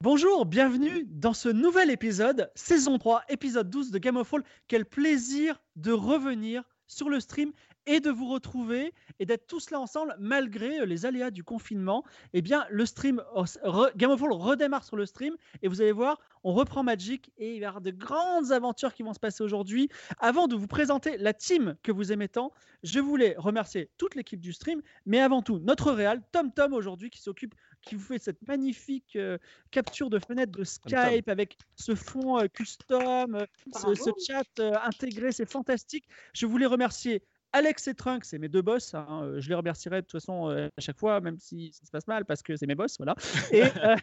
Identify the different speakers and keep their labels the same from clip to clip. Speaker 1: Bonjour, bienvenue dans ce nouvel épisode, saison 3, épisode 12 de Game of Fall. Quel plaisir de revenir sur le stream et de vous retrouver et d'être tous là ensemble malgré les aléas du confinement. Eh bien, le stream re- Game of Fall redémarre sur le stream et vous allez voir, on reprend Magic et il va y avoir de grandes aventures qui vont se passer aujourd'hui. Avant de vous présenter la team que vous aimez tant, je voulais remercier toute l'équipe du stream, mais avant tout notre réal Tom Tom aujourd'hui qui s'occupe qui vous fait cette magnifique euh, capture de fenêtre de Skype avec ce fond euh, custom, euh, ce, ce chat euh, intégré, c'est fantastique. Je voulais remercier Alex et Trunk, c'est mes deux boss. hein, euh, je les remercierai de toute façon euh, à chaque fois, même si ça se passe mal, parce que c'est mes boss, voilà. Et, euh,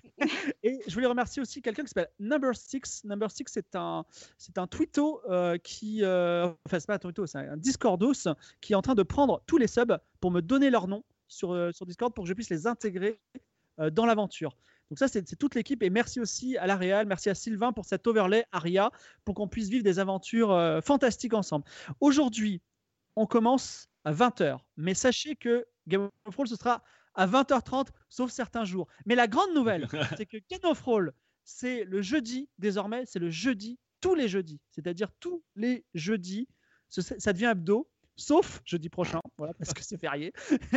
Speaker 1: et je voulais remercier aussi quelqu'un qui s'appelle Number Six. Number Six, c'est un, c'est un twitto euh, qui, euh, enfin c'est pas un twitto, c'est un Discordos qui est en train de prendre tous les subs pour me donner leur nom sur, euh, sur Discord pour que je puisse les intégrer euh, dans l'aventure. Donc ça, c'est c'est toute l'équipe. Et merci aussi à la Real, merci à Sylvain pour cet overlay Aria, pour qu'on puisse vivre des aventures euh, fantastiques ensemble. Aujourd'hui, on commence à 20h. Mais sachez que Game of Thrones, ce sera à 20h30, sauf certains jours. Mais la grande nouvelle, c'est que Game of Thrones, c'est le jeudi désormais, c'est le jeudi, tous les jeudis. C'est-à-dire tous les jeudis, ce- ça devient hebdo, sauf jeudi prochain, voilà, parce que c'est férié.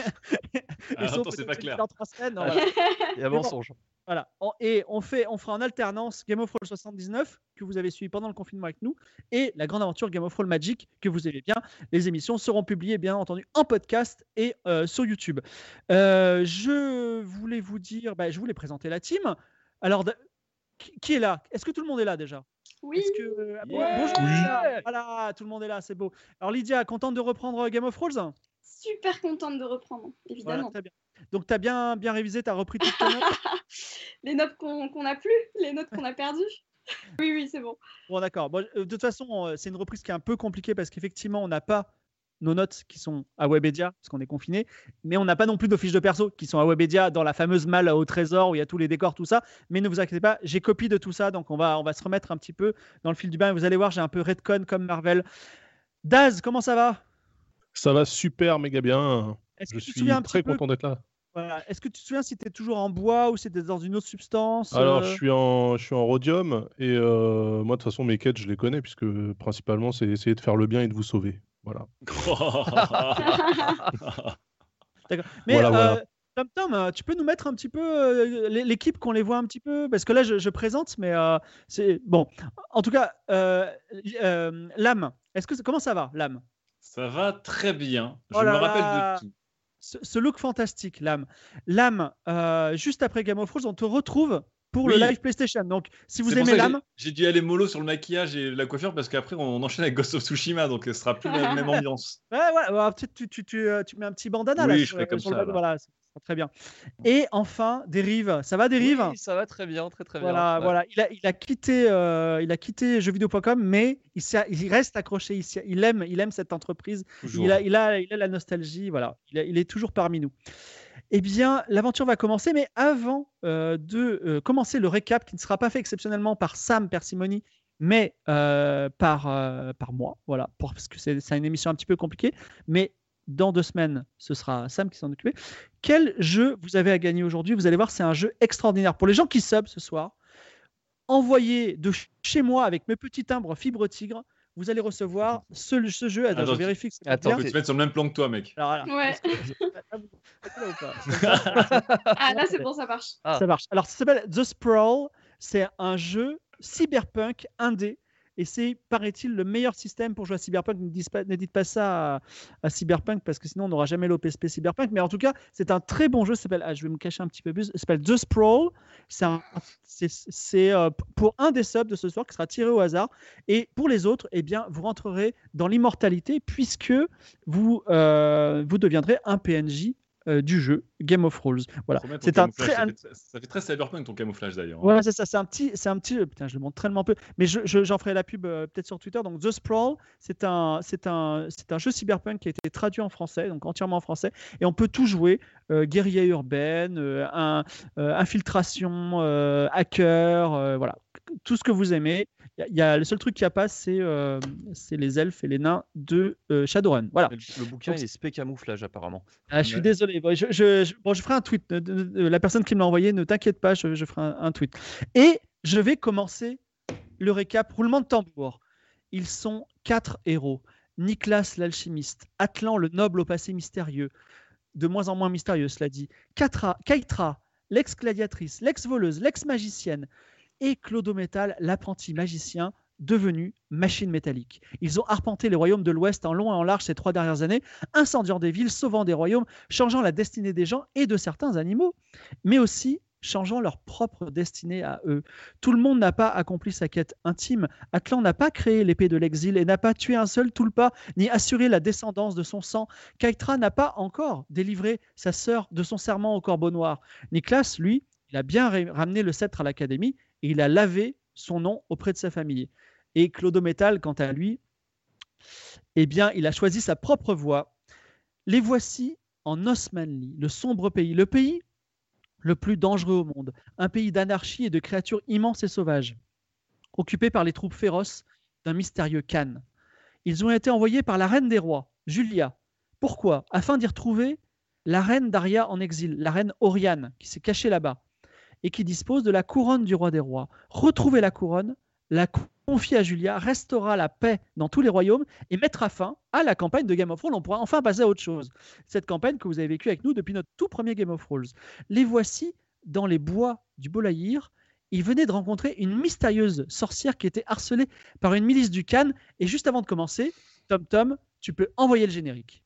Speaker 1: Et
Speaker 2: Ah,
Speaker 1: sauf
Speaker 2: attends, c'est
Speaker 1: peut-être
Speaker 2: pas
Speaker 1: jeudi
Speaker 2: clair. Ah,
Speaker 1: Dans trois semaines, voilà.
Speaker 3: Il y a
Speaker 1: Mais
Speaker 3: un
Speaker 1: bon.
Speaker 3: mensonge.
Speaker 1: Voilà. En- Et on, fait, on fera en alternance Game of Thrones 79, que vous avez suivi pendant le confinement avec nous, et la grande aventure Game of Thrones Magic, que vous aimez bien. Les émissions seront publiées, bien entendu, en podcast et euh, sur YouTube. Euh, je voulais vous dire, bah, je voulais présenter la team. Alors, de- qui qui est là Est-ce que tout le monde est là déjà
Speaker 4: Oui,
Speaker 1: Est-ce que... ah, bon-
Speaker 2: Yeah.
Speaker 1: Bonjour
Speaker 2: Oui.
Speaker 1: Lydia. Voilà, tout le monde est là, c'est beau. Alors Lydia, contente de reprendre euh, Game of Thrones
Speaker 4: super contente de reprendre,
Speaker 1: Voilà,
Speaker 4: évidemment.
Speaker 1: très bien. Donc tu as bien, bien révisé, tu as repris toutes tes notes
Speaker 4: les notes qu'on qu'on a plus, les notes qu'on a perdues. Oui, oui, c'est bon.
Speaker 1: Bon, d'accord. Bon, euh, de toute façon, euh, c'est une reprise qui est un peu compliquée parce qu'effectivement, on n'a pas nos notes qui sont à Webedia parce qu'on est confiné, mais on n'a pas non plus nos fiches de perso qui sont à Webedia dans la fameuse malle au trésor où il y a tous les décors, tout ça. Mais ne vous inquiétez pas, j'ai copie de tout ça, donc on va, on va se remettre un petit peu dans le fil du bain. Et Vous allez voir, j'ai un peu redcon comme Marvel. Daz, comment ça va
Speaker 3: Ça va super méga bien.
Speaker 1: Est-ce
Speaker 3: Je
Speaker 1: que tu te
Speaker 3: suis
Speaker 1: souviens un
Speaker 3: très
Speaker 1: petit peu
Speaker 3: content d'être là.
Speaker 1: voilà, Est-ce que tu te souviens si tu es toujours en bois ou si tu dans une autre substance
Speaker 3: Alors,
Speaker 1: euh,
Speaker 3: je suis en, je suis en rhodium et euh, moi, de toute façon, mes quêtes, je les connais puisque principalement, c'est essayer de faire le bien et de vous sauver. Voilà.
Speaker 1: D'accord. Mais
Speaker 3: Voilà,
Speaker 1: euh,
Speaker 3: voilà.
Speaker 1: Tom Tom, euh, tu peux nous mettre un petit peu euh, l'é- l'équipe qu'on les voit un petit peu Parce que là, je, je présente, mais euh, c'est bon. En tout cas, euh, euh, l'âme. Est-ce que comment ça va, l'âme
Speaker 2: Ça va très bien. Je
Speaker 1: Oh là
Speaker 2: me
Speaker 1: là.
Speaker 2: rappelle de tout.
Speaker 1: ce, ce look fantastique, l'âme. L'âme. euh, juste après Game of Thrones, on te retrouve pour le
Speaker 2: Oui.
Speaker 1: live PlayStation. Donc, si vous
Speaker 2: C'est pour
Speaker 1: aimez
Speaker 2: ça que
Speaker 1: l'âme,
Speaker 2: J'ai j'ai dû aller mollo sur le maquillage et la coiffure parce qu'après on enchaîne avec Ghost of Tsushima donc ce sera plus la même ambiance.
Speaker 1: Ouais, ouais, ouais, peut-être tu, tu, tu, euh, tu mets un petit bandana là.
Speaker 2: Oui, je
Speaker 1: sur-
Speaker 2: ferai comme
Speaker 1: sur le
Speaker 2: ça,
Speaker 1: bas-
Speaker 2: là.
Speaker 1: Voilà, c'est- c'est très bien. Et enfin, Dérive. Ça va, Dérive
Speaker 5: Oui, ça va très bien, très très
Speaker 1: Voilà,
Speaker 5: bien.
Speaker 1: voilà. Il a, il a quitté, euh, il a quitté jeuxvideo.com, mais il, s'est- il reste accroché. Il, s'y- il aime, il aime cette entreprise.
Speaker 2: Toujours.
Speaker 1: Il a, il a, il a la nostalgie. Voilà, il, a- il est toujours parmi nous. Eh bien, l'aventure va commencer, mais avant euh, de euh, commencer le récap, qui ne sera pas fait exceptionnellement par Sam Persimoni, mais euh, par, euh, par moi, voilà, pour- parce que c'est c'est une émission un petit peu compliquée, mais dans deux semaines, ce sera Sam qui s'en occupe. Quel jeu vous avez à gagner aujourd'hui Vous allez voir, c'est un jeu extraordinaire. Pour les gens qui sub ce soir, envoyez de ch- chez moi avec mes petits timbres fibre tigre, vous allez recevoir ce, ce jeu. Attends,
Speaker 2: Attends,
Speaker 1: je vérifie que c'est bien.
Speaker 5: attends,
Speaker 2: Tu peux te mettre sur le même plan que toi mec.
Speaker 1: Alors, voilà.
Speaker 4: Ouais.
Speaker 1: Est-ce que- Là, vous- là, ou pas
Speaker 4: Ah, là, c'est bon, ça marche.
Speaker 5: Ah.
Speaker 1: ça marche. Alors, ça s'appelle The Sprawl. C'est un jeu cyberpunk indé. Et c'est, paraît-il, le meilleur système pour jouer à Cyberpunk. Ne dites pas, ne dites pas ça à, à Cyberpunk parce que sinon on n'aura jamais l'OPSP Cyberpunk. Mais en tout cas, c'est un très bon jeu. Ça s'appelle, ah, je vais me cacher un petit peu plus. Ça s'appelle The Sprawl. C'est un- c'est- c'est, euh, pour un des subs de ce soir qui sera tiré au hasard. Et pour les autres, eh bien, vous rentrerez dans l'immortalité puisque vous, euh, vous deviendrez un PNJ euh, du jeu Game of Thrones. Voilà,
Speaker 2: Promets ton
Speaker 1: c'est un
Speaker 2: camouflage,
Speaker 1: très,
Speaker 2: ça
Speaker 1: un-
Speaker 2: fait- Ça, ça fait très cyberpunk ton camouflage d'ailleurs.
Speaker 1: voilà, c'est ça, c'est un petit, c'est un petit, euh, putain, je le montre tellement peu, mais je, je- j'en ferai la pub euh, peut-être sur Twitter. Donc The Sprawl, c'est un, c'est un, c'est un jeu cyberpunk qui a été traduit en français, donc entièrement en français, et on peut tout jouer, euh, guerrier urbaine, euh, un- euh, infiltration, euh, hacker, euh, voilà, tout ce que vous aimez. Il y a- il y a, le seul truc qui a pas, c'est, euh, c'est les elfes et les nains de euh, Shadowrun. Voilà.
Speaker 5: Mais Le, le bouquin,
Speaker 1: Donc,
Speaker 5: il est spé camouflage apparemment.
Speaker 1: Ah, je suis
Speaker 2: Ouais.
Speaker 1: désolé. Bon, je, je- je- bon, je ferai un tweet. Ne- ne- ne- La personne qui me l'a envoyé, ne t'inquiète pas, je, je ferai un, un tweet. Et je vais commencer le récap. Roulement de tambour. Ils sont quatre héros. Nicolas l'alchimiste, Atlan le noble au passé mystérieux, de moins en moins mystérieux cela dit, Katra, Kaitra, l'ex-gladiatrice, l'ex-voleuse, l'ex-magicienne, et Clodométal, l'apprenti magicien devenu machine métallique. Ils ont arpenté les royaumes de l'Ouest en long et en large ces trois dernières années, incendiant des villes, sauvant des royaumes, changeant la destinée des gens et de certains animaux, mais aussi changeant leur propre destinée à eux. Tout le monde n'a pas accompli sa quête intime, Atlan n'a pas créé l'épée de l'exil et n'a pas tué un seul Tulpa, ni assuré la descendance de son sang, Kaitra n'a pas encore délivré sa sœur de son serment au corbeau noir. Niklas, lui, il a bien ré- ramené le sceptre à l'académie et il a lavé son nom auprès de sa famille. Et Clodométal, quant à lui, eh bien, il a choisi sa propre voie. Les voici en Osmanli, le sombre pays, le pays le plus dangereux au monde, un pays d'anarchie et de créatures immenses et sauvages, occupé par les troupes féroces d'un mystérieux Khan. Ils ont été envoyés par la reine des rois, Julia. Pourquoi Afin d'y retrouver la reine Daria en exil, la reine Oriane, qui s'est cachée là-bas et qui dispose de la couronne du roi des rois. Retrouver la couronne, la confier à Julia, restaura la paix dans tous les royaumes et mettra fin à la campagne de Game of Thrones. On pourra enfin passer à autre chose. Cette campagne que vous avez vécue avec nous depuis notre tout premier Game of Thrones. Les voici dans les bois du Bolaïr. Ils venaient de rencontrer une mystérieuse sorcière qui était harcelée par une milice du Khan. Et juste avant de commencer, Tom Tom, tu peux envoyer le générique.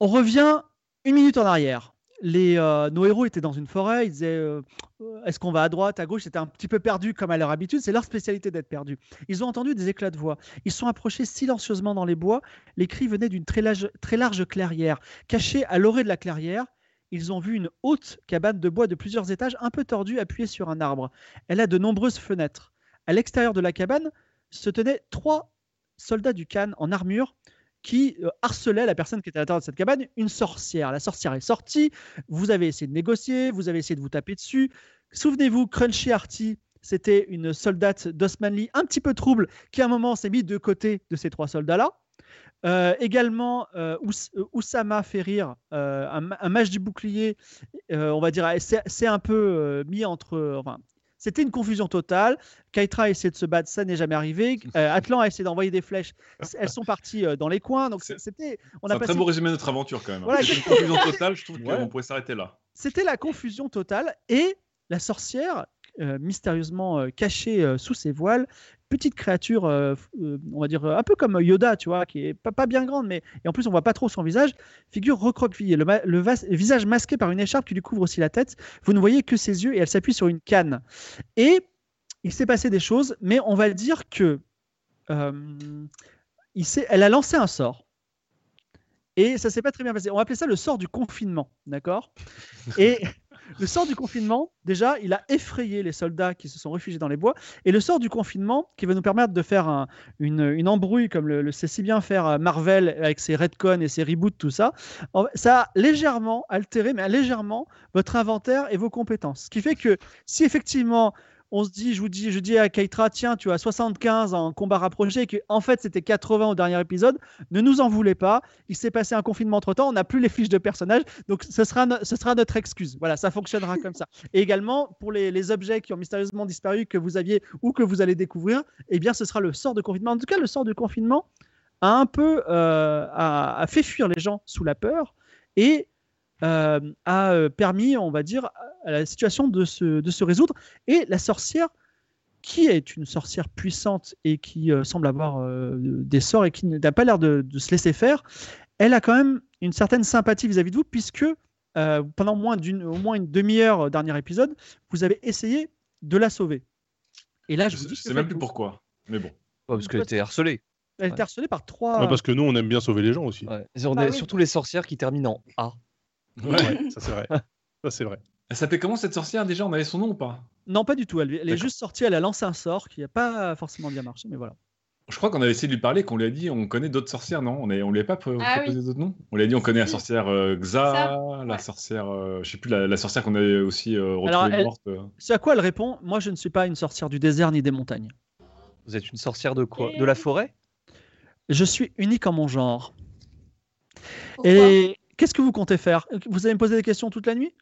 Speaker 1: On revient une minute en arrière. Les, euh, nos héros étaient dans une forêt, ils disaient euh, est-ce qu'on va à droite, à gauche C'était un petit peu perdu comme à leur habitude, c'est leur spécialité d'être perdu. Ils ont entendu des éclats de voix. Ils sont approchés silencieusement dans les bois. Les cris venaient d'une très large, très large clairière. Cachés à l'orée de la clairière, ils ont vu une haute cabane de bois de plusieurs étages, un peu tordue, appuyée sur un arbre. Elle a de nombreuses fenêtres. À l'extérieur de la cabane se tenaient trois soldats du Khan en armure qui euh, harcelait la personne qui était à l'intérieur de cette cabane, une sorcière. La sorcière est sortie, vous avez essayé de négocier, vous avez essayé de vous taper dessus. Souvenez-vous, Crunchy Arty, c'était une soldate d'Osmanli un petit peu trouble qui à un moment s'est mise de côté de ces trois soldats-là. Euh, également, euh, Ous- euh, Oussama fait rire euh, un, ma- un mage du bouclier, euh, on va dire, ah, c'est c'est un peu euh, mis entre... enfin, c'était une confusion totale. Kaitra a essayé de se battre, ça n'est jamais arrivé. Euh, Atlan a essayé d'envoyer des flèches elles sont parties euh, dans les coins. Donc
Speaker 2: C'est-
Speaker 1: c'était, on
Speaker 2: C'est
Speaker 1: a
Speaker 2: un
Speaker 1: passé,
Speaker 2: très beau résumé de notre aventure quand même.
Speaker 1: Voilà,
Speaker 2: C'est une conclusion totale, je trouve qu'on pourrait s'arrêter là.
Speaker 1: c'était la confusion totale et la sorcière euh, mystérieusement euh, cachée euh, sous ses voiles, petite créature, euh, f- euh, on va dire euh, un peu comme Yoda, tu vois, qui est pas, pas bien grande, mais et en plus on voit pas trop son visage, figure recroquevillée, le, ma- le vas- visage masqué par une écharpe qui lui couvre aussi la tête. Vous ne voyez que ses yeux et elle s'appuie sur une canne. Et il s'est passé des choses, mais on va dire que euh, il s'est- elle a lancé un sort. Et ça s'est pas très bien passé. On va appeler ça le sort du confinement, d'accord Et le sort du confinement, déjà, il a effrayé les soldats qui se sont réfugiés dans les bois. Et le sort du confinement, qui va nous permettre de faire un- une, une embrouille comme le, le sait si bien faire euh, Marvel avec ses retcons et ses reboots, tout ça, en- ça a légèrement altéré, mais légèrement, votre inventaire et vos compétences. Ce qui fait que si effectivement on se dit, je vous dis, je dis à Keitra, tiens, tu as 75 en combat rapproché, et que en fait c'était 80 au dernier épisode, ne nous en voulez pas. Il s'est passé un confinement entre temps, on n'a plus les fiches de personnages, donc ce sera, no- ce sera notre excuse. Voilà, ça fonctionnera comme ça. Et également pour les, les objets qui ont mystérieusement disparu que vous aviez ou que vous allez découvrir, eh bien ce sera le sort de confinement. En tout cas, le sort de confinement a un peu euh, a- a fait fuir les gens sous la peur et euh, a euh, permis, on va dire, à la situation de se, de se résoudre. Et la sorcière, qui est une sorcière puissante et qui euh, semble avoir euh, des sorts et qui n'a pas l'air de, de se laisser faire, elle a quand même une certaine sympathie vis-à-vis de vous, puisque euh, pendant moins d'une, au moins une demi-heure, euh, dernier épisode, vous avez essayé de la sauver. Et là, Ah, je, vous
Speaker 2: Je
Speaker 1: dis
Speaker 2: sais
Speaker 1: que
Speaker 2: même
Speaker 1: faites-vous
Speaker 2: plus pourquoi. Mais bon.
Speaker 5: parce qu'elle était harcelée.
Speaker 1: Elle était
Speaker 5: Ouais.
Speaker 1: harcelée par trois.
Speaker 3: Ouais, parce que nous, on aime bien sauver les gens aussi.
Speaker 5: Ouais. Et on
Speaker 4: Ah
Speaker 5: est-
Speaker 4: oui.
Speaker 5: Surtout les sorcières qui terminent en A.
Speaker 2: Ouais.
Speaker 3: Ouais, ça c'est vrai. Ça c'est vrai.
Speaker 2: Elle s'appelait comment cette sorcière déjà On avait son nom ou pas
Speaker 1: Non, pas du tout. Elle, elle est
Speaker 2: D'accord.
Speaker 1: juste sortie, elle a lancé un sort qui n'a pas forcément bien marché, mais voilà.
Speaker 2: Je crois qu'on avait essayé de lui parler, qu'on lui a dit on connaît d'autres sorcières, non On ne on lui a pas pro-
Speaker 4: Ah
Speaker 2: proposé d'autres noms On lui a dit on connaît la
Speaker 4: Si.
Speaker 2: sorcière euh, Xa,
Speaker 4: Ça,
Speaker 2: la
Speaker 4: ouais.
Speaker 2: sorcière, euh, je sais plus, la, la sorcière qu'on avait aussi euh, retrouvée
Speaker 1: Alors, elle-
Speaker 2: morte. euh.
Speaker 1: Ce à quoi elle répond Moi, je ne suis pas une sorcière du désert ni des montagnes.
Speaker 5: Vous êtes une sorcière de quoi De la forêt
Speaker 1: Je suis unique en mon genre.
Speaker 4: Pourquoi
Speaker 1: Et qu'est-ce que vous comptez faire Vous allez me poser des questions toute la nuit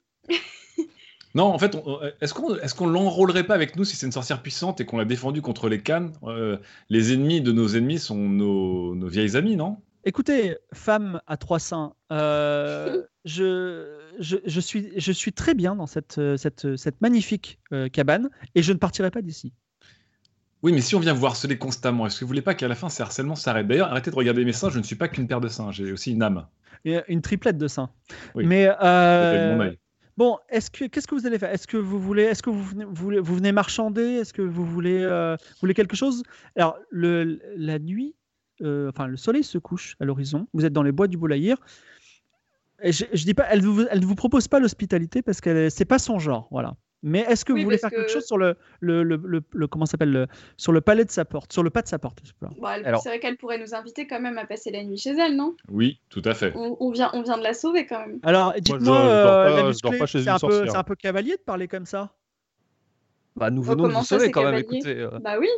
Speaker 2: Non, en fait, on- euh, est-ce qu'on est qu'on l'enrôlerait pas avec nous si c'est une sorcière puissante et qu'on l'a défendue contre les cannes Euh, Les ennemis de nos ennemis sont nos, nos vieilles amies, non
Speaker 1: Écoutez, femme à trois seins, euh, je, je, je suis, je suis très bien dans cette, euh, cette, cette magnifique euh, cabane et je ne partirai pas d'ici.
Speaker 2: Oui, mais si on vient vous harceler constamment, est-ce que vous voulez pas qu'à la fin ces harcèlements s'arrêtent D'ailleurs, arrêtez de regarder mes seins, je ne suis pas qu'une paire de seins, j'ai aussi une âme.
Speaker 1: Et Une triplette de seins.
Speaker 2: Oui.
Speaker 1: Mais
Speaker 2: Peut-être
Speaker 1: euh,
Speaker 2: mon œil.
Speaker 1: Bon, est-ce que qu'est-ce que vous allez faire Est-ce que vous voulez, est-ce que vous venez, vous voulez- vous venez marchander Est-ce que vous voulez, euh, vous voulez quelque chose Alors le, la nuit, euh, enfin le soleil se couche à l'horizon. Vous êtes dans les bois du Boulaïr. Et je, je dis pas, elle vous, elle vous propose pas l'hospitalité parce qu'elle est- c'est pas son genre, voilà. Mais est-ce que
Speaker 4: Oui,
Speaker 1: vous voulez faire
Speaker 4: parce
Speaker 1: quelque
Speaker 4: que-
Speaker 1: chose sur le, le, le, le- le- comment ça s'appelle le- sur le palais de sa porte, sur le pas de sa porte excusez-moi.
Speaker 4: Bon, Bah, elle-
Speaker 5: Alors-
Speaker 4: C'est vrai qu'elle pourrait nous inviter quand même à passer la nuit chez elle, non
Speaker 2: Oui, tout à fait.
Speaker 4: on, on vient, on vient de la sauver quand même.
Speaker 1: Alors
Speaker 3: je-
Speaker 1: dites-moi,
Speaker 3: je dors
Speaker 1: euh,
Speaker 3: pas-
Speaker 1: la
Speaker 3: je dors
Speaker 1: musclée,
Speaker 3: pas chez
Speaker 1: c'est
Speaker 3: une
Speaker 1: un peu,
Speaker 3: sorcière.
Speaker 1: c'est un peu cavalier de parler comme ça.
Speaker 5: Bah, nous
Speaker 4: Oh,
Speaker 5: venons de
Speaker 4: comment
Speaker 5: vous
Speaker 4: ça,
Speaker 5: sauver
Speaker 4: c'est
Speaker 5: quand même.
Speaker 4: cavalier
Speaker 5: Écoutez, euh,
Speaker 4: Bah oui,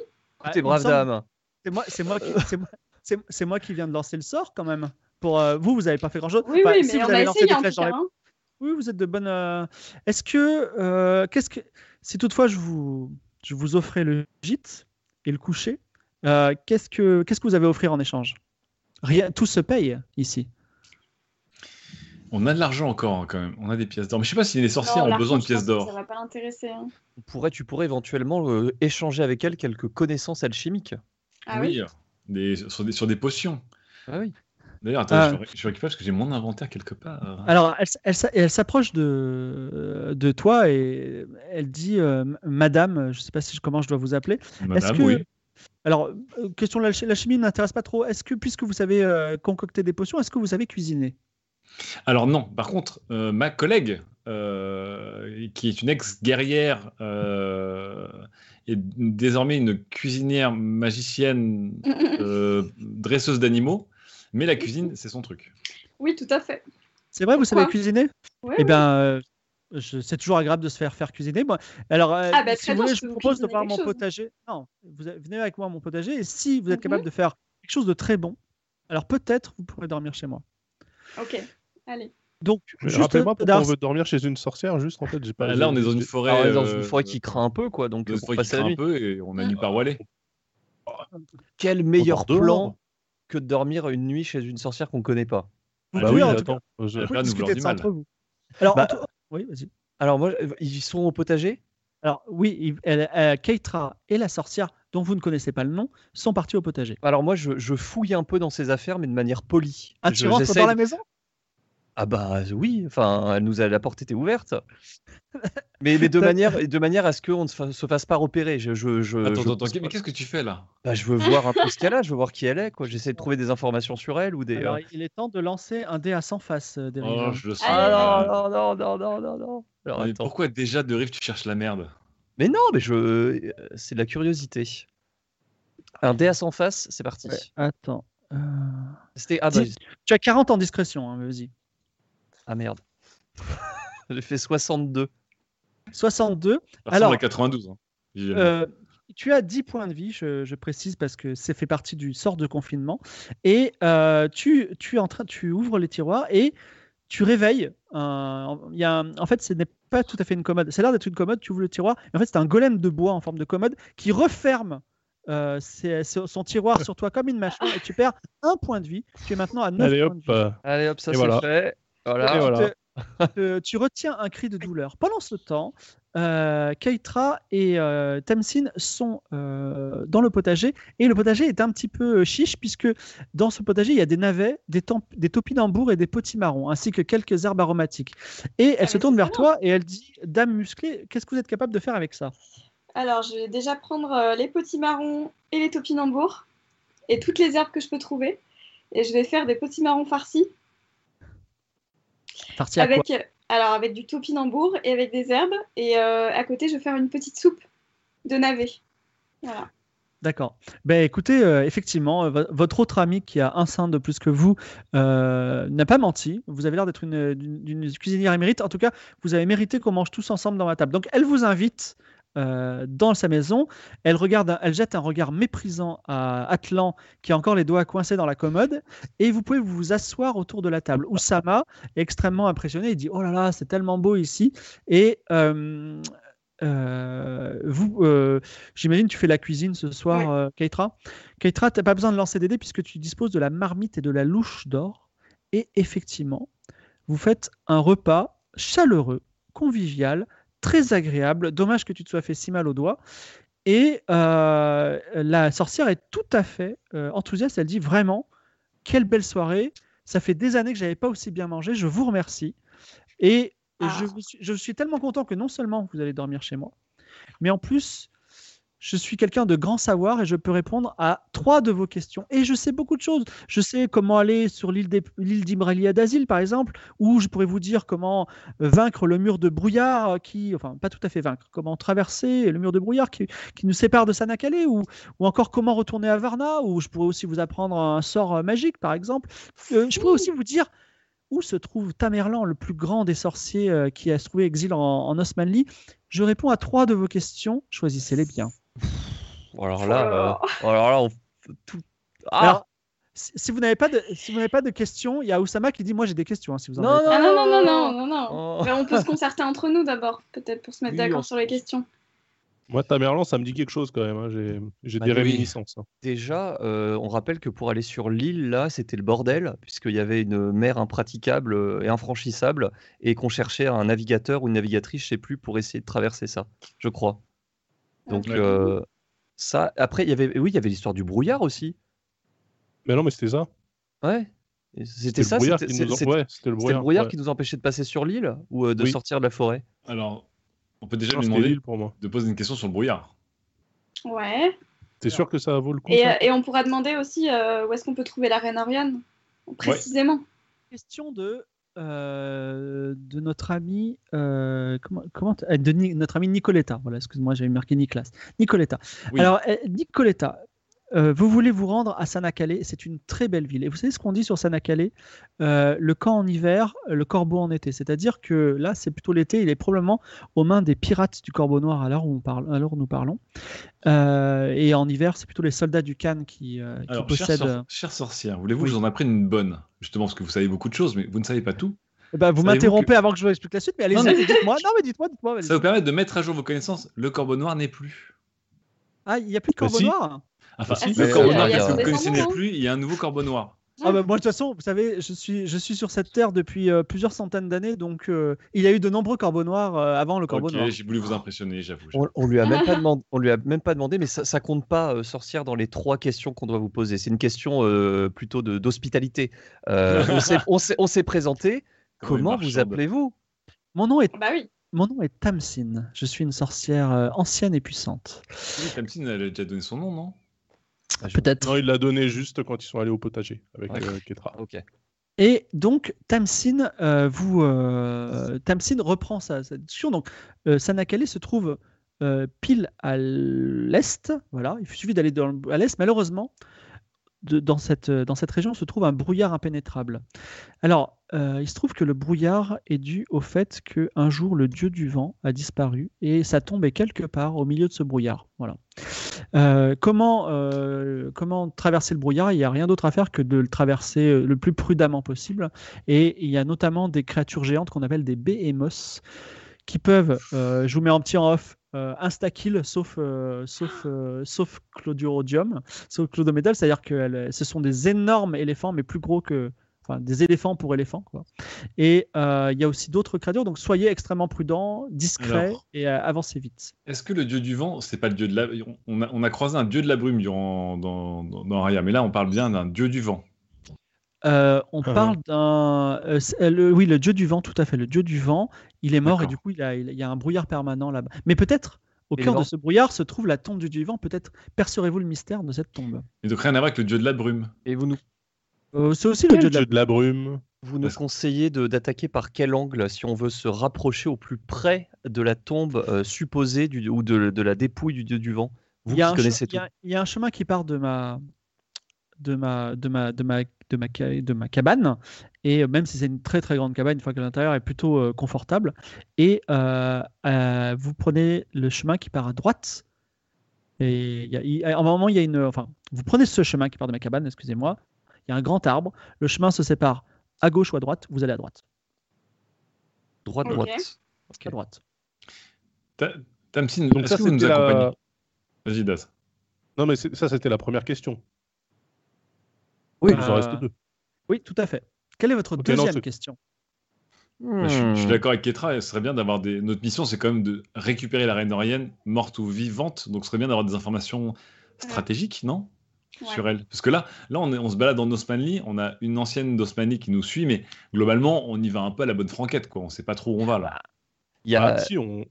Speaker 5: écoutez,
Speaker 1: il me
Speaker 5: brave
Speaker 1: semble-
Speaker 5: dame.
Speaker 1: C'est moi, c'est moi, qui, c'est moi, c'est- c'est moi qui viens de lancer le sort quand même. Pour euh, vous, vous n'avez pas fait grand chose.
Speaker 4: oui, oui, mais on a essayé en tout
Speaker 1: dans
Speaker 4: cas.
Speaker 1: les...
Speaker 4: hein.
Speaker 1: Oui, vous êtes de bonnes. euh, Est-ce que, euh, qu'est-ce que, si toutefois je vous, je vous offrais le gîte et le coucher, euh, qu'est-ce que, qu'est-ce que vous avez à offrir en échange Rien, tout se paye ici.
Speaker 2: On a de l'argent encore hein, quand même, on a des pièces d'or. Mais je sais pas si les sorcières
Speaker 4: Non,
Speaker 2: ont
Speaker 4: l'argent,
Speaker 2: besoin de
Speaker 4: je pense
Speaker 2: pièces
Speaker 4: que Ça
Speaker 2: d'or.
Speaker 4: va pas l'intéresser. hein.
Speaker 5: On pourrait, tu pourrais éventuellement euh, échanger avec elle quelques connaissances alchimiques.
Speaker 4: Ah oui,
Speaker 2: oui, euh, des- sur, des, sur des potions.
Speaker 5: Ah oui.
Speaker 2: D'ailleurs, attends,
Speaker 1: Ah.
Speaker 2: je, je récupère parce que j'ai mon inventaire quelque
Speaker 3: Ah.
Speaker 2: part. Ah,
Speaker 1: Alors, elle, s- elle s- elle s'approche de, de toi et elle dit, euh, Madame, je ne sais pas si, comment je dois vous appeler.
Speaker 2: Madame,
Speaker 1: que-
Speaker 2: oui.
Speaker 1: Alors, euh, question de l'alchi- l'alchimie n'intéresse pas trop. Est-ce que, puisque vous savez euh, concocter des potions, est-ce que vous savez cuisiner
Speaker 2: Alors non, par contre, euh, ma collègue, euh, qui est une ex-guerrière euh, et désormais une cuisinière magicienne, euh, dresseuse d'animaux, mais la cuisine, c'est son truc.
Speaker 4: oui, tout à fait.
Speaker 1: C'est vrai, vous savez
Speaker 4: Pourquoi
Speaker 1: cuisiner
Speaker 4: Ouais,
Speaker 1: Eh
Speaker 4: ouais.
Speaker 1: bien, euh, je- c'est toujours agréable de se faire faire cuisiner. Moi. Alors, euh,
Speaker 4: Ah bah,
Speaker 1: si
Speaker 4: très
Speaker 1: vous
Speaker 4: bien,
Speaker 1: voulez,
Speaker 4: je
Speaker 1: je
Speaker 4: peux
Speaker 1: vous
Speaker 4: vous
Speaker 1: propose de
Speaker 4: cuisiner
Speaker 1: voir
Speaker 4: quelque
Speaker 1: mon
Speaker 4: chose.
Speaker 1: potager. Non, vous a- venez avec moi à mon potager et si vous êtes
Speaker 4: Mhm.
Speaker 1: capable de faire quelque chose de très bon, alors peut-être vous pourrez dormir chez moi.
Speaker 4: Ok, allez.
Speaker 1: Donc,
Speaker 3: Mais
Speaker 1: juste,
Speaker 3: Rappelez-moi pourquoi
Speaker 1: d'ailleurs,
Speaker 3: on veut dormir chez une sorcière, juste en fait.
Speaker 5: Bah,
Speaker 3: j'ai Pas,
Speaker 2: Bah, Là, on est dans une
Speaker 3: j'ai-
Speaker 2: forêt,
Speaker 5: Alors, on est Ah dans
Speaker 2: euh,
Speaker 5: une forêt qui craint un peu, quoi. Donc, euh,
Speaker 2: dans une
Speaker 5: pour
Speaker 2: forêt qui
Speaker 5: passer la
Speaker 2: craint un
Speaker 5: nuit.
Speaker 2: peu et on a
Speaker 4: Mm.
Speaker 2: nulle
Speaker 3: Ah.
Speaker 2: part où aller.
Speaker 5: Quel meilleur
Speaker 3: dehors.
Speaker 5: plan que de dormir une nuit chez une sorcière qu'on connaît pas.
Speaker 1: vous
Speaker 3: Bah
Speaker 5: Ah,
Speaker 1: pouvez,
Speaker 3: oui,
Speaker 1: en tout cas,
Speaker 3: attends. je-
Speaker 1: vous
Speaker 2: Là,
Speaker 1: pouvez
Speaker 2: nous
Speaker 1: discuter
Speaker 2: voulons
Speaker 1: de
Speaker 2: du
Speaker 1: ça
Speaker 2: mal.
Speaker 1: entre vous. Alors,
Speaker 5: Bah,
Speaker 1: en tout- oui, vas-y.
Speaker 5: Alors moi, euh, ils sont au potager.
Speaker 1: Alors oui, il- elle- euh, Keitra et la sorcière, dont vous ne connaissez pas le nom, sont partis au potager.
Speaker 5: Alors moi, je, je fouille un peu dans ses affaires, mais de manière polie.
Speaker 1: Ah,
Speaker 5: Je-
Speaker 1: tu rentres
Speaker 5: j'essaye-
Speaker 1: dans la maison
Speaker 5: Ah bah oui, enfin, elle nous a la porte était ouverte. mais, mais de manière, de manière à ce qu'on ne se fasse- se fasse pas repérer. Je, je, Euh, je,
Speaker 2: Attends,
Speaker 5: je
Speaker 2: attends,
Speaker 5: pense
Speaker 2: mais
Speaker 5: pas.
Speaker 2: qu'est-ce que tu fais là
Speaker 5: Bah, je veux voir un peu ce qu'elle a, je veux voir qui elle est. quoi. J'essaie de trouver des informations sur elle ou des.
Speaker 1: Alors,
Speaker 5: euh,
Speaker 1: il est temps de lancer un dé à 100 faces, euh, Derrick.
Speaker 2: Oh, je le sens.
Speaker 5: Ah
Speaker 4: Allez.
Speaker 5: non, non, non, non, non, non. Alors,
Speaker 2: Mais
Speaker 5: attends.
Speaker 2: pourquoi déjà de rive tu cherches la merde
Speaker 5: Mais non, mais je. euh, C'est de la curiosité. Un dé à 100 faces, c'est parti.
Speaker 1: Ouais, Attends. Euh,
Speaker 5: C'était. Ah, bah,
Speaker 1: Dix. Tu as 40 en discrétion, hein, mais vas-y.
Speaker 5: ah merde. J'ai fait 62.
Speaker 1: 62.
Speaker 2: Personne
Speaker 1: Alors-
Speaker 2: à 92. hein. Il-
Speaker 1: Euh, tu as 10 points de vie, je, je précise, parce que ça fait partie du sort de confinement. Et euh, tu, tu, es en train, tu ouvres les tiroirs et tu réveilles. un- il y a un- en fait, ce n'est pas tout à fait une commode. Ça a l'air d'être une commode, tu ouvres le tiroir. mais en fait, c'est un golem de bois en forme de commode qui referme euh, ses- son son tiroir sur toi comme une machine et tu perds un point de vie. Tu es maintenant à 9 points
Speaker 3: Allez hop.
Speaker 1: de vie.
Speaker 3: euh,
Speaker 5: Allez hop, ça
Speaker 3: Et
Speaker 5: c'est
Speaker 3: voilà.
Speaker 5: fait. Voilà.
Speaker 3: Et voilà.
Speaker 1: Euh, tu retiens un cri de douleur. Pendant ce temps, euh, Keitra et euh, Tamsin sont euh, dans le potager et le potager est un petit peu euh, chiche puisque dans ce potager il y a des navets, des, temp- des topinambours et des potimarrons ainsi que quelques herbes aromatiques. Et elle
Speaker 4: Ah, mais
Speaker 1: se
Speaker 4: c'est
Speaker 1: tourne vers
Speaker 4: bien.
Speaker 1: toi et elle dit Dame musclée, qu'est-ce que vous êtes capable de faire avec ça
Speaker 4: Alors, je vais déjà prendre euh, les petits marrons et les topinambours et toutes les herbes que je peux trouver. Et je vais faire des petits marrons farcis
Speaker 1: Parti à quoi
Speaker 4: avec, euh, alors avec du topinambour et avec des herbes. Et euh, à côté, je vais faire une petite soupe de navets. Voilà.
Speaker 1: D'accord. Ben écoutez, euh, effectivement, euh, vo- votre autre ami qui a un sein de plus que vous euh, n'a pas menti. Vous avez l'air d'être une, euh, d'une- d'une cuisinière émérite. En tout cas, vous avez mérité qu'on mange tous ensemble dans ma table. Donc, elle vous invite euh, dans sa maison. Elle regarde, un- elle jette un regard méprisant à Atlan qui a encore les doigts coincés dans la commode. Et vous pouvez vous asseoir autour de la table. Oussama est extrêmement impressionné. Il dit "Oh là là, c'est tellement beau ici." Et euh, euh, vous, euh, J'imagine tu fais la cuisine ce soir,
Speaker 4: Ouais.
Speaker 1: euh, Keitra. Keitra, tu n'as pas besoin de lancer des dés puisque tu disposes de la marmite et de la louche d'or. Et effectivement, vous faites un repas chaleureux, convivial, très agréable. Dommage que tu te sois fait si mal au doigt. Et euh, la sorcière est tout à fait euh, enthousiaste. Elle dit vraiment, quelle belle soirée. Ça fait des années que j'avais pas aussi bien mangé. Je vous remercie. Et
Speaker 4: Ah.
Speaker 1: je, vous suis- je suis tellement content que non seulement vous allez dormir chez moi, mais en plus, je suis quelqu'un de grand savoir et je peux répondre à trois de vos questions. Et je sais beaucoup de choses. Je sais comment aller sur l'île des- l'île d'Imrelia d'Asile, par exemple, où je pourrais vous dire comment euh, vaincre le mur de brouillard euh, qui, enfin, pas tout à fait vaincre, comment traverser le mur de brouillard qui, qui nous sépare de Sanakale, ou, ou encore comment retourner à Varna, ou je pourrais aussi vous apprendre un sort euh, magique, par exemple. Euh, je pourrais aussi vous dire où se trouve Tamerlan, le plus grand des sorciers euh, qui a trouvé exil en, en Osmanli. Je réponds à trois de vos questions, choisissez-les bien.
Speaker 5: Alors
Speaker 4: Oh là
Speaker 5: là,
Speaker 4: là.
Speaker 5: euh, alors là, on f- tout. Ah
Speaker 1: Alors, si, si vous n'avez pas, de- si vous n'avez pas de questions, il y a Oussama qui dit Moi j'ai des questions, hein, si vous en avez.
Speaker 4: Ah non, non, non, non, non, non.
Speaker 5: Oh.
Speaker 4: Ben, on peut se concerter entre nous d'abord, peut-être, pour se mettre
Speaker 5: Oui, on-
Speaker 4: d'accord sur les questions.
Speaker 3: Moi, Tamerlan, ça me dit quelque chose quand même. hein. J'ai- J'ai
Speaker 5: Bah
Speaker 3: des
Speaker 5: oui.
Speaker 3: réminiscences. hein.
Speaker 5: Déjà, euh, on rappelle que pour aller sur l'île, là, c'était le bordel, puisqu'il y avait une mer impraticable euh, et infranchissable, et qu'on cherchait un navigateur ou une navigatrice, je sais plus, pour essayer de traverser ça, je crois.
Speaker 4: Ah,
Speaker 5: Donc,
Speaker 2: Ouais.
Speaker 5: euh, ça. Après, il y avait, oui, il y avait l'histoire du brouillard aussi.
Speaker 3: Mais non, mais c'était ça.
Speaker 5: Ouais. Et C'était
Speaker 3: C'était
Speaker 5: ça,
Speaker 3: le brouillard
Speaker 5: c'était
Speaker 3: qui
Speaker 5: c'est-
Speaker 3: nous en-
Speaker 5: c'est-
Speaker 3: ouais, c'était le
Speaker 5: c'était le
Speaker 3: brouillard.
Speaker 5: brouillard
Speaker 3: ouais.
Speaker 5: qui nous empêchait de passer sur l'île ou euh, de
Speaker 3: Oui.
Speaker 5: sortir de la forêt.
Speaker 2: Alors, on peut déjà
Speaker 3: Non,
Speaker 2: lui
Speaker 3: c'était
Speaker 2: demander
Speaker 3: l'île pour moi.
Speaker 2: de poser une question sur le brouillard.
Speaker 4: Ouais.
Speaker 3: T'es sûr que ça vaut le coup
Speaker 4: Et,
Speaker 3: ça
Speaker 4: euh, et on pourra demander aussi euh, où est-ce qu'on peut trouver la reine Orion, précisément.
Speaker 1: question de, euh, de notre ami euh, comment, comment t- euh, de Ni- notre ami Nicoletta. Voilà, excuse-moi, j'avais marqué Nicolas. Nicoletta.
Speaker 2: Oui.
Speaker 1: Alors euh, Nicoletta, euh, vous voulez vous rendre à Sanacalé, c'est une très belle ville. Et vous savez ce qu'on dit sur Sanacalé Euh, Le camp en hiver, le corbeau en été. C'est-à-dire que là, c'est plutôt l'été, il est probablement aux mains des pirates du corbeau noir à l'heure où, on parle, à l'heure où nous parlons. Euh, et en hiver, c'est plutôt les soldats du Cannes qui, euh, qui
Speaker 2: Alors, chère,
Speaker 1: possèdent.
Speaker 2: sor-
Speaker 1: euh,
Speaker 2: chère sorcière, voulez-vous
Speaker 1: oui.
Speaker 2: que je vous en apprenne une bonne Justement, parce que vous savez beaucoup de choses, mais vous ne savez pas tout.
Speaker 1: Eh ben, vous
Speaker 2: Savez-vous
Speaker 1: m'interrompez avant que je vous explique la suite, mais allez-y,
Speaker 2: Non,
Speaker 1: dites-moi. Non, mais dites-moi, dites-moi.
Speaker 2: Ça
Speaker 1: allez-y.
Speaker 2: vous permet de mettre à jour vos connaissances. Le corbeau noir n'est plus. Ah,
Speaker 1: Ah, il n'y a plus de
Speaker 3: Bah,
Speaker 1: corbeau
Speaker 3: si.
Speaker 1: noir
Speaker 2: Enfin,
Speaker 4: si,
Speaker 2: le
Speaker 5: mais
Speaker 2: corbeau
Speaker 5: il y a-
Speaker 2: noir
Speaker 5: il y a
Speaker 2: que
Speaker 5: son
Speaker 2: vous connaissez n'est
Speaker 4: descendant,
Speaker 2: plus, il y a un nouveau corbeau noir.
Speaker 1: Ah bah, Moi, de toute façon, vous savez, je suis, je suis sur cette terre depuis euh, plusieurs centaines d'années, donc euh, il y a eu de nombreux corbeaux noirs euh, avant le corbeau
Speaker 2: Ok,
Speaker 1: noir.
Speaker 2: j'ai voulu vous impressionner, j'avoue.
Speaker 5: On, on lui a même pas demandé, on lui a même pas demandé, mais ça, ça compte pas euh, sorcière dans les trois questions qu'on doit vous poser. C'est une question euh, plutôt de- d'hospitalité. Euh, on s'est- on s'est- on s'est présenté. Comment vous
Speaker 2: marchande.
Speaker 5: appelez-vous
Speaker 1: Mon nom est,
Speaker 4: Bah oui.
Speaker 1: mon nom est Tamsin. Je suis une sorcière euh, ancienne et puissante.
Speaker 2: Oui, Tamsin, elle a déjà donné son nom, non
Speaker 1: Peut-être.
Speaker 3: Non, il l'a donné juste quand ils sont allés au potager avec
Speaker 5: Ouais.
Speaker 3: euh,
Speaker 2: Ah,
Speaker 3: Ketra.
Speaker 5: Ok.
Speaker 1: Et donc, Tamsin, euh, vous, euh, Tamsin reprend sa, sa discussion. Donc, euh, Sanakale se trouve euh, pile à l'est. Voilà, il suffit d'aller dans le- à l'est. Malheureusement, de- dans, cette, euh, dans cette région se trouve un brouillard impénétrable. Alors, euh, il se trouve que le brouillard est dû au fait que un jour le dieu du vent a disparu et sa tombe est quelque part au milieu de ce brouillard. Voilà. Euh, comment, euh, comment traverser le brouillard Il n'y a rien d'autre à faire que de le traverser euh, le plus prudemment possible. Et il y a notamment des créatures géantes qu'on appelle des behemoths qui peuvent, euh, je vous mets en petit en off, euh, insta-kill sauf, euh, sauf, euh, sauf Claudiorodium, sauf Claudométal, c'est-à-dire que elles- ce sont des énormes éléphants, mais plus gros que. Enfin, des éléphants pour éléphants. Quoi. Et euh, il y a aussi d'autres créatures, donc soyez extrêmement prudents, discrets
Speaker 2: Alors.
Speaker 1: et euh, avancez vite.
Speaker 2: Est-ce que le dieu du vent, c'est pas le dieu de la. On a, on a croisé un dieu de la brume durant, dans, dans, dans Aria, mais là, on parle bien d'un dieu du vent.
Speaker 1: Euh, on
Speaker 3: Ah
Speaker 1: parle d'un. euh, c'est- euh, le- oui, le dieu du vent, tout à fait. Le dieu du vent, il est mort et
Speaker 2: D'accord.
Speaker 1: du coup, il, a- il- il y a un brouillard permanent là-bas. Mais peut-être, au
Speaker 5: Et
Speaker 1: cœur
Speaker 5: le
Speaker 1: de
Speaker 5: vent
Speaker 1: ce brouillard se trouve la tombe du dieu du vent. Peut-être percerez-vous le mystère de cette tombe.
Speaker 2: Et donc, rien à voir avec le dieu de la brume.
Speaker 5: Et vous nous,
Speaker 1: Euh, c'est aussi le
Speaker 3: Le
Speaker 1: dieu de la.
Speaker 3: jeu de la brume.
Speaker 5: vous nous
Speaker 2: Parce-
Speaker 5: conseillez de- d'attaquer par quel angle si on veut se rapprocher au plus près de la tombe euh, supposée du, ou de, de la dépouille du dieu du vent Vous
Speaker 1: Il y, a
Speaker 5: qui
Speaker 1: un
Speaker 5: connaissez
Speaker 1: che- il y
Speaker 5: tout.
Speaker 1: a- il y a un chemin qui part de ma. De ma, de, ma, de, ma, de, ma, ca- de ma cabane, et euh, même si c'est une très très grande cabane, une fois que l'intérieur est plutôt euh, confortable, et euh, euh, vous prenez le chemin qui part à droite, Et il y a- il- à un moment, il y a une. Enfin, vous prenez ce chemin qui part de ma cabane, excusez-moi. Il y a un grand arbre. Le chemin se sépare à gauche ou à droite. Vous allez à droite.
Speaker 5: Droite,
Speaker 4: Ok.
Speaker 5: droite.
Speaker 1: À droite.
Speaker 2: Ta- Tamsin,
Speaker 3: Donc
Speaker 2: est-ce
Speaker 3: ça,
Speaker 2: que vous nous
Speaker 3: c'était la-
Speaker 2: accompagnez Vas-y, Das.
Speaker 3: Non, mais c'est- ça, c'était la première question.
Speaker 1: Oui,
Speaker 3: Il nous en reste deux.
Speaker 5: Euh,
Speaker 1: oui, tout à fait. Quelle est votre
Speaker 3: Ok, non,
Speaker 1: deuxième
Speaker 3: c'est-
Speaker 1: question Hmm.
Speaker 2: Bah, je, suis-
Speaker 3: Hmm.
Speaker 2: je suis d'accord avec Ketra, et ce serait bien d'avoir des. Notre mission, c'est quand même de récupérer la reine d'Orienne, morte ou vivante, donc ce serait bien d'avoir des informations stratégiques, non sur elle. Parce que là, là on, est- on se balade en Osmanli, on a une ancienne d'Osmanli qui nous suit, mais globalement, on y va un peu à la bonne franquette, quoi. On sait pas trop où on va, là.
Speaker 5: Il y a-
Speaker 3: Ah, si, on...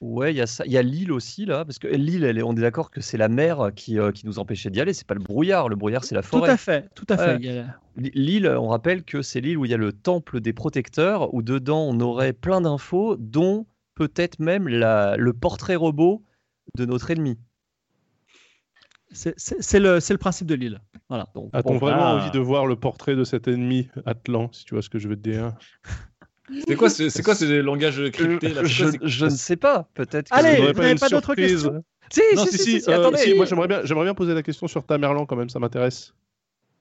Speaker 5: Ouais, il y a ça. Il y a l'île aussi, là, parce que l'île, elle est- on est d'accord que c'est la mer qui, euh, qui nous empêchait d'y aller, c'est pas le brouillard. Le brouillard, c'est la
Speaker 1: Tout
Speaker 5: forêt.
Speaker 1: à fait. Tout à fait.
Speaker 5: Ouais.
Speaker 1: Il y a-
Speaker 5: L- L'île, on rappelle que c'est l'île où il y a le temple des protecteurs, où dedans on aurait plein d'infos, dont peut-être même la- le portrait robot de notre ennemi.
Speaker 1: C'est c'est- c'est le, c'est le principe de l'île. Voilà.
Speaker 5: Donc,
Speaker 3: a-t-on
Speaker 5: bon,
Speaker 3: vraiment
Speaker 2: ah.
Speaker 3: envie de voir le portrait de cet ennemi Atlan, si tu vois ce que je veux te dire
Speaker 2: C'est quoi, ce- c'est quoi ce langage crypté là
Speaker 5: Euh, je,
Speaker 2: C'est quoi ces-
Speaker 5: je- je ne sais pas, peut-être. que-
Speaker 1: Allez,
Speaker 3: Vous n'aurez
Speaker 1: vous n'avez
Speaker 3: une
Speaker 1: pas d'autres
Speaker 3: surprise
Speaker 1: questions
Speaker 5: Si,
Speaker 3: Non,
Speaker 5: si, si, si,
Speaker 3: euh,
Speaker 5: attendez.
Speaker 3: si, moi j'aimerais bien, j'aimerais bien poser la question sur Tamerlan quand même, ça m'intéresse.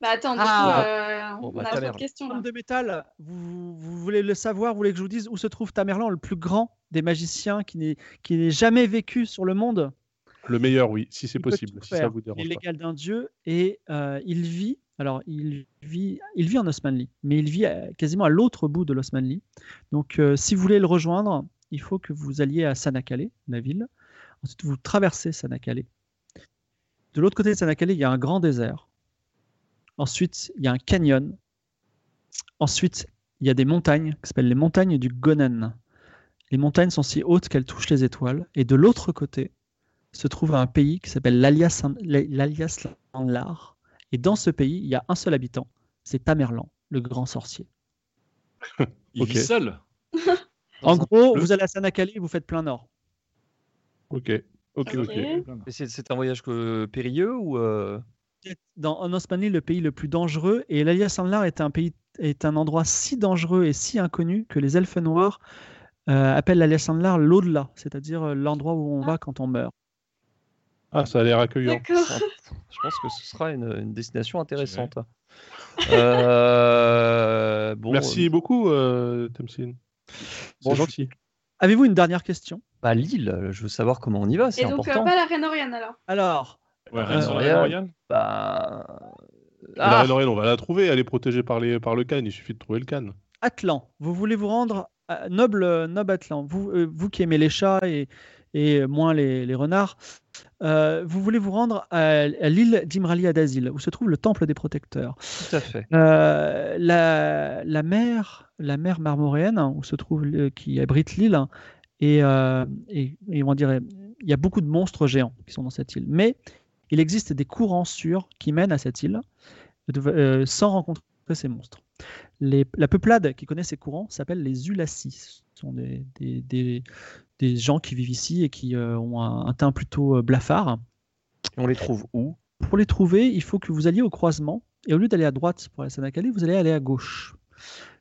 Speaker 4: Bah attends, du
Speaker 1: Ah.
Speaker 4: coup, euh,
Speaker 5: Bon, bah,
Speaker 4: on
Speaker 5: ta
Speaker 4: a trop
Speaker 5: mère.
Speaker 4: de questions là.
Speaker 1: Tombe de métal, vous, vous voulez le savoir, vous voulez que je vous dise où se trouve Tamerlan, le plus grand des magiciens qui n'est- qui n'ait jamais vécu sur le monde
Speaker 3: Le meilleur, oui, si c'est
Speaker 1: Il peut
Speaker 3: possible,
Speaker 1: tout
Speaker 3: si ça
Speaker 1: faire.
Speaker 3: vous dérange
Speaker 1: Il est
Speaker 3: pas.
Speaker 1: l'égal d'un dieu et euh, il vit. Alors, il vit, il vit en Osmanli, mais il vit à- quasiment à l'autre bout de l'Osmanli. Donc, euh, si vous voulez le rejoindre, il faut que vous alliez à Sanakale, la ville. Ensuite, vous traversez Sanakale. De l'autre côté de Sanakale, il y a un grand désert. Ensuite, il y a un canyon. Ensuite, il y a des montagnes qui s'appellent les montagnes du Gonan. Les montagnes sont si hautes qu'elles touchent les étoiles. Et de l'autre côté, se trouve un pays qui s'appelle l'Alias l'Alias Lanlar. Et dans ce pays, il y a un seul habitant, c'est Tamerlan, le grand sorcier.
Speaker 2: Il
Speaker 3: Ok.
Speaker 2: vit seul.
Speaker 1: En gros,
Speaker 3: le-
Speaker 1: vous allez à Sanakali et vous faites plein nord.
Speaker 3: Ok, ok,
Speaker 4: Ok.
Speaker 3: ok.
Speaker 5: Mais C'est c'est un voyage que- périlleux ou. euh,
Speaker 1: Vous êtes Dans, en Osmanie, le pays le plus dangereux, et l'Alias Lanlar est un pays est un endroit si dangereux et si inconnu que les elfes noirs euh, appellent l'Alias Lanlar l'au-delà, c'est-à-dire euh, l'endroit où on va quand on meurt.
Speaker 3: Ah, ça a l'air accueillant.
Speaker 4: D'accord.
Speaker 5: Ça, Je pense que ce sera une, une destination intéressante. Euh, bon,
Speaker 3: Merci beaucoup, euh, Tamsin.
Speaker 5: Bon,
Speaker 3: Bonjour. gentil.
Speaker 1: Avez-vous une dernière question
Speaker 5: Bah, Lille, je veux savoir comment on y va, c'est
Speaker 4: Et donc, euh,
Speaker 5: important.
Speaker 4: pas la reine Oriane alors.
Speaker 1: Alors,
Speaker 2: Ouais, reine
Speaker 1: Euh,
Speaker 2: sur la reine
Speaker 5: Oriane.
Speaker 2: Oriane
Speaker 5: Bah,
Speaker 3: Mais La
Speaker 5: ah,
Speaker 3: reine Oriane, on va la trouver, elle est protégée par, les, par le Khan, il suffit de trouver le Khan.
Speaker 1: Atlan, vous voulez vous rendre à- noble, euh, noble Atlan, vous, euh, vous qui aimez les chats et, et moins les, les renards. Euh, vous voulez vous rendre à, à l'île d'Imrali Adazil, où se trouve le temple des protecteurs.
Speaker 5: Tout à fait.
Speaker 1: Euh, la, la mer, la mer marmoréenne, hein, où se trouve le- qui abrite l'île, hein, et, euh, et, et on dirait, il y a beaucoup de monstres géants qui sont dans cette île. Mais il existe des courants sûrs qui mènent à cette île de- euh, sans rencontrer ces monstres. Les- la peuplade qui connaît ces courants s'appelle les Ulassis. Ce sont des, des- des- des gens qui vivent ici et qui euh, ont un, un teint plutôt euh, blafard.
Speaker 5: Et on les trouve où
Speaker 1: Pour les trouver, il faut que vous alliez au croisement. Et au lieu d'aller à droite pour la Sanakali, vous allez aller à gauche.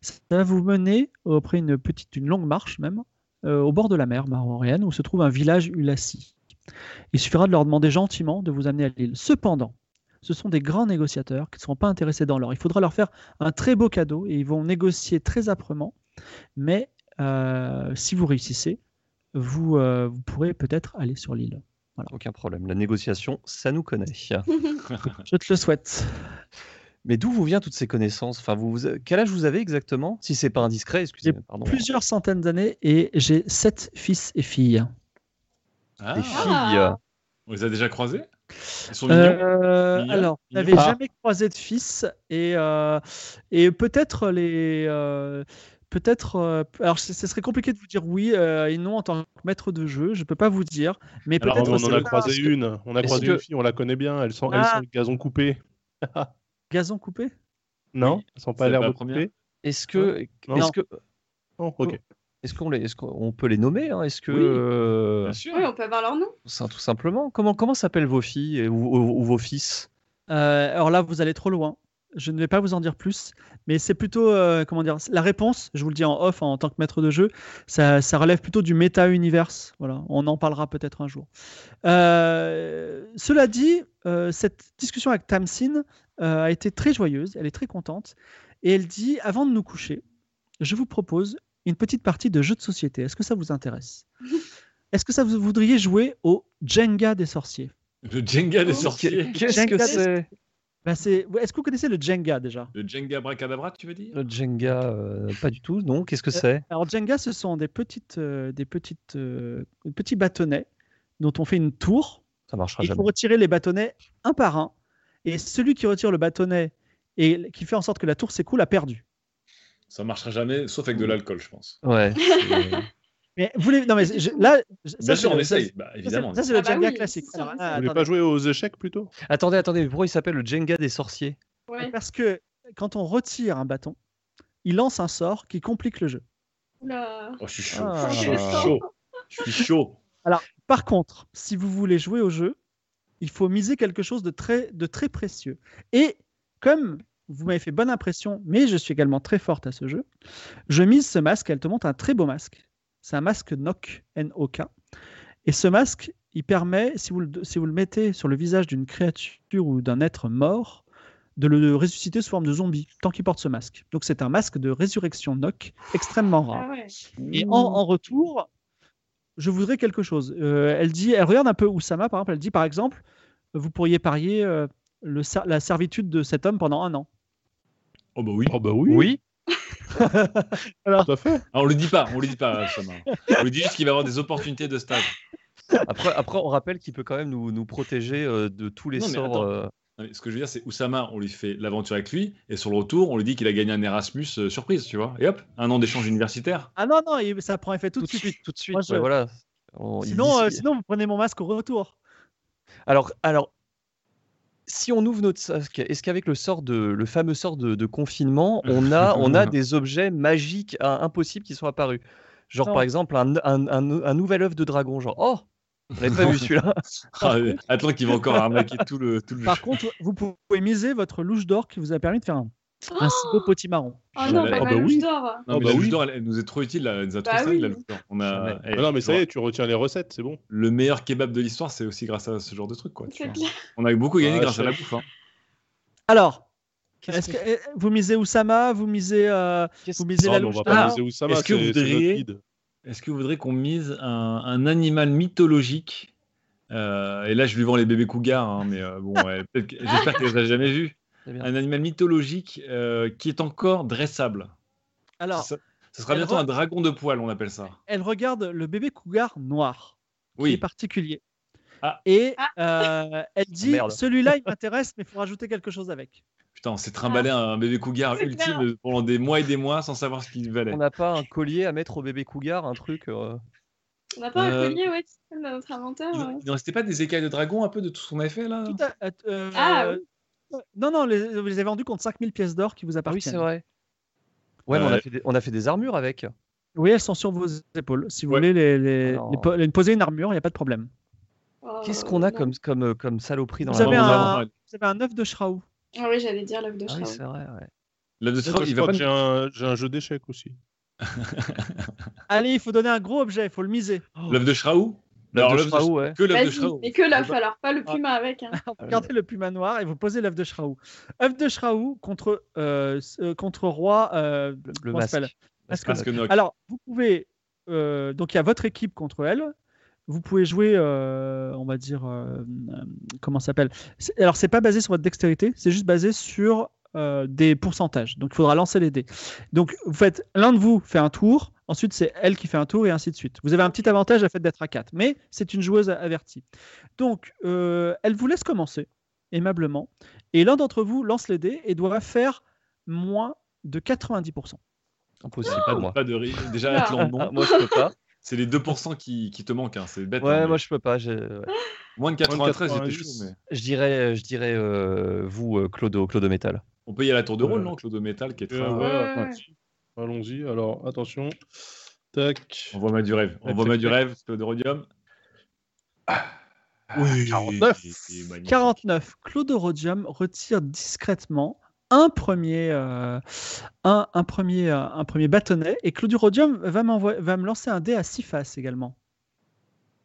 Speaker 1: Ça va vous mener, euh, après une petite, une longue marche même, euh, au bord de la mer marmorienne, où se trouve un village Ulassi. Il suffira de leur demander gentiment de vous amener à l'île. Cependant, ce sont des grands négociateurs qui ne seront pas intéressés dans l'or. Il faudra leur faire un très beau cadeau et ils vont négocier très âprement. Mais euh, si vous réussissez, vous, euh, vous pourrez peut-être aller sur l'île.
Speaker 5: Aucun problème. La négociation, ça nous connaît.
Speaker 1: Je te le souhaite.
Speaker 5: Mais d'où vous vient toutes ces connaissances Enfin, vous, vous- quel âge vous avez exactement Si c'est pas indiscret, excusez-moi. Pardon.
Speaker 1: plusieurs centaines d'années et j'ai sept fils et filles.
Speaker 2: Ah,
Speaker 5: Des
Speaker 4: Ah.
Speaker 5: filles.
Speaker 2: on les a déjà croisés Ils sont mignons.
Speaker 1: Euh,
Speaker 2: Mignons.
Speaker 1: alors, je
Speaker 2: Mignons.
Speaker 1: n'avais
Speaker 2: Ah.
Speaker 1: jamais croisé de fils et, euh, et peut-être les. euh, Peut-être. euh, alors, ce ce serait compliqué de vous dire oui euh, et non en tant que maître de jeu. Je ne peux pas vous dire. Mais
Speaker 2: Alors,
Speaker 1: peut-être.
Speaker 3: on
Speaker 1: c'est
Speaker 3: en
Speaker 1: le
Speaker 3: a croisé
Speaker 1: cas-
Speaker 3: une. On a
Speaker 5: Est-ce
Speaker 3: croisé
Speaker 5: que-
Speaker 3: une fille, on la connaît bien. Elle sent, elle
Speaker 1: Ah.
Speaker 3: sent le gazon coupé.
Speaker 1: Gazon coupé
Speaker 3: Non
Speaker 2: Oui,
Speaker 3: Elle sent pas
Speaker 2: c'est
Speaker 3: l'herbe
Speaker 2: la première.
Speaker 3: coupée
Speaker 5: Est-ce que,
Speaker 3: Non.
Speaker 5: est-ce que,
Speaker 3: Non, ok.
Speaker 5: est-ce qu'on les, est-ce qu'on peut les nommer hein Est-ce que
Speaker 2: Oui.
Speaker 5: euh,
Speaker 2: Bien sûr.
Speaker 4: Oui, on peut avoir leur nom.
Speaker 5: Ça, tout simplement. Comment, comment s'appellent vos filles et- ou, ou- ou vos fils
Speaker 1: Euh, alors là, vous allez trop loin. Je ne vais pas vous en dire plus, mais c'est plutôt euh, comment dire la réponse. Je vous le dis en off hein, en tant que maître de jeu, ça, ça relève plutôt du méta-univers. Voilà, on en parlera peut-être un jour. Euh, cela dit, euh, cette discussion avec Tamsin euh, a été très joyeuse. Elle est très contente et elle dit avant de nous coucher, je vous propose une petite partie de jeu de société. Est-ce que ça vous intéresse Est-ce que ça vous voudriez jouer au Jenga des sorciers
Speaker 2: Le Jenga des
Speaker 4: Oh,
Speaker 2: sorciers.
Speaker 5: Qu'est-ce que
Speaker 1: Jenga-
Speaker 5: c'est
Speaker 1: Bah, c'est- Est-ce que vous connaissez le Jenga déjà
Speaker 2: Le Jenga Bracadabra, tu veux dire
Speaker 5: Le Jenga, euh, pas du tout. Non, qu'est-ce que c'est
Speaker 1: Alors Jenga, ce sont des petites, euh, des petites, euh, des petits bâtonnets dont on fait une tour.
Speaker 5: Ça
Speaker 2: Ah,
Speaker 5: marchera
Speaker 1: Il faut
Speaker 5: jamais.
Speaker 1: retirer les bâtonnets un par un, et celui qui retire le bâtonnet et qui fait en sorte que la tour s'écoule a perdu.
Speaker 2: Ça marchera jamais, sauf avec de l'alcool, je pense.
Speaker 5: Ouais. c'est-
Speaker 1: Mais vous voulez non mais je- là, je-
Speaker 2: Bien
Speaker 1: ça,
Speaker 2: sûr,
Speaker 1: c'est
Speaker 2: on
Speaker 1: le-
Speaker 2: essaye,
Speaker 1: ça,
Speaker 2: bah,
Speaker 1: c'est-
Speaker 2: évidemment.
Speaker 1: Ça c'est le
Speaker 4: Ah bah
Speaker 1: Jenga
Speaker 4: oui,
Speaker 1: classique.
Speaker 4: c'est sûr,
Speaker 1: Alors,
Speaker 4: c'est
Speaker 1: ah,
Speaker 4: sûr.
Speaker 3: Vous voulez
Speaker 1: attendez.
Speaker 3: pas jouer aux échecs plutôt
Speaker 5: attendez, attendez. mais Pourquoi il s'appelle le Jenga des sorciers
Speaker 4: Ouais.
Speaker 1: Parce que quand on retire un bâton, il lance un sort qui complique le jeu.
Speaker 4: Oula.
Speaker 2: Oh, je suis chaud.
Speaker 5: Ah.
Speaker 2: Je suis chaud. Je suis chaud.
Speaker 1: Par contre, si vous voulez jouer au jeu, il faut miser quelque chose de très, de très précieux. Et comme vous m'avez fait bonne impression, mais je suis également très forte à ce jeu, je mise ce masque. Elle te montre un très beau masque. C'est un masque NOK, N-O-K. Et ce masque, il permet, si vous le, si vous le mettez sur le visage d'une créature ou d'un être mort, de le ressusciter sous forme de zombie, tant qu'il porte ce masque. Donc c'est un masque de résurrection NOK extrêmement rare.
Speaker 4: Ah ouais.
Speaker 1: Et en,
Speaker 5: Mmh.
Speaker 1: en retour, je voudrais quelque chose. Euh, elle dit, elle regarde un peu Oussama, par exemple. Elle dit, par exemple, vous pourriez parier euh, le ser- la servitude de cet homme pendant un an.
Speaker 2: Oh bah oui.
Speaker 3: Oh bah oui, tout à fait.
Speaker 2: Ah, on le dit pas, on le dit pas, Oussama. On lui dit juste qu'il va avoir des opportunités de stage.
Speaker 5: après, après, on rappelle qu'il peut quand même nous, nous protéger euh, de tous les
Speaker 2: Non, mais
Speaker 5: sorts.
Speaker 2: attends.
Speaker 5: euh,
Speaker 2: Non, mais Ce que je veux dire, c'est Oussama, on lui fait l'aventure avec lui, et sur le retour, on lui dit qu'il a gagné un Erasmus euh, surprise, tu vois. Et hop, un an d'échange universitaire.
Speaker 1: Ah non, non, il- ça prend effet tout,
Speaker 5: tout de suite, tout de suite.
Speaker 1: Moi, je-
Speaker 5: ouais, voilà. On- il
Speaker 1: Sinon,
Speaker 5: dit-
Speaker 1: euh, sinon, vous prenez mon masque au retour.
Speaker 5: Alors, alors, si on ouvre notre sac, est-ce qu'avec le sort de, le fameux sort de, de confinement, on a, on a des objets magiques euh, impossibles qui sont apparus Genre
Speaker 1: Non.
Speaker 5: par exemple un, un, un- un nouvel œuf de dragon, genre oh, on n'avait pas vu celui-là.
Speaker 2: Ah, euh, Attends qu'il va encore arnaquer tout le, tout le
Speaker 1: Par
Speaker 2: jeu.
Speaker 1: contre, vous pouvez miser votre louche d'or qui vous a permis de faire un,
Speaker 5: Oh
Speaker 1: un si beau potimarron.
Speaker 4: Oh non,
Speaker 2: Ah
Speaker 4: pas
Speaker 2: bah
Speaker 4: mal,
Speaker 3: oui.
Speaker 4: je dors.
Speaker 2: Non,
Speaker 3: Ah
Speaker 2: mais
Speaker 3: bah
Speaker 2: la
Speaker 3: oui.
Speaker 2: louche d'or, elle, elle nous est trop utile, là. elle nous a trop
Speaker 4: Bah
Speaker 2: servi,
Speaker 4: oui.
Speaker 2: la louche d'or. On a...
Speaker 5: Jamais.
Speaker 2: eh,
Speaker 3: Ah non, mais ça y
Speaker 2: genre,
Speaker 3: est, tu retiens les recettes, c'est bon.
Speaker 2: Le meilleur kebab de l'histoire, c'est aussi grâce à ce genre de truc, quoi. tu
Speaker 4: C'est
Speaker 2: vois.
Speaker 4: clair.
Speaker 2: On a beaucoup gagné
Speaker 3: Ah,
Speaker 2: grâce à la
Speaker 3: chef.
Speaker 2: bouffe. hein.
Speaker 1: Alors,
Speaker 5: Qu'est-ce
Speaker 1: est-ce
Speaker 5: qu'on-
Speaker 1: que eh, vous misez Oussama, vous misez, euh,
Speaker 5: qu'est-ce-
Speaker 1: vous misez
Speaker 3: Non,
Speaker 1: la
Speaker 3: mais on
Speaker 1: louche
Speaker 3: va
Speaker 1: d'or
Speaker 2: Ah,
Speaker 3: pas miser Oussama,
Speaker 2: est-ce que
Speaker 3: c'est
Speaker 2: vous
Speaker 3: c'est notre
Speaker 2: voudriez-
Speaker 3: guide.
Speaker 2: Est-ce que vous voudrez qu'on mise un, un animal mythologique Euh, Et là, je lui vends les bébés cougars, hein, mais euh, bon, ouais, peut-être que- j'espère qu'elle ne l'a jamais vu.
Speaker 5: C'est bien.
Speaker 2: Un animal mythologique euh, qui est encore dressable.
Speaker 1: Alors,
Speaker 2: ça, ça sera
Speaker 1: elle
Speaker 2: bientôt
Speaker 1: re-
Speaker 2: un dragon de poil, on appelle ça.
Speaker 1: elle regarde le bébé cougar noir. qui
Speaker 2: Oui.
Speaker 1: est particulier.
Speaker 2: Ah.
Speaker 1: Et euh, elle dit
Speaker 5: Merde.
Speaker 1: celui-là, il m'intéresse, mais il faut rajouter quelque chose avec.
Speaker 2: Putain, on s'est trimballé un bébé cougar
Speaker 4: C'est
Speaker 2: ultime
Speaker 4: clair.
Speaker 2: pendant des mois et des mois sans savoir ce qu'il valait.
Speaker 5: On n'a pas un collier à mettre au bébé cougar, un truc. euh,
Speaker 4: On n'a pas
Speaker 2: Euh,
Speaker 4: un collier, ouais, qui sonne à notre inventaire.
Speaker 2: Il
Speaker 4: ouais.
Speaker 2: il n'en restait pas des écailles de dragon un peu de tout ce qu'on avait fait là
Speaker 1: Tout à- euh,
Speaker 4: Ah,
Speaker 1: Non, non, les- vous les avez vendus contre 5000 pièces d'or qui vous
Speaker 5: Ah
Speaker 1: appartiennent.
Speaker 5: oui, c'est vrai. Ouais, mais on a,
Speaker 2: Ouais.
Speaker 5: fait des, on a fait des armures avec.
Speaker 1: Oui, elles sont sur vos épaules. Si vous
Speaker 2: Ouais.
Speaker 1: voulez les, les-
Speaker 5: Alors-
Speaker 1: les po- les poser une armure, il n'y a pas de problème.
Speaker 4: Oh,
Speaker 5: Qu'est-ce qu'on a
Speaker 4: non.
Speaker 5: comme, comme, euh, comme saloperie dans
Speaker 1: Vous
Speaker 5: la
Speaker 1: avez
Speaker 5: main
Speaker 1: un- Vous avez un œuf de Shraou.
Speaker 4: Ah oui, j'allais dire l'œuf de
Speaker 5: Ah
Speaker 4: chat.
Speaker 5: oui, c'est vrai. ouais.
Speaker 2: Là, de
Speaker 3: Attends,
Speaker 2: il
Speaker 3: je
Speaker 2: va
Speaker 3: crois
Speaker 2: pas.
Speaker 3: que J'ai un, j'ai un jeu d'échecs aussi.
Speaker 1: Allez, il faut donner un gros objet, il faut le miser.
Speaker 2: L'œuf de Shraou Alors,
Speaker 5: L'œuf Bah,
Speaker 2: l'œuf de
Speaker 5: de Shraou, ouais.
Speaker 2: Que l'œuf de
Speaker 4: Vas-y,
Speaker 2: Shraou.
Speaker 4: mais que l'œuf
Speaker 2: Ah
Speaker 4: alors, pas le puma avec. hein.
Speaker 1: Regardez le puma noir et vous posez l'œuf de Shraou. Œuf de Shraou contre, euh, s- euh, contre roi. euh,
Speaker 5: Le, le
Speaker 1: comment ça
Speaker 5: masque.
Speaker 1: s'appelle
Speaker 5: Masque
Speaker 2: Parce que
Speaker 5: Noc.
Speaker 2: Noc.
Speaker 1: Alors, vous pouvez. euh, donc, il y a votre équipe contre elle. Vous pouvez jouer, euh, on va dire, euh, euh, comment ça s'appelle C'est- Alors, c'est pas basé sur votre dextérité, c'est juste basé sur euh, des pourcentages. Donc, il faudra lancer les dés. Donc, vous faites l'un de vous fait un tour, ensuite c'est elle qui fait un tour et ainsi de suite. Vous avez un petit avantage à fait d'être à 4, mais c'est une joueuse avertie. Donc, euh, elle vous laisse commencer aimablement, et l'un d'entre vous lance les dés et doit faire moins de 90%.
Speaker 5: euh, Impossible, pas de moi.
Speaker 2: Pas de rire. Déjà,
Speaker 4: Ah.
Speaker 2: Atlan, non.
Speaker 5: Ah, moi, je peux pas.
Speaker 2: C'est les 2% qui, qui te manquent. hein, C'est bête. hein,
Speaker 5: Ouais,
Speaker 2: mais
Speaker 5: moi, je peux pas. j'ai- ouais.
Speaker 2: Moins de 93, j'étais
Speaker 3: 90.
Speaker 2: chaud. Mais...
Speaker 5: Je dirais, je dirais euh, vous, euh, Clodo, Clodo Métal.
Speaker 2: On peut y aller à la tour de rôle,
Speaker 3: Ouais.
Speaker 2: non Claude Métal qui est très.
Speaker 3: Euh,
Speaker 4: ouais,
Speaker 3: ouais,
Speaker 4: ouais.
Speaker 3: attends, Allons-y. Alors, attention. Tac.
Speaker 2: On voit mal du rêve. On
Speaker 3: Ouais,
Speaker 2: voit
Speaker 3: tac,
Speaker 2: mal du
Speaker 3: tac.
Speaker 2: rêve, Claude Rhodium. Ah, Oui,
Speaker 3: 49.
Speaker 2: c'est magnifique.
Speaker 1: 49, Claude Rhodium retire discrètement un premier, euh, un, un premier, euh, un premier bâtonnet et Claude Rhodium va, m'envoyer- va me lancer un dé à 6 faces également.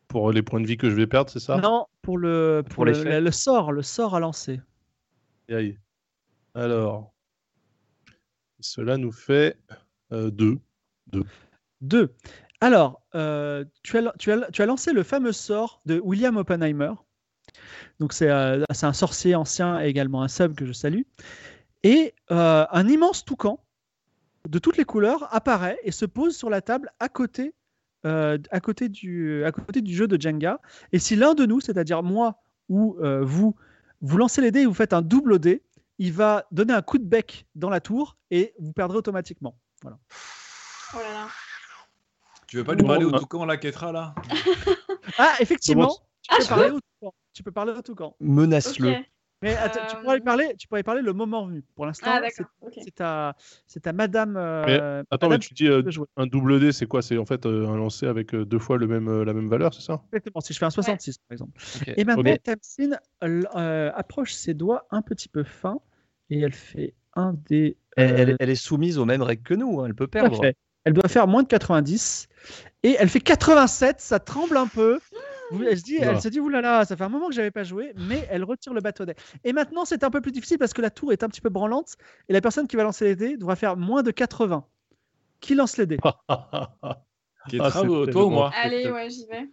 Speaker 3: Pour les points de vie que je vais perdre, c'est ça
Speaker 1: Non, pour le, pour
Speaker 5: Pour
Speaker 1: le,
Speaker 5: l'effet.
Speaker 1: le- le sort, le sort à lancer.
Speaker 3: Aïe. Alors, cela nous fait euh, 2.
Speaker 1: 2. Alors, euh, tu, as, tu, as, tu as lancé le fameux sort de William Oppenheimer. Donc, c'est euh, c'est un sorcier ancien et également un sub que je salue. Et euh, un immense toucan de toutes les couleurs apparaît et se pose sur la table à côté, euh, à côté, du, à côté du jeu de Jenga. Et si l'un de nous, c'est-à-dire moi ou euh, vous, vous lancez les dés et vous faites un double dé, il va donner un coup de bec dans la tour et vous perdrez automatiquement.
Speaker 4: Oh là là.
Speaker 2: Tu veux pas lui
Speaker 3: Bon,
Speaker 2: parler au
Speaker 3: bah.
Speaker 2: toucan, là, Ketra, là
Speaker 1: Ah, effectivement,
Speaker 3: Comment-
Speaker 1: tu peux parler au toucan. Tu peux parler au toucan.
Speaker 4: Ok. Ah,
Speaker 5: Menace-le.
Speaker 1: Mais attends, tu
Speaker 4: Euh,
Speaker 1: pourrais lui parler. Tu pourrais parler le moment venu. Pour l'instant,
Speaker 4: Ah
Speaker 1: c'est-
Speaker 4: d'accord. ok.
Speaker 1: c'est à, c'est à Madame. euh,
Speaker 3: Mais,
Speaker 2: Ah,
Speaker 3: Attends, mais
Speaker 1: madame
Speaker 3: tu dis euh,
Speaker 1: qui peut jouer.
Speaker 3: un double D, c'est quoi C'est en fait euh, un lancer avec euh, deux fois le même, euh, la même valeur, c'est ça
Speaker 1: Exactement, Si je fais un 66 par exemple.
Speaker 5: Ok.
Speaker 1: Et maintenant,
Speaker 5: Mais-
Speaker 1: Tamsin l- euh, approche ses doigts un petit peu fins et elle fait un des.
Speaker 5: Elle, elle-
Speaker 1: euh,
Speaker 5: elle est soumise aux mêmes règles que nous. hein, Elle peut
Speaker 1: tout à
Speaker 5: perdre.
Speaker 1: fait. Elle doit faire moins de 90 et elle fait 87. Ça tremble un peu. Vous- Elle se dit,
Speaker 3: Voilà.
Speaker 1: elle se dit, oulala, ça fait un moment que j'avais pas joué, mais elle retire le bâtonnet. Et maintenant, c'est un peu plus difficile parce que la tour est un petit peu branlante et la personne qui va lancer les dés devra faire moins de 80. Qui lance les dés
Speaker 2: Ketra,
Speaker 3: c'est
Speaker 2: ou- toi
Speaker 3: tellement-
Speaker 2: ou moi
Speaker 4: Allez, ouais, j'y vais.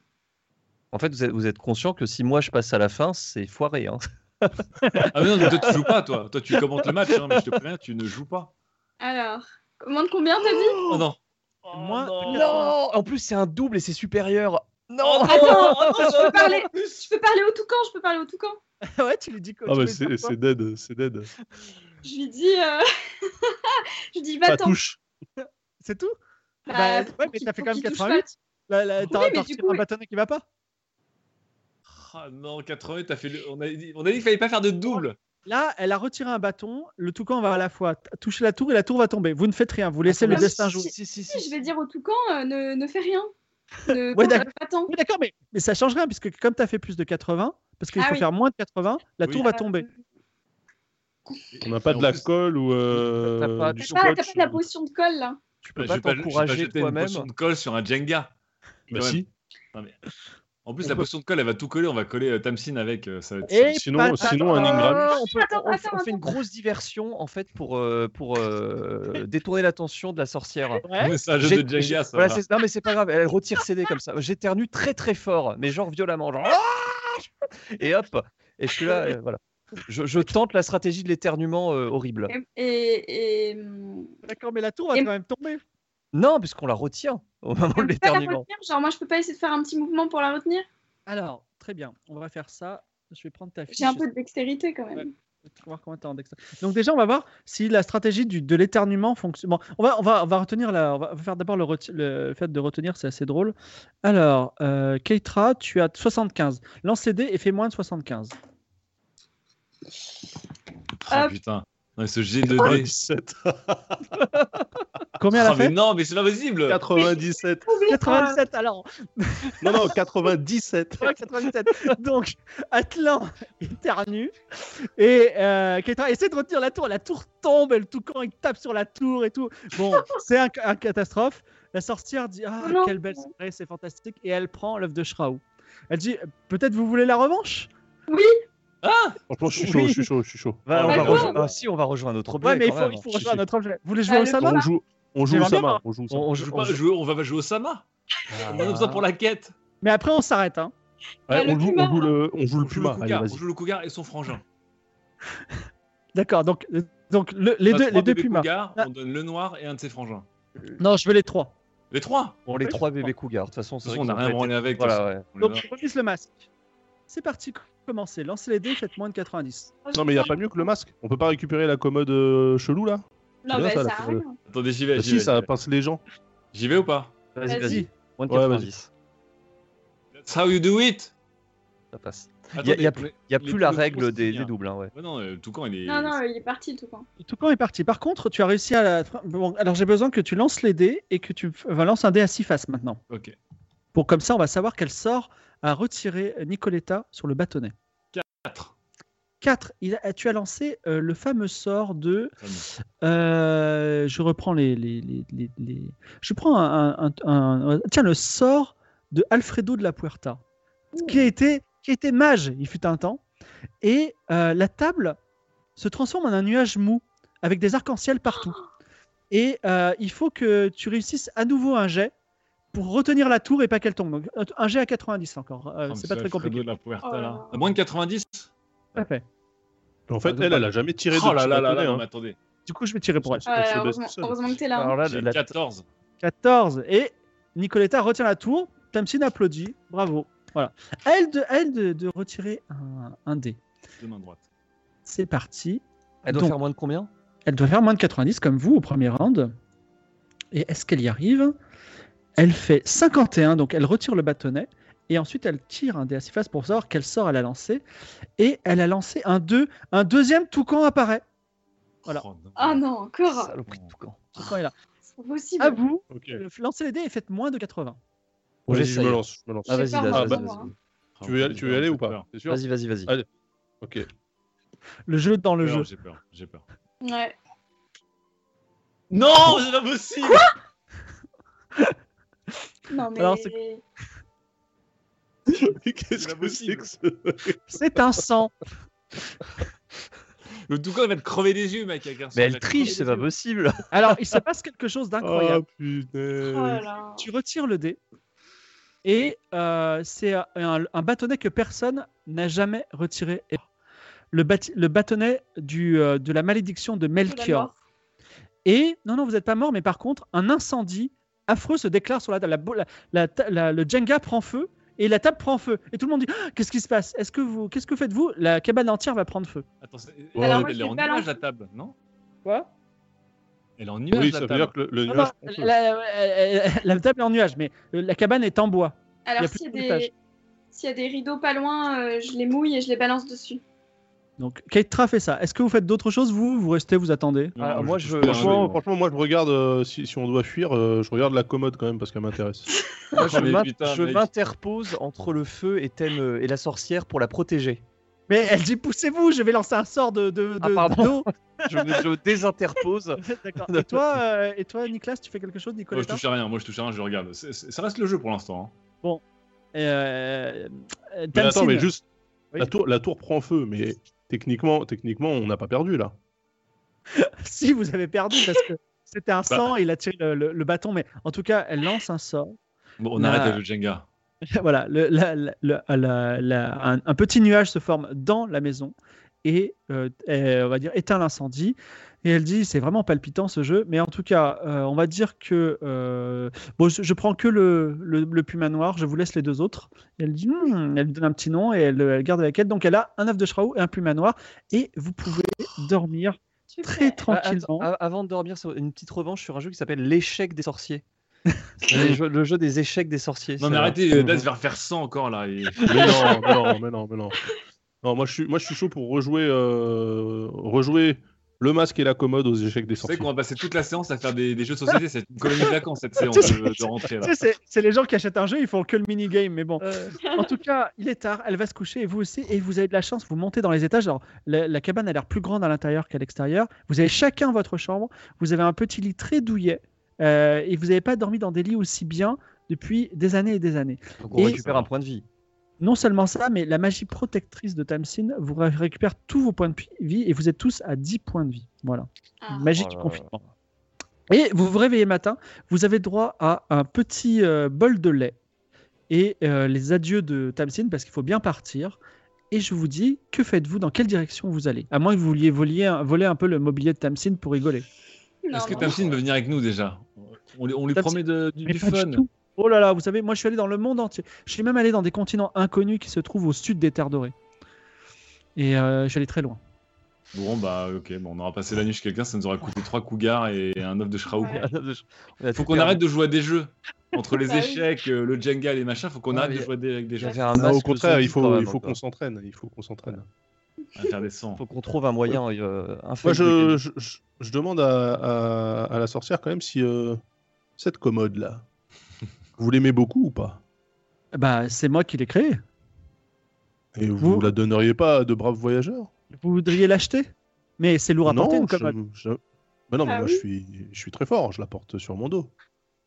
Speaker 5: En fait, vous êtes, vous êtes conscient que si moi je passe à la fin, c'est foiré. hein.
Speaker 2: Ah, mais non, mais toi, tu joues pas, toi. Toi, tu commentes le match, hein, mais je te préviens, tu ne joues pas.
Speaker 4: Alors, commande combien t'as dit
Speaker 2: Oh non
Speaker 1: Moins de 80.
Speaker 5: Non En plus, c'est un double et c'est supérieur.
Speaker 1: Oh,
Speaker 5: Non
Speaker 4: Attends, attends, je peux parler. Je peux parler au toucan, je peux parler au toucan.
Speaker 1: ouais, tu lui dis quoi
Speaker 3: Ah,
Speaker 1: tu
Speaker 3: mais
Speaker 1: veux dire
Speaker 3: c'est
Speaker 1: quoi
Speaker 3: c'est dead, c'est dead.
Speaker 4: Je lui dis, euh, je lui dis,
Speaker 3: Pas
Speaker 4: va-t'en.
Speaker 3: touche.
Speaker 1: C'est tout Bah,
Speaker 4: Bah, faut
Speaker 1: ouais, mais
Speaker 4: qu'il-
Speaker 1: t'as fait
Speaker 4: faut
Speaker 1: quand même
Speaker 4: qu'il touche
Speaker 1: 88.
Speaker 4: pas.
Speaker 1: Là, là, T'as
Speaker 4: Oui, mais
Speaker 1: t'as
Speaker 4: du
Speaker 1: retiré
Speaker 4: coup,
Speaker 1: un
Speaker 4: oui.
Speaker 1: bâtonnet qui va pas
Speaker 2: Ah non, 80, t'as fait le- on, a dit... on a dit qu'il fallait pas faire de double.
Speaker 1: Là, elle a retiré un bâton, le toucan va à la fois t- toucher la tour et la tour va tomber. Vous ne faites rien, vous laissez le
Speaker 4: mais
Speaker 1: destin
Speaker 4: si,
Speaker 1: jouer.
Speaker 5: Si, si,
Speaker 4: Si,
Speaker 5: si.
Speaker 4: je vais dire au toucan, euh, ne, ne fais rien. Ne
Speaker 1: Ouais,
Speaker 4: commande
Speaker 1: d'accord.
Speaker 4: pas-t'en.
Speaker 1: Oui, d'accord, mais, mais ça change rien, puisque comme tu as fait plus de 80, parce qu'il
Speaker 4: Ah
Speaker 1: faut
Speaker 4: oui.
Speaker 1: faire moins de 80, la
Speaker 2: Oui.
Speaker 1: tour va tomber.
Speaker 3: On n'a pas
Speaker 2: Et en
Speaker 3: de la
Speaker 2: plus,
Speaker 3: colle ou euh,
Speaker 5: T'as pas-
Speaker 3: du
Speaker 4: T'as pas,
Speaker 3: scotch,
Speaker 4: t'as pas de la
Speaker 3: ou-
Speaker 4: potion de colle là.
Speaker 5: Tu peux
Speaker 2: Bah, Je
Speaker 5: pas
Speaker 2: vais je vais
Speaker 5: t'encourager
Speaker 2: jeter
Speaker 5: toi-même.
Speaker 2: une potion de colle sur un Jenga.
Speaker 3: Bah
Speaker 2: Quand même.
Speaker 3: si.
Speaker 2: En plus,
Speaker 3: On
Speaker 2: la
Speaker 3: peut-
Speaker 2: potion de colle, elle va tout coller. On va coller euh, Tamsin avec. euh, ça va être-
Speaker 1: Et
Speaker 3: sinon-
Speaker 1: patate.
Speaker 3: sinon, un Ingram.
Speaker 5: on, peut-
Speaker 4: Attends,
Speaker 5: on- on
Speaker 4: attends,
Speaker 5: fait une
Speaker 4: attends.
Speaker 5: grosse diversion en fait pour, euh, pour euh, détourner l'attention de la sorcière.
Speaker 1: Ouais.
Speaker 2: Ouais, c'est un jeu
Speaker 5: J'ai-
Speaker 2: de
Speaker 5: j'ai-
Speaker 2: Jenga, ça.
Speaker 5: voilà,
Speaker 2: va.
Speaker 5: c'est- non mais c'est pas grave, elle retire ses dés comme ça. J'éternue très très fort, mais genre violemment, genre Ah et hop. Et je suis là, euh, voilà. Je, je tente la stratégie de l'éternuement euh, horrible.
Speaker 4: Et, et, et, hum,
Speaker 1: D'accord, mais la tour va
Speaker 4: Et-
Speaker 1: quand même tomber.
Speaker 5: Non, puisqu'on la retient au moment de
Speaker 4: Je peux pas la
Speaker 5: l'éternuement.
Speaker 4: retenir, genre moi je peux pas essayer de faire un petit mouvement pour la retenir.
Speaker 1: Alors, très bien, on va faire ça. Je vais prendre ta fiche.
Speaker 4: J'ai un peu de dextérité quand même.
Speaker 1: Ouais. Je vais voir comment t'es en dex. Donc déjà, on va voir si la stratégie du, de l'éternuement fonctionne. Bon, on va, on va, on va retenir la, on va faire d'abord le, reti- le fait de retenir, c'est assez drôle. Alors, euh, Keitra, tu as 75. Lance les dés et fais moins de 75.
Speaker 2: Ah
Speaker 4: Hop.
Speaker 2: putain. Non, mais ce jet de dés.
Speaker 3: 97.
Speaker 1: Combien à
Speaker 2: Ah,
Speaker 1: la
Speaker 2: mais
Speaker 1: fin
Speaker 2: non, mais c'est pas possible.
Speaker 3: 97.
Speaker 4: Oublie pas.
Speaker 1: 97 alors.
Speaker 3: Non, non, 97.
Speaker 1: Ouais, 97. Donc Atlan éternue et euh, Keitra essaie de retenir la tour. La tour tombe, elle tout quand il tape sur la tour et tout. Bon, c'est un, un catastrophe. La sorcière dit ah
Speaker 4: Oh non.
Speaker 1: quelle belle soirée, c'est fantastique et elle prend l'œuf de Shraou. Elle dit peut-être vous voulez la revanche.
Speaker 2: Ah
Speaker 3: Franchement, je suis
Speaker 1: Oui.
Speaker 3: chaud, je suis chaud, je suis chaud.
Speaker 5: Va- on
Speaker 4: Ah,
Speaker 5: va
Speaker 4: bon
Speaker 5: rejoindre- ah, si, on va rejoindre notre objet.
Speaker 1: Ouais, mais il
Speaker 5: quand
Speaker 1: faut,
Speaker 5: même.
Speaker 1: il faut
Speaker 3: Si,
Speaker 1: rejoindre
Speaker 3: si.
Speaker 1: notre objet. Vous voulez jouer
Speaker 4: Ah,
Speaker 1: au
Speaker 4: le
Speaker 1: Sama
Speaker 3: On joue, on joue
Speaker 1: J'aimerais bien
Speaker 3: Sama. On joue Sama.
Speaker 5: On, on
Speaker 2: On,
Speaker 5: joue-
Speaker 2: joue pas- jouer- on va pas jouer au Sama. On en a besoin pour la quête.
Speaker 1: Mais après on s'arrête hein.
Speaker 3: Ouais,
Speaker 4: Ah, le
Speaker 3: on, joue,
Speaker 4: puma.
Speaker 3: on joue le, on joue le
Speaker 2: On joue le
Speaker 3: puma. Allez,
Speaker 2: Cougar, on
Speaker 3: vas-y.
Speaker 2: joue le Cougar et son frangin.
Speaker 1: D'accord. Donc euh, donc le- les
Speaker 2: On a
Speaker 1: deux
Speaker 2: Bah, trois
Speaker 1: les deux
Speaker 2: bébés
Speaker 1: pumas.
Speaker 2: Cougars,
Speaker 1: Ah.
Speaker 2: On donne le noir et un de ses frangins.
Speaker 1: Non, je veux les trois.
Speaker 2: Les trois.
Speaker 5: Bon, les trois bébés cougars. De toute façon,
Speaker 2: De
Speaker 5: c'est
Speaker 2: toute
Speaker 5: vrai
Speaker 2: façon, on n'a
Speaker 5: qu'ils
Speaker 2: rien
Speaker 5: ont pas été-
Speaker 2: branlé avec. de
Speaker 5: Voilà,
Speaker 2: toute
Speaker 5: ouais.
Speaker 2: façon. On
Speaker 1: Donc
Speaker 2: est là.
Speaker 1: je remise le masque. C'est parti. Commencez. Lancez les dés. Faites moins de 90.
Speaker 3: Non, mais il n'y a pas mieux que le masque. On peut pas récupérer la commode euh, chelou là
Speaker 4: Non,
Speaker 3: C'est bien,
Speaker 4: mais ça
Speaker 3: ça, la
Speaker 4: a
Speaker 3: fourrure.
Speaker 4: rien.
Speaker 2: Attendez, j'y vais.
Speaker 3: Ah,
Speaker 2: j'y
Speaker 3: Si,
Speaker 2: vais, j'y
Speaker 3: ça
Speaker 2: vais.
Speaker 3: pince les gens.
Speaker 2: J'y vais ou pas
Speaker 5: Vas-y,
Speaker 4: Vas-y.
Speaker 5: vas-y. Moins de
Speaker 3: Ouais, vas-y.
Speaker 5: 90.
Speaker 2: That's how you do it.
Speaker 5: Ça passe. Il
Speaker 2: Attendez,
Speaker 5: n'y a,
Speaker 2: on est-
Speaker 5: il y a
Speaker 2: les
Speaker 5: plus la
Speaker 2: deux
Speaker 5: règle
Speaker 2: grosses
Speaker 5: des,
Speaker 2: lignes,
Speaker 5: des
Speaker 2: hein.
Speaker 5: doubles. hein, ouais.
Speaker 2: Ouais, non, euh, Toucan, il est.
Speaker 4: Non, non, il est parti tout le temps.
Speaker 1: Tout camp est parti. Par contre, tu as réussi à. La... Bon, alors j'ai besoin que tu lances les dés et que tu f- enfin, lances un dé à six faces maintenant.
Speaker 2: Ok.
Speaker 1: Pour comme ça, on va savoir quel sort a retiré Nicoletta sur le bâtonnet.
Speaker 2: 4.
Speaker 1: 4. tu as lancé euh, le fameux sort de.
Speaker 2: Fameux.
Speaker 1: Euh, je reprends les. les, les- les- les- Je prends un, un- un- un- Tiens, le sort de Alfredo de la Puerta, qui a, été, qui a été mage, il fut un temps. Et euh, la table se transforme en un nuage mou, avec des arcs-en-ciel partout. Et euh, il faut que tu réussisses à nouveau un jet pour retenir la tour et pas qu'elle tombe. Donc, un jet à 90 encore.
Speaker 2: Ah,
Speaker 1: Euh, c'est pas très compliqué.
Speaker 2: De la Puerta,
Speaker 4: Oh là
Speaker 2: là.
Speaker 4: là.
Speaker 2: À moins de 90
Speaker 1: Tout à fait.
Speaker 3: En fait, elle, elle a jamais tiré de
Speaker 2: Oh là
Speaker 3: petit
Speaker 2: là là
Speaker 3: bâtonnet,
Speaker 2: là, non,
Speaker 3: hein.
Speaker 2: mais attendez.
Speaker 1: Du coup, je vais tirer pour elle.
Speaker 3: On se
Speaker 4: Ouais,
Speaker 3: baisse
Speaker 4: Oh heureusement,
Speaker 3: tout seul.
Speaker 4: heureusement que t'es là. hein.
Speaker 5: Alors là,
Speaker 2: J'ai
Speaker 5: la-
Speaker 2: 14.
Speaker 1: 14. Et Nicoletta retient la tour. Tamsin applaudit. Bravo. Voilà. À elle de, à elle de, de retirer un, un dé.
Speaker 2: Deux mains droites.
Speaker 1: C'est parti.
Speaker 5: elle doit
Speaker 1: Donc-
Speaker 5: faire moins de combien
Speaker 1: Elle doit faire moins de 90 comme vous au premier round. Et est-ce qu'elle y arrive Elle fait 51, donc elle retire le bâtonnet. Et ensuite, elle tire un dé à six faces pour savoir quel sort elle a lancé. Et elle a lancé un 2. Un deuxième toucan apparaît. Voilà.
Speaker 2: Oh, non.
Speaker 4: Ah non, encore.
Speaker 5: Saloperie de toucan.
Speaker 1: Toucan est là.
Speaker 4: C'est pas possible.
Speaker 1: À vous,
Speaker 3: Ok.
Speaker 1: lancez les dés et faites moins de 80.
Speaker 5: Bon,
Speaker 3: Vas-y, je
Speaker 5: j'essaye.
Speaker 3: me lance. Je me lance.
Speaker 5: Ah, vas-y,
Speaker 4: J'ai peur
Speaker 5: vas-y,
Speaker 3: maintenant,
Speaker 5: vas-y,
Speaker 4: moi.
Speaker 5: vas-y.
Speaker 2: Oh,
Speaker 3: Tu veux y aller, tu veux y aller
Speaker 2: j'ai
Speaker 3: ou pas
Speaker 2: peur.
Speaker 3: C'est sûr
Speaker 5: Vas-y, vas-y, vas-y.
Speaker 3: Allez. Ok.
Speaker 1: Le jeu dans le
Speaker 2: J'ai
Speaker 1: jeu.
Speaker 2: peur, J'ai peur, j'ai peur.
Speaker 4: Ouais.
Speaker 2: Non, c'est pas possible
Speaker 4: Non, mais.
Speaker 1: Alors,
Speaker 3: Mais Qu'est-ce
Speaker 2: C'est
Speaker 3: que c'est
Speaker 2: impossible.
Speaker 3: que ce-
Speaker 1: C'est un 100.
Speaker 2: Le toucan il va te crever les yeux, mec. Avec un
Speaker 5: Mais
Speaker 2: il
Speaker 5: elle
Speaker 2: va te crever
Speaker 5: triche, c'est
Speaker 2: les
Speaker 5: pas
Speaker 2: yeux.
Speaker 5: possible.
Speaker 1: Alors, il se passe quelque chose
Speaker 3: Ah
Speaker 1: d'incroyable.
Speaker 4: Oh
Speaker 3: putain.
Speaker 4: là là.
Speaker 1: Tu retires le dé et euh, c'est un, un bâtonnet que personne n'a jamais retiré. Le, bati- le bâtonnet du, euh, de la malédiction de
Speaker 4: Oh la
Speaker 1: Melchior.
Speaker 4: mort.
Speaker 1: Et non, non, vous n'êtes pas mort, mais par contre, un incendie affreux se déclare sur la table. La bo- la- la ta- la- le Jenga prend feu et la table prend feu. Et tout le monde dit Ah, Qu'est-ce qui se passe Est-ce que vous, Qu'est-ce que faites-vous La cabane entière va prendre feu.
Speaker 2: Attends, c'est- elle,
Speaker 3: Alors,
Speaker 4: moi,
Speaker 2: elle
Speaker 4: je
Speaker 2: est
Speaker 4: vais
Speaker 2: en
Speaker 4: balancer.
Speaker 2: nuage la table, non
Speaker 1: Quoi
Speaker 2: Elle est en nuage
Speaker 3: Oui,
Speaker 2: la
Speaker 3: ça veut
Speaker 2: table.
Speaker 3: dire que le, le
Speaker 1: Non,
Speaker 3: nuage.
Speaker 1: non,
Speaker 3: prend feu.
Speaker 1: Ah, bah, la, la- la table est en nuage, mais euh, la cabane est en bois. Il y a
Speaker 4: Alors,
Speaker 1: plus
Speaker 4: s'il y, a
Speaker 1: de tâches.
Speaker 4: des... s'il y a des rideaux pas loin, euh, je les mouille et je les balance dessus.
Speaker 1: Donc, Keitra fait ça. Est-ce que vous faites d'autres choses Vous, vous restez, vous attendez
Speaker 2: Non,
Speaker 5: Alors, Ah, moi, je-
Speaker 2: touche pas,
Speaker 3: Franchement,
Speaker 2: mais-
Speaker 3: franchement, moi je regarde euh, si, si on doit fuir, euh, je regarde la commode quand même parce qu'elle m'intéresse.
Speaker 5: Moi, je
Speaker 2: mais
Speaker 5: m'in-
Speaker 2: putain,
Speaker 5: je
Speaker 2: mec.
Speaker 5: m'interpose entre le feu et, Thème- et la sorcière pour la protéger.
Speaker 1: Mais elle dit poussez-vous, je vais lancer un sort de, de, de
Speaker 5: Ah, pardon.
Speaker 1: d'eau.
Speaker 5: Je me je désinterpose.
Speaker 1: D'accord. Et toi, euh, et toi, Nicolas, tu fais quelque chose,
Speaker 2: Moi, je
Speaker 1: Nicolas
Speaker 2: touche à rien, moi, je touche à rien, je regarde. C'est- c'est- Ça reste le jeu pour l'instant. hein.
Speaker 1: euh, euh,
Speaker 3: Mais attends,
Speaker 1: Tamsin,
Speaker 3: mais juste,
Speaker 1: Oui.
Speaker 3: la, tour, la tour prend feu, mais techniquement, techniquement on n'a pas perdu là.
Speaker 1: si vous avez perdu parce que c'était un
Speaker 3: Bah.
Speaker 1: sang, il a tiré le, le- le bâton, mais en tout cas, elle lance un sort.
Speaker 2: Bon, on
Speaker 1: Nah.
Speaker 2: arrête avec le Jenga.
Speaker 1: voilà, le- la- la- la- la- la- un, un petit nuage se forme dans la maison et, euh, et, on va dire éteint l'incendie. Et elle dit c'est vraiment palpitant ce jeu, mais en tout cas euh, on va dire que euh, bon je, je prends que le, le, le Puma noir, je vous laisse les deux autres. Et elle dit Hmm, elle lui donne un petit nom et elle, elle garde avec elle. Donc elle a un œuf de Shraou et un Puma noir et vous pouvez dormir très
Speaker 5: Ah,
Speaker 1: tranquillement.
Speaker 5: attends, a- avant de dormir, sur- une petite revanche sur un jeu qui s'appelle L'échec des sorciers. C'est le, jeu, le jeu des échecs des sorciers.
Speaker 2: Non, mais
Speaker 5: ça.
Speaker 2: arrêtez, Daz va refaire 100 encore là. et-
Speaker 3: Mais non, mais non, mais non, mais non. Non, moi je suis, moi je suis chaud pour rejouer, euh, rejouer le masque et la commode aux échecs des
Speaker 2: Tu sais
Speaker 3: sorties.
Speaker 2: qu'on va passer toute la séance à faire des, des jeux de société, c'est une colonie de vacances cette séance euh,
Speaker 1: Tu sais,
Speaker 2: de, de rentrée là.
Speaker 1: Tu sais, c'est- c'est les gens qui achètent un jeu, ils font que le minigame, mais bon. En tout cas, il est tard, elle va se coucher et vous aussi, et vous avez de la chance, vous montez dans les étages. Alors, la, la cabane a l'air plus grande à l'intérieur qu'à l'extérieur. Vous avez chacun votre chambre, vous avez un petit lit très douillet, euh, et vous n'avez pas dormi dans des lits aussi bien depuis des années et des années.
Speaker 5: Donc on
Speaker 1: Et-
Speaker 5: récupère un point de vie.
Speaker 1: Non seulement ça, mais la magie protectrice de Tamsin vous ré- récupère tous vos points de pi- vie et vous êtes tous à 10 points de vie. Voilà.
Speaker 4: Ah.
Speaker 1: Magie du
Speaker 5: Oh là
Speaker 1: confinement. Et vous vous réveillez le matin, vous avez droit à un petit euh, bol de lait et euh, les adieux de Tamsin parce qu'il faut bien partir. Et je vous dis, que faites-vous Dans quelle direction vous allez À moins que vous vouliez voler un, voler un peu le mobilier de Tamsin pour rigoler.
Speaker 4: Non,
Speaker 2: Est-ce que
Speaker 4: non.
Speaker 2: Tamsin veut venir avec nous déjà on, lui- on lui
Speaker 1: Tamsin-
Speaker 2: promet de- du,
Speaker 1: Mais
Speaker 2: du
Speaker 1: pas du
Speaker 2: fun.
Speaker 1: tout. Oh là là, vous savez, moi je suis allé dans le monde entier. Je suis même allé dans des continents inconnus qui se trouvent au sud des Terres Dorées. Et euh, je suis allé très loin.
Speaker 2: Bon, bah ok, bon, on aura passé la nuit chez quelqu'un, ça nous aura coûté trois cougars et un œuf de Shraou.
Speaker 4: Ouais.
Speaker 5: On a
Speaker 2: Bah, Faut
Speaker 5: tout
Speaker 2: qu'on
Speaker 5: perdu.
Speaker 2: arrête de jouer à des jeux. Entre les
Speaker 4: Bah oui.
Speaker 2: échecs, euh, le Jenga, les machins, faut qu'on
Speaker 5: Ouais,
Speaker 2: arrête de
Speaker 5: mais-
Speaker 2: jouer à des, avec des
Speaker 5: Je
Speaker 2: gens.
Speaker 5: vais faire un
Speaker 3: Non,
Speaker 5: masque
Speaker 3: Ah, au contraire,
Speaker 5: zombie
Speaker 3: il
Speaker 5: quand
Speaker 3: faut,
Speaker 5: même,
Speaker 3: il faut
Speaker 5: encore.
Speaker 3: qu'on s'entraîne. Il faut qu'on s'entraîne.
Speaker 2: À faire des cent.
Speaker 5: Faut qu'on trouve un moyen. euh,
Speaker 3: Moi,
Speaker 5: infaillible de
Speaker 3: je,
Speaker 5: gagner.
Speaker 3: je, je- je demande à, à- à la sorcière quand même si euh, cette commode là, vous l'aimez beaucoup ou pas
Speaker 1: Bah, c'est moi qui l'ai créé.
Speaker 3: Et vous,
Speaker 1: Vous-
Speaker 3: la donneriez pas à de braves voyageurs
Speaker 1: Vous voudriez l'acheter Mais c'est lourd à porter
Speaker 3: Non,
Speaker 1: une commode.
Speaker 3: je- je- Bah non, mais
Speaker 4: Ah
Speaker 3: moi
Speaker 4: oui.
Speaker 3: je suis, je suis très fort. Je la porte sur mon dos.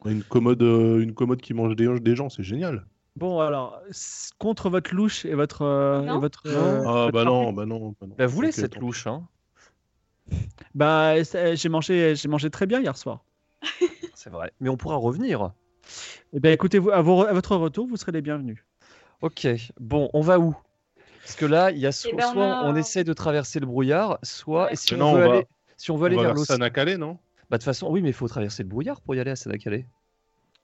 Speaker 3: Une commode, euh, une commode qui mange des, des gens, c'est génial.
Speaker 1: Bon, alors, c- contre votre louche et votre. euh,
Speaker 4: Non.
Speaker 1: et votre, euh,
Speaker 3: Ah
Speaker 1: votre
Speaker 3: bah
Speaker 1: armure.
Speaker 3: non, bah non, bah non.
Speaker 5: La voulait
Speaker 3: Ok,
Speaker 5: cette
Speaker 3: tant
Speaker 5: louche. hein.
Speaker 1: Bah, c'est- j'ai mangé, j'ai mangé très bien hier soir.
Speaker 5: C'est vrai. Mais on pourra revenir.
Speaker 1: Eh bien, écoutez, vous, à, vos- à votre retour, vous serez les bienvenus.
Speaker 5: Ok. Bon, on va où Parce que là, il y a so-
Speaker 4: Eh ben, on
Speaker 5: soit
Speaker 4: a-
Speaker 5: on essaie de traverser le brouillard, soit
Speaker 4: Ouais.
Speaker 5: et si
Speaker 3: Mais
Speaker 5: on
Speaker 3: non,
Speaker 5: veut
Speaker 3: on va-
Speaker 5: aller, si on veut
Speaker 3: pis.
Speaker 5: aller
Speaker 3: On va
Speaker 5: vers
Speaker 3: vers
Speaker 5: l'océan.
Speaker 3: Sanacalé, non
Speaker 5: Bah de toute façon, oui, mais il faut traverser le brouillard pour y aller à Sanacalé.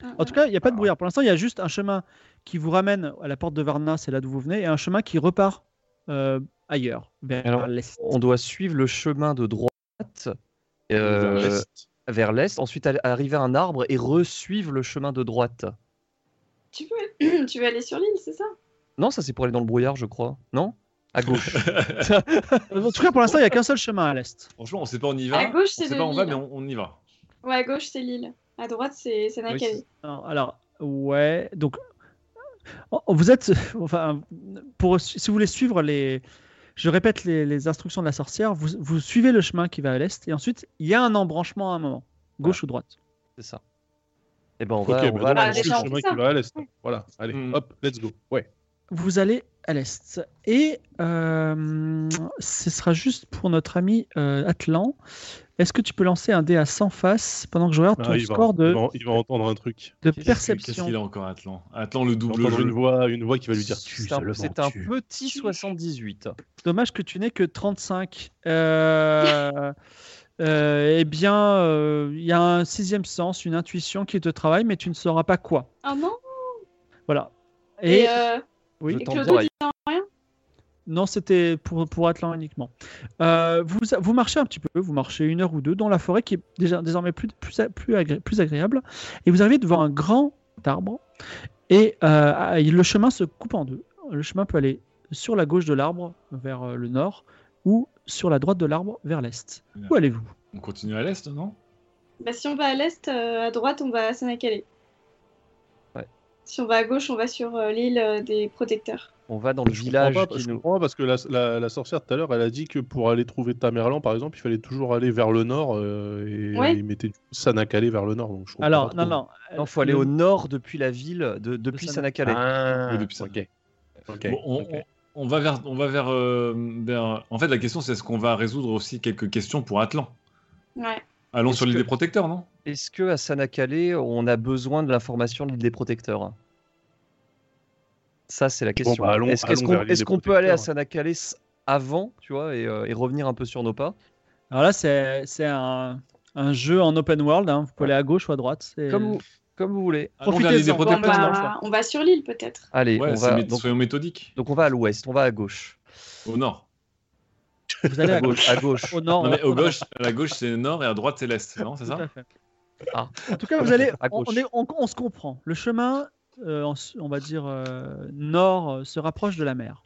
Speaker 4: Ah,
Speaker 1: En tout cas, il n'y a pas de brouillard. Pour l'instant, il y a juste un chemin qui vous ramène à la porte de Varna, c'est là d'où vous venez, et un chemin qui repart euh, ailleurs, vers
Speaker 5: Alors,
Speaker 1: l'est.
Speaker 5: On doit suivre le chemin de droite euh,
Speaker 2: Vers l'est.
Speaker 5: vers l'est, ensuite aller- arriver à un arbre et re-suivre le chemin de droite.
Speaker 4: Tu veux, tu veux aller sur l'île, c'est ça
Speaker 5: Non, ça c'est pour aller dans le brouillard, je crois. Non À gauche.
Speaker 1: En tout cas, pour l'instant, il n'y a qu'un seul chemin à l'est.
Speaker 2: Franchement, on sait pas on y va.
Speaker 4: À gauche,
Speaker 2: on
Speaker 4: c'est
Speaker 2: sait
Speaker 4: le
Speaker 2: pas
Speaker 4: hein.
Speaker 2: où on va, mais
Speaker 4: Lille.
Speaker 2: on, on y va.
Speaker 4: Ouais, à gauche, c'est l'île. À droite, c'est c'est
Speaker 5: Oui,
Speaker 4: Nakali.
Speaker 1: Alors, alors, ouais, donc oh, vous êtes, enfin, pour, si vous voulez suivre les, je répète les, les instructions de la sorcière, vous, vous suivez le chemin qui va à l'est et ensuite il y a un embranchement à un moment, gauche ou droite.
Speaker 5: c'est ça. Eh ben on
Speaker 3: Ok,
Speaker 5: va, on
Speaker 3: bah
Speaker 5: va à
Speaker 3: non,
Speaker 5: la
Speaker 4: Ah,
Speaker 3: on
Speaker 5: gauche.
Speaker 3: suit
Speaker 4: déjà,
Speaker 3: le
Speaker 4: on
Speaker 3: chemin
Speaker 4: fait ça.
Speaker 3: qui va à l'est. Voilà, allez,
Speaker 2: Hmm.
Speaker 3: hop, let's go. Ouais.
Speaker 1: Vous allez à l'est et euh, ce sera juste pour notre ami euh, Atlan. Est-ce que tu peux lancer un dé à 100 faces pendant que je regarde
Speaker 3: Ah,
Speaker 1: ton
Speaker 3: il, va,
Speaker 1: score
Speaker 3: il
Speaker 1: de,
Speaker 3: va- il va entendre un truc.
Speaker 1: de
Speaker 5: Qu'est-ce que-
Speaker 2: Qu'est-ce
Speaker 1: perception
Speaker 2: qu'il a encore, Atlan Atlan, le
Speaker 3: Il va
Speaker 2: double
Speaker 3: entendre
Speaker 2: jeu.
Speaker 3: une voix, une voix qui va lui dire Tu
Speaker 5: C'est un- c'est un petit 78.
Speaker 1: Dommage que tu n'aies que 35. Euh, euh, eh bien, euh, il y a un sixième sens, une intuition qui te travaille, mais tu ne sauras pas quoi.
Speaker 4: Ah non
Speaker 1: Voilà. Et,
Speaker 4: Et, euh,
Speaker 1: oui.
Speaker 4: et
Speaker 5: Tant
Speaker 4: Clodo
Speaker 5: bien.
Speaker 4: dit non, rien
Speaker 1: non, c'était pour, pour Atlan uniquement. Euh, vous, vous marchez un petit peu, vous marchez une heure ou deux dans la forêt qui est déjà désormais plus, plus, a- plus, agré- plus agréable, et vous arrivez devant un grand arbre, et euh, ah, et le chemin se coupe en deux. Le chemin peut aller sur la gauche de l'arbre vers euh, le nord, ou sur la droite de l'arbre vers l'est.
Speaker 2: Bien.
Speaker 1: Où allez-vous
Speaker 2: On continue à l'est, non
Speaker 4: Bah, si on va à l'est, euh, à droite, on va à Sanakale.
Speaker 5: Ouais.
Speaker 4: Si on va à gauche, on va sur euh, l'île euh, des protecteurs.
Speaker 5: On va dans le
Speaker 3: Je
Speaker 5: village
Speaker 3: comprends pas,
Speaker 5: qui
Speaker 3: je
Speaker 5: nous-
Speaker 3: comprends pas parce que la, la- la sorcière tout à l'heure, elle a dit que pour aller trouver Tamerlan, par exemple, il fallait toujours aller vers le nord euh, et
Speaker 4: Ouais.
Speaker 3: il mettait du coup Sanacalé vers le nord. Donc je comprends
Speaker 1: Alors,
Speaker 3: pas
Speaker 1: non,
Speaker 3: trop.
Speaker 1: non.
Speaker 5: Non, faut aller
Speaker 1: Euh, le-
Speaker 5: au nord depuis la ville, de, depuis
Speaker 1: Sana-
Speaker 5: Sanacalé.
Speaker 3: Ah,
Speaker 2: Oui, depuis ça.
Speaker 3: ok. Ok,
Speaker 2: Bon, on,
Speaker 3: ok.
Speaker 2: on- on va vers, on va vers, euh, vers- En fait, la question, c'est est-ce qu'on va résoudre aussi quelques questions pour Atlan
Speaker 4: Ouais.
Speaker 2: Allons
Speaker 5: Est-ce
Speaker 2: sur l'île
Speaker 5: que-
Speaker 2: des protecteurs, non
Speaker 5: Est-ce que à Sanacalé, on a besoin de l'information de l'île des protecteurs Ça, c'est la question.
Speaker 3: bah, allons-
Speaker 5: est-ce est-ce
Speaker 3: bah, allons
Speaker 5: qu'on
Speaker 3: vers l'île
Speaker 5: est-ce
Speaker 3: des
Speaker 5: qu'on peut aller à
Speaker 3: protecteurs.
Speaker 5: Sanacalé s- avant, tu vois, et, euh, et revenir un peu sur nos pas.
Speaker 1: Alors là, c'est c'est un, un jeu en open world. hein. Vous pouvez aller à gauche ou à droite. c'est-
Speaker 5: Comme vous, comme vous voulez.
Speaker 2: Allons
Speaker 1: Profitez-en.
Speaker 2: vers l'idée
Speaker 4: Bon,
Speaker 1: Peut-être
Speaker 4: on,
Speaker 1: pas dans
Speaker 2: protectrice.
Speaker 1: le choix.
Speaker 4: va, on va sur l'île peut-être.
Speaker 5: Allez,
Speaker 2: Ouais,
Speaker 5: on
Speaker 2: c'est
Speaker 5: va,
Speaker 2: mé-
Speaker 5: donc,
Speaker 2: soyons méthodiques.
Speaker 5: donc on va à l'ouest, on va à gauche.
Speaker 2: Au nord.
Speaker 1: Vous allez à
Speaker 5: À
Speaker 1: gauche.
Speaker 5: gauche, à gauche.
Speaker 1: Au nord.
Speaker 2: Non, mais au
Speaker 1: nord.
Speaker 2: gauche, à la gauche, c'est le nord et à droite, c'est l'est. Non, c'est
Speaker 1: Tout à
Speaker 2: ça
Speaker 1: fait.
Speaker 5: Ah.
Speaker 1: En tout cas, vous allez,
Speaker 5: À
Speaker 1: on,
Speaker 5: gauche.
Speaker 1: on est, on, on se comprend. Le chemin, euh, en s- on va dire euh, nord, euh, se rapproche de la mer.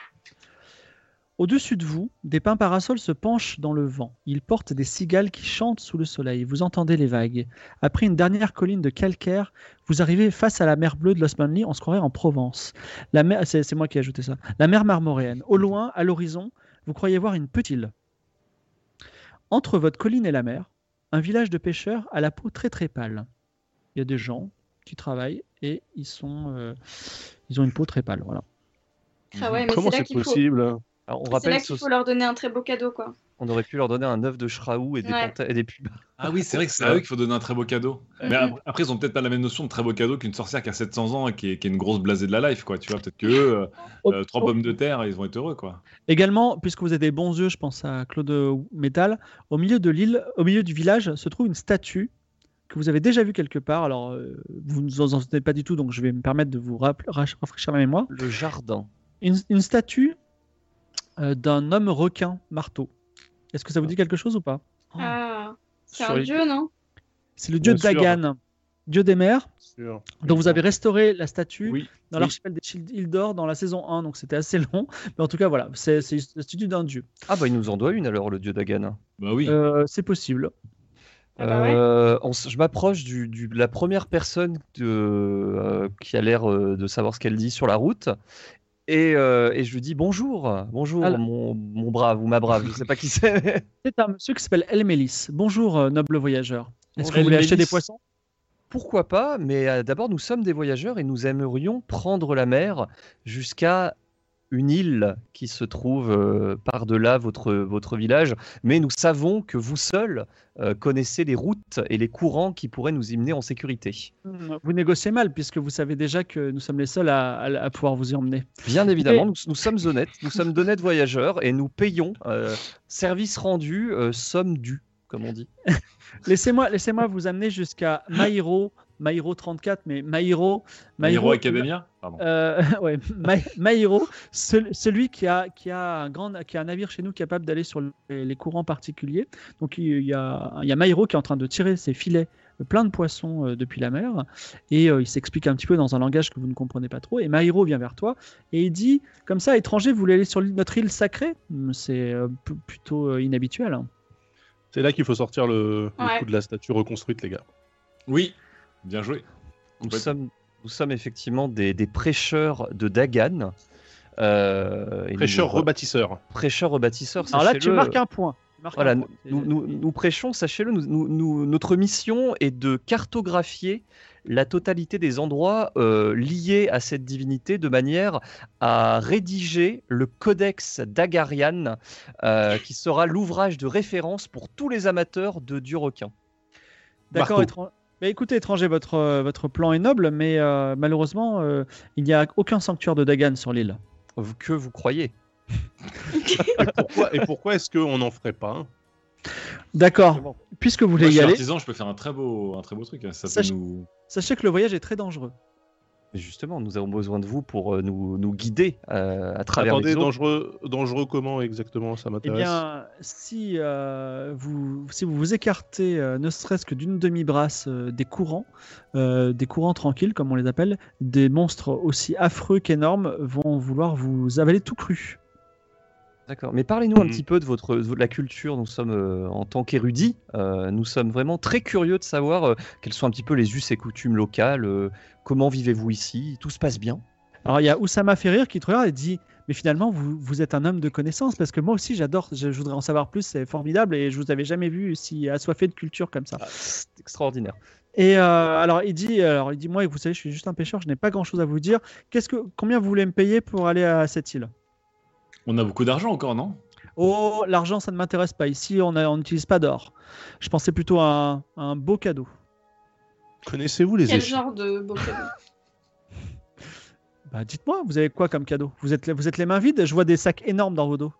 Speaker 1: Au-dessus de vous, des pins parasols se penchent dans le vent. Ils portent des cigales qui chantent sous le soleil. Vous entendez les vagues. Après une dernière colline de calcaire, vous arrivez face à la mer bleue de Los Manly. On se croirait en Provence. La mer, c'est c'est moi qui ai ajouté ça. La mer marmoréenne. Au loin, à l'horizon, vous croyez voir une petite île. Entre votre colline et la mer, un village de pêcheurs à la peau très très pâle. Il y a des gens qui travaillent et ils sont, euh, ils ont une peau très pâle. Voilà.
Speaker 4: Ah ouais, mais
Speaker 3: Comment
Speaker 4: c'est là
Speaker 3: c'est
Speaker 4: qu'il faut.
Speaker 3: possible hein,
Speaker 5: Alors, on
Speaker 4: C'est là
Speaker 5: rappelle
Speaker 4: qu'il
Speaker 5: ce-
Speaker 4: faut leur donner un très beau cadeau, quoi.
Speaker 5: on aurait pu leur donner un œuf de Schraou et des,
Speaker 4: Ouais.
Speaker 5: panta- et des pubs.
Speaker 2: Ah oui, c'est vrai que c'est à eux qu'il faut donner un très beau cadeau. Mais ap- après, ils ont peut-être pas la même notion de très beau cadeau qu'une sorcière qui a 700 ans et qui est, qui est une grosse blasée de la life, quoi. Tu vois, peut-être que eux,
Speaker 1: Oh.
Speaker 2: euh, euh, trois pommes de terre, ils vont être heureux, quoi.
Speaker 1: Également, puisque vous avez des bons yeux, je pense à Claude Métal, au milieu de l'île, au milieu du village, se trouve une statue que vous avez déjà vue quelque part. Alors, euh, vous ne vous en souvenez pas du tout, donc je vais me permettre de vous rapp- rach- rafraîchir la mémoire.
Speaker 5: Le jardin.
Speaker 1: Une, une statue euh, d'un homme requin marteau. Est-ce que ça vous dit quelque chose ou pas
Speaker 4: Ah, c'est
Speaker 3: Sur
Speaker 4: un
Speaker 3: les-
Speaker 4: dieu, non
Speaker 1: C'est le dieu
Speaker 3: Bien sûr.
Speaker 1: Dagan, dieu des mers.
Speaker 3: Sûr.
Speaker 1: Donc vous avez restauré la statue
Speaker 2: Oui.
Speaker 1: dans
Speaker 2: oui.
Speaker 1: l'archipel des Shield- îles d'Or dans la saison 1, donc c'était assez long. Mais en tout cas, voilà, c'est c'est la statue d'un dieu.
Speaker 5: Ah bah il nous en doit une alors le dieu Dagan.
Speaker 2: Bah oui.
Speaker 1: Euh, c'est possible.
Speaker 4: Ah bah ouais.
Speaker 5: Euh, on s- je m'approche du- du- de la première personne de- euh, qui a l'air euh, de savoir ce qu'elle dit sur la route. Et, euh, et je lui dis bonjour, bonjour
Speaker 1: Alors-
Speaker 5: mon, mon brave ou ma brave, je sais pas qui c'est.
Speaker 1: C'est un monsieur qui s'appelle Elmélis. Bonjour, euh, noble voyageur. Est-ce que vous
Speaker 2: Bonjour,
Speaker 1: voulez acheter
Speaker 2: Elmélis.
Speaker 1: des poissons
Speaker 5: Pourquoi pas, mais euh, d'abord nous sommes des voyageurs et nous aimerions prendre la mer jusqu'à une île qui se trouve euh, par-delà votre, votre village, mais nous savons que vous seul euh, connaissez les routes et les courants qui pourraient nous y mener en sécurité.
Speaker 1: Vous négociez mal, puisque vous savez déjà que nous sommes les seuls à, à- à pouvoir vous y emmener.
Speaker 5: Bien évidemment, nous, nous sommes honnêtes, nous sommes d'honnêtes voyageurs et nous payons euh, service rendu, euh, somme due, comme on dit.
Speaker 1: Laissez-moi laissez vous amener jusqu'à Maïro, Maïro 34, mais Maïro.
Speaker 2: My Bah, Hero
Speaker 1: Maïro-
Speaker 2: Academia Pardon.
Speaker 1: Euh, ouais, Ma- Maïro, cel- celui qui a, qui, a un grand, qui a un navire chez nous capable d'aller sur les, les courants particuliers. Donc il y, a, il y a Maïro qui est en train de tirer ses filets euh, plein de poissons euh, depuis la mer et euh, il s'explique un petit peu dans un langage que vous ne comprenez pas trop. Et Maïro vient vers toi et il dit Comme ça, étranger, vous voulez aller sur l'île- notre île sacrée Hum, C'est euh, p- plutôt euh, inhabituel. hein.
Speaker 3: C'est là qu'il faut sortir le, le
Speaker 4: Ouais.
Speaker 3: coup de la statue reconstruite, les gars.
Speaker 2: Oui. Bien joué.
Speaker 5: Nous
Speaker 2: Complètement.
Speaker 5: sommes, nous sommes effectivement des, des prêcheurs de Dagan. euh, et nous-
Speaker 3: Prêcheur rebâtisseur.
Speaker 5: prêcheurs rebâtisseurs.
Speaker 1: Alors là, tu
Speaker 5: sachez-le.
Speaker 1: marques un point. Tu marques
Speaker 5: Voilà,
Speaker 1: un
Speaker 5: nous,
Speaker 1: point. C'est-
Speaker 5: nous, nous prêchons, sachez-le, nous- nous- nous- notre mission est de cartographier la totalité des endroits euh, liés à cette divinité de manière à rédiger le codex d'Agarian, euh, qui sera l'ouvrage de référence pour tous les amateurs de dieu requin.
Speaker 1: D'accord,
Speaker 3: Marco.
Speaker 1: étran- Mais écoutez, étranger, votre, euh, votre plan est noble, mais euh, malheureusement, euh, il n'y a aucun sanctuaire de Dagan sur l'île.
Speaker 5: Vous- Que vous croyez
Speaker 3: Pourquoi- et pourquoi est-ce qu'on n'en ferait pas hein un
Speaker 1: D'accord. Puisque vous
Speaker 2: Moi,
Speaker 1: voulez
Speaker 2: je
Speaker 1: y
Speaker 2: suis
Speaker 1: aller,
Speaker 2: artisan, je peux faire un très beau, un très beau truc. hein. Ça peut
Speaker 1: Sach-
Speaker 2: nous...
Speaker 1: sachez que le voyage est très dangereux.
Speaker 5: Mais Justement, nous avons besoin de vous pour euh, nous, nous guider euh, à travers
Speaker 3: Attendez,
Speaker 5: les eaux.
Speaker 3: dangereux, dangereux comment exactement Ça
Speaker 1: Eh
Speaker 3: m'intéresse.
Speaker 1: bien, si, euh, vous, si vous vous écartez, euh, ne serait-ce que d'une demi-brasse euh, des courants, euh, des courants tranquilles, comme on les appelle, des monstres aussi affreux qu'énormes vont vouloir vous avaler tout cru.
Speaker 5: D'accord. Mais parlez-nous un
Speaker 3: Mhm.
Speaker 5: petit peu de votre de la culture. Nous sommes euh, en tant qu'érudits, euh, nous sommes vraiment très curieux de savoir euh, quels sont un petit peu les us et coutumes locales. euh, comment vivez-vous ici Tout se passe bien
Speaker 1: Alors, il y a Oussama Ferrir qui te regarde et dit Mais finalement, vous, vous êtes un homme de connaissance, parce que moi aussi, j'adore, je, je voudrais en savoir plus, c'est formidable, et je vous avais jamais vu si assoiffé de culture comme ça.
Speaker 5: Ah, C'est extraordinaire.
Speaker 1: Et euh, alors, il dit alors, il dit, Moi, vous savez, je suis juste un pêcheur, je n'ai pas grand chose à vous dire. Qu'est-ce que, combien vous voulez me payer pour aller à cette île
Speaker 2: On a beaucoup d'argent encore, non
Speaker 1: Oh, l'argent, ça ne m'intéresse pas. Ici, on a- on n'utilise pas d'or. Je pensais plutôt à un, à un beau cadeau.
Speaker 3: Connaissez-vous les
Speaker 4: Quel
Speaker 3: échecs
Speaker 4: genre de beau cadeau
Speaker 1: Bah, dites-moi, vous avez quoi comme cadeau vous êtes, vous êtes les mains vides Je vois des sacs énormes dans vos dos.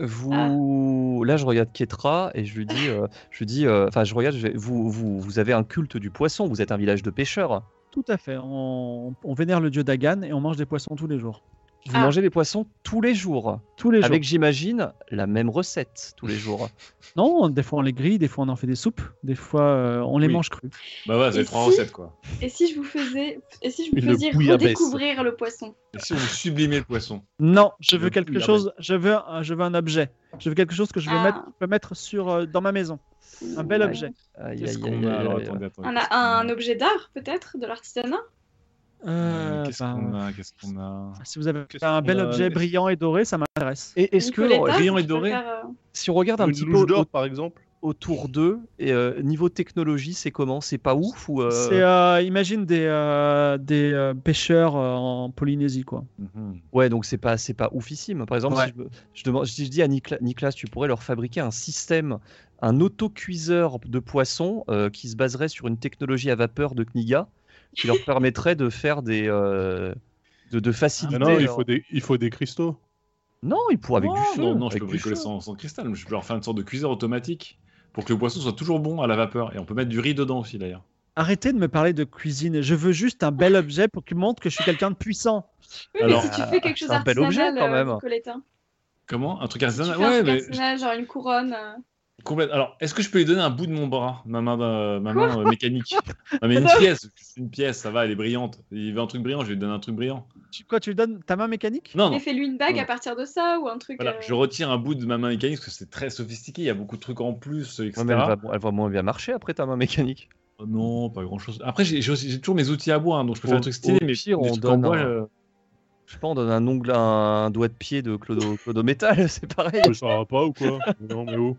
Speaker 5: vous, là, je regarde Ketra et je lui dis, euh, je lui dis, euh, enfin, je regarde, je vais- vous, vous, vous avez un culte du poisson. Vous êtes un village de pêcheurs.
Speaker 1: Tout à fait. On, on vénère le dieu Dagan et on mange des poissons tous les jours.
Speaker 5: Vous
Speaker 4: Ah.
Speaker 5: mangez des poissons tous les jours,
Speaker 1: Tous les
Speaker 5: avec, j'imagine, la même recette tous les jours.
Speaker 1: jours. Non, des fois on les grille, des fois on en fait des soupes, des fois euh, on les
Speaker 2: Oui.
Speaker 1: mange crus.
Speaker 2: Bah voilà, c'est
Speaker 4: Et
Speaker 2: trois
Speaker 4: si-
Speaker 2: recettes quoi.
Speaker 4: Et si je vous faisais, et si je vous
Speaker 3: Une
Speaker 4: faisais
Speaker 3: bouillabaisse.
Speaker 4: redécouvrir le poisson
Speaker 2: Et si on sublimait le poisson
Speaker 1: Non, je veux
Speaker 2: Le
Speaker 1: quelque
Speaker 2: bouillard,
Speaker 1: chose. Je veux, un- je veux un objet. Je veux quelque chose que je veux
Speaker 4: Ah.
Speaker 1: mettre, je peux mettre sur euh, dans ma maison. Un bel
Speaker 4: Ouais.
Speaker 1: objet.
Speaker 5: Aïe,
Speaker 2: Qu'est-ce
Speaker 5: aïe,
Speaker 2: qu'on
Speaker 5: aïe,
Speaker 2: a
Speaker 5: aïe,
Speaker 2: Alors
Speaker 5: aïe, aïe.
Speaker 2: attendez, attendez.
Speaker 4: On a un, objet d'art peut-être de l'artisanat
Speaker 1: Euh,
Speaker 2: Qu'est-ce
Speaker 1: bah,
Speaker 2: qu'on a Qu'est-ce qu'on a
Speaker 1: Si vous avez
Speaker 2: Qu'est-ce
Speaker 1: un bel
Speaker 2: qu'on a
Speaker 1: objet
Speaker 2: Est-ce-
Speaker 1: brillant et doré, ça m'intéresse.
Speaker 5: Et est-ce
Speaker 4: Nicoletta,
Speaker 5: que,
Speaker 2: brillant
Speaker 4: si
Speaker 2: et
Speaker 4: tu peux
Speaker 2: doré
Speaker 4: faire, euh,
Speaker 5: si on regarde un
Speaker 3: Une
Speaker 5: petit peu
Speaker 3: louche
Speaker 5: au-
Speaker 3: d'or, par exemple.
Speaker 5: autour d'eux, et euh, niveau technologie, c'est comment C'est pas ouf ou euh,
Speaker 1: C'est, euh, imagine des, euh, des euh, pêcheurs euh, en Polynésie, quoi.
Speaker 2: Mhm.
Speaker 5: Ouais, donc c'est pas, c'est pas oufissime. Par exemple,
Speaker 1: Ouais.
Speaker 5: si, je, me- je demande, si je dis à Nicolas, Nicolas, tu pourrais leur fabriquer un système, un autocuiseur de poissons euh, qui se baserait sur une technologie à vapeur de Kniga, qui leur permettrait de faire des. euh, de, de faciliter.
Speaker 3: Ah non, il
Speaker 5: leur-
Speaker 3: faut des, il faut des cristaux.
Speaker 5: Non, il pourrait avec du
Speaker 1: Non,
Speaker 5: feu.
Speaker 2: Non, non, je
Speaker 5: avec
Speaker 2: peux
Speaker 5: du
Speaker 2: bricoler
Speaker 5: feu.
Speaker 2: sans, sans cristal, mais je peux leur faire une sorte de cuiseur automatique pour que le poisson soit toujours bon à la vapeur. Et on peut mettre du riz dedans aussi d'ailleurs.
Speaker 1: Arrêtez de me parler de cuisine. Je veux juste un bel objet pour qu'il montre que je suis quelqu'un de puissant.
Speaker 4: Oui,
Speaker 2: Alors,
Speaker 4: mais si tu
Speaker 5: euh,
Speaker 4: fais quelque chose
Speaker 5: c'est un bel objet,
Speaker 4: d'artisanal,
Speaker 5: quand même.
Speaker 4: euh, Nicoletta.
Speaker 2: Comment Un truc
Speaker 4: Si tu
Speaker 2: artisanal
Speaker 4: fais un
Speaker 2: Ouais,
Speaker 4: truc
Speaker 2: mais
Speaker 4: artisanal, genre une couronne. euh,
Speaker 2: Complète- Alors, est-ce que je peux lui donner un bout de mon bras, ma main, euh, ma
Speaker 4: Quoi
Speaker 2: main euh, mécanique Non, mais une
Speaker 1: Non.
Speaker 2: pièce, juste une pièce, ça va, elle est brillante. Il veut un truc brillant, je vais lui donne un truc brillant.
Speaker 1: Tu, quoi, tu lui donnes ta main mécanique
Speaker 2: Non,
Speaker 4: Mais
Speaker 2: non.
Speaker 4: fais-lui une bague
Speaker 2: Non.
Speaker 4: à partir de ça ou un truc.
Speaker 2: Voilà,
Speaker 4: euh,
Speaker 2: je retire un bout de ma main mécanique parce que c'est très sophistiqué, il y a beaucoup de trucs en plus, etc.
Speaker 5: Ouais, mais elle, va, elle va moins bien marcher après ta main mécanique.
Speaker 2: Oh Non, pas grand-chose. Après, j'ai j'ai aussi- j'ai toujours mes outils à bois, hein, donc je peux faire
Speaker 5: Au-
Speaker 2: un truc stylé,
Speaker 5: au
Speaker 2: mais
Speaker 5: pire,
Speaker 2: des
Speaker 5: on
Speaker 2: trucs en
Speaker 5: donne
Speaker 2: bois,
Speaker 5: un-
Speaker 2: euh,
Speaker 5: Je sais pas, on donne un ongle à un doigt de pied de Clodo, Clodo Métal, c'est pareil.
Speaker 3: Mais ça va pas ou quoi Non, mais oh.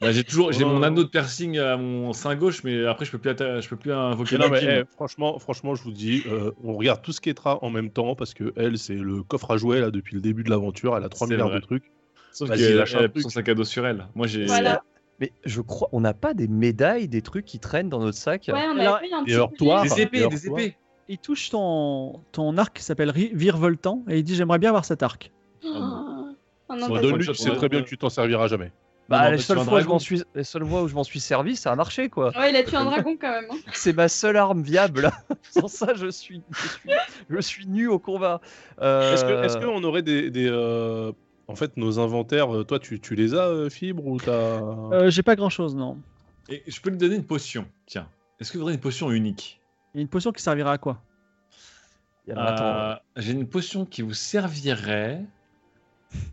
Speaker 2: bah, j'ai toujours j'ai
Speaker 3: Oh.
Speaker 2: mon anneau de piercing à mon sein gauche, mais après, je peux plus, atta- je peux plus invoquer
Speaker 3: Mais non,
Speaker 2: le
Speaker 3: mais
Speaker 2: kin.
Speaker 3: eh, franchement, franchement, je vous dis, euh, on regarde tout ce qu'Etra en même temps parce que elle, c'est le coffre à jouets là depuis le début de l'aventure. Elle a 3
Speaker 2: C'est
Speaker 3: milliards
Speaker 2: vrai.
Speaker 3: de trucs.
Speaker 2: Sauf
Speaker 3: vas-y,
Speaker 2: qu'elle
Speaker 3: lâche un
Speaker 2: elle a
Speaker 3: truc.
Speaker 2: eh, son sac à dos sur elle. Moi, j'ai.
Speaker 4: Voilà.
Speaker 5: Mais je crois, on n'a pas des médailles, des trucs qui traînent dans notre sac.
Speaker 4: Ouais, on
Speaker 1: Alors,
Speaker 4: avait pris un
Speaker 3: et
Speaker 4: petit
Speaker 3: heurtoir.
Speaker 4: billet.
Speaker 2: Des épées,
Speaker 3: Alors,
Speaker 2: des
Speaker 3: toi
Speaker 2: épées.
Speaker 1: Il touche ton, ton arc qui s'appelle Ri- Virevoltant et il dit J'aimerais bien avoir cet arc.
Speaker 4: Oh, un
Speaker 2: Ça
Speaker 3: On
Speaker 2: Ouais,
Speaker 4: entassement.
Speaker 3: donne lui,
Speaker 2: franchement,
Speaker 3: tu sais
Speaker 2: ouais.
Speaker 3: très bien que tu t'en serviras jamais.
Speaker 2: Non,
Speaker 5: Bah,
Speaker 2: non,
Speaker 5: la
Speaker 2: mais
Speaker 5: seule
Speaker 2: sur un
Speaker 5: fois où je
Speaker 2: dragon.
Speaker 5: m'en suis, la seule fois où je m'en suis servi, ça a marché quoi.
Speaker 4: Ouais, il a tué un dragon quand même. hein.
Speaker 5: C'est ma seule arme viable. Sans ça, je suis, je suis, je suis nu au combat. Euh,
Speaker 3: Est-ce que, est-ce qu'on aurait des, des, euh, en fait, nos inventaires euh, Toi, tu, tu les as, euh, Fibre, ou t'as
Speaker 1: Euh, J'ai pas grand chose, non.
Speaker 2: Et je peux lui donner une potion. Tiens, est-ce que vous voudrez une potion unique
Speaker 1: Il y a une potion qui servira à quoi
Speaker 5: y
Speaker 3: Ah,
Speaker 5: a- attends,
Speaker 2: Euh, J'ai une potion qui vous servirait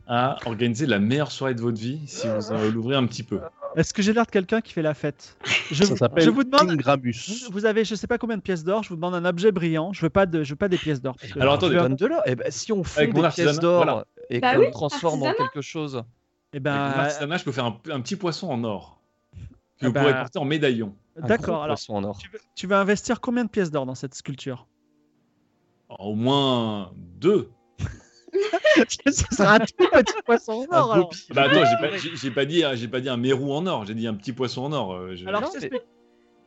Speaker 2: à organiser la meilleure soirée de votre vie si vous en l'ouvrez un petit peu.
Speaker 3: Euh,
Speaker 1: Est-ce que j'ai l'air de quelqu'un qui fait la fête je,
Speaker 3: Ça s'appelle
Speaker 1: je vous demande.
Speaker 3: Ingramus.
Speaker 1: Vous, vous avez je sais pas combien de pièces d'or, je vous demande un objet brillant, je veux pas, de, je veux pas des pièces d'or. parce que-
Speaker 2: Alors, attendez.
Speaker 1: je veux-
Speaker 5: donne de l'or. Eh ben, si on fond
Speaker 2: Avec mon
Speaker 5: des pièces
Speaker 2: artisanat,
Speaker 5: d'or
Speaker 2: voilà.
Speaker 5: et
Speaker 4: Bah
Speaker 5: qu'on
Speaker 4: oui,
Speaker 5: le transforme en
Speaker 4: artisanat.
Speaker 5: quelque chose,
Speaker 1: Eh
Speaker 2: Avec mon
Speaker 1: ben,
Speaker 2: artisanat, je peux faire un, un petit poisson en or que
Speaker 1: Ah
Speaker 3: Eh
Speaker 2: vous
Speaker 1: bah.
Speaker 2: pourrez porter en médaillon.
Speaker 5: un
Speaker 1: euh, d'accord.
Speaker 5: gros
Speaker 1: Alors,
Speaker 5: poisson en or.
Speaker 1: tu veux, tu veux investir combien de pièces d'or dans cette sculpture
Speaker 2: Au moins deux.
Speaker 1: Ce sera un tout petit poisson en or. alors.
Speaker 5: gobi.
Speaker 2: Bah attends, j'ai pas, j'ai- j'ai pas dit, j'ai pas dit un mérou en or, j'ai dit un petit poisson en or. euh, je-
Speaker 1: Alors,
Speaker 5: Non,
Speaker 1: je t'explique.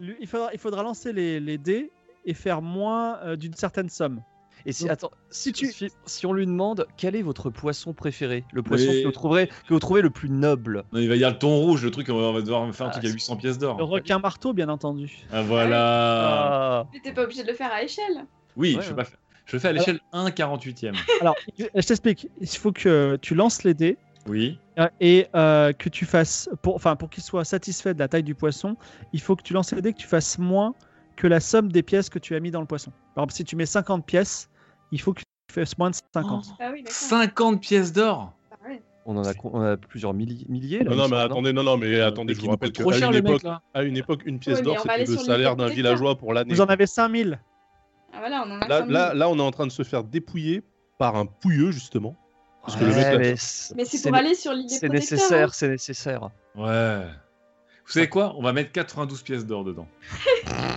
Speaker 1: Lui, Il faudra, il faudra lancer les, les dés et faire moins euh, d'une certaine somme.
Speaker 5: Et si,
Speaker 1: Donc,
Speaker 5: attends, si,
Speaker 1: tu-
Speaker 5: si- si on lui demande quel est votre poisson préféré, le poisson
Speaker 2: Mais-
Speaker 5: que, vous trouverez, que vous trouvez le plus noble,
Speaker 2: Non, il va y avoir le thon rouge, le truc, on va, on va devoir faire un
Speaker 5: Ah,
Speaker 2: truc à
Speaker 5: c'est-
Speaker 2: 800 pièces d'or.
Speaker 1: Le requin marteau, bien entendu.
Speaker 2: Ah, voilà.
Speaker 5: Ah.
Speaker 4: Mais t'es pas obligé de le faire à échelle.
Speaker 2: Oui,
Speaker 5: Ouais,
Speaker 2: je,
Speaker 5: ouais.
Speaker 2: peux pas faire- je le fais à l'échelle 1 48e.
Speaker 1: Alors, il- je t'explique. Il faut que tu lances les dés
Speaker 2: Oui.
Speaker 1: euh, et euh, que tu fasses, pour, enfin, pour qu'il soit satisfait de la taille du poisson, il faut que tu lances les dés que tu fasses moins que la somme des pièces que tu as mis dans le poisson. Par exemple, si tu mets 50 pièces, il faut que tu fasses moins de 50.
Speaker 2: Oh,
Speaker 4: Ah oui, d'accord.
Speaker 2: 50 pièces d'or
Speaker 4: Ah ouais.
Speaker 5: on en a, con- on a plusieurs milli- milliers. là,
Speaker 3: Non,
Speaker 5: il me
Speaker 3: non, mais
Speaker 5: semble, non
Speaker 3: attendez, non, non, mais attendez, je vous rappelle
Speaker 2: trop
Speaker 3: qu'à
Speaker 2: cher
Speaker 3: une,
Speaker 2: le mec
Speaker 3: époque-
Speaker 2: là.
Speaker 3: à une époque, une
Speaker 4: Ouais,
Speaker 3: pièce
Speaker 4: mais
Speaker 3: d'or,
Speaker 4: on va aller
Speaker 3: c'était le
Speaker 4: sur
Speaker 3: salaire d'un
Speaker 4: l'hypothèque, là.
Speaker 3: villageois pour l'année.
Speaker 1: Vous en avez 5000.
Speaker 4: Ah voilà, on en a
Speaker 3: Là,
Speaker 4: 5000.
Speaker 3: là, là, on est en train de se faire dépouiller par un pouilleux, justement. Parce que le
Speaker 5: Ouais,
Speaker 3: mec, là,
Speaker 5: mais c'est-
Speaker 4: Mais c'est
Speaker 5: c'est
Speaker 4: pour
Speaker 5: né-
Speaker 4: aller sur l'île des hein.
Speaker 5: C'est
Speaker 4: protecteurs.
Speaker 5: nécessaire, c'est nécessaire.
Speaker 2: Ouais. Vous savez quoi On va mettre 92 pièces d'or dedans.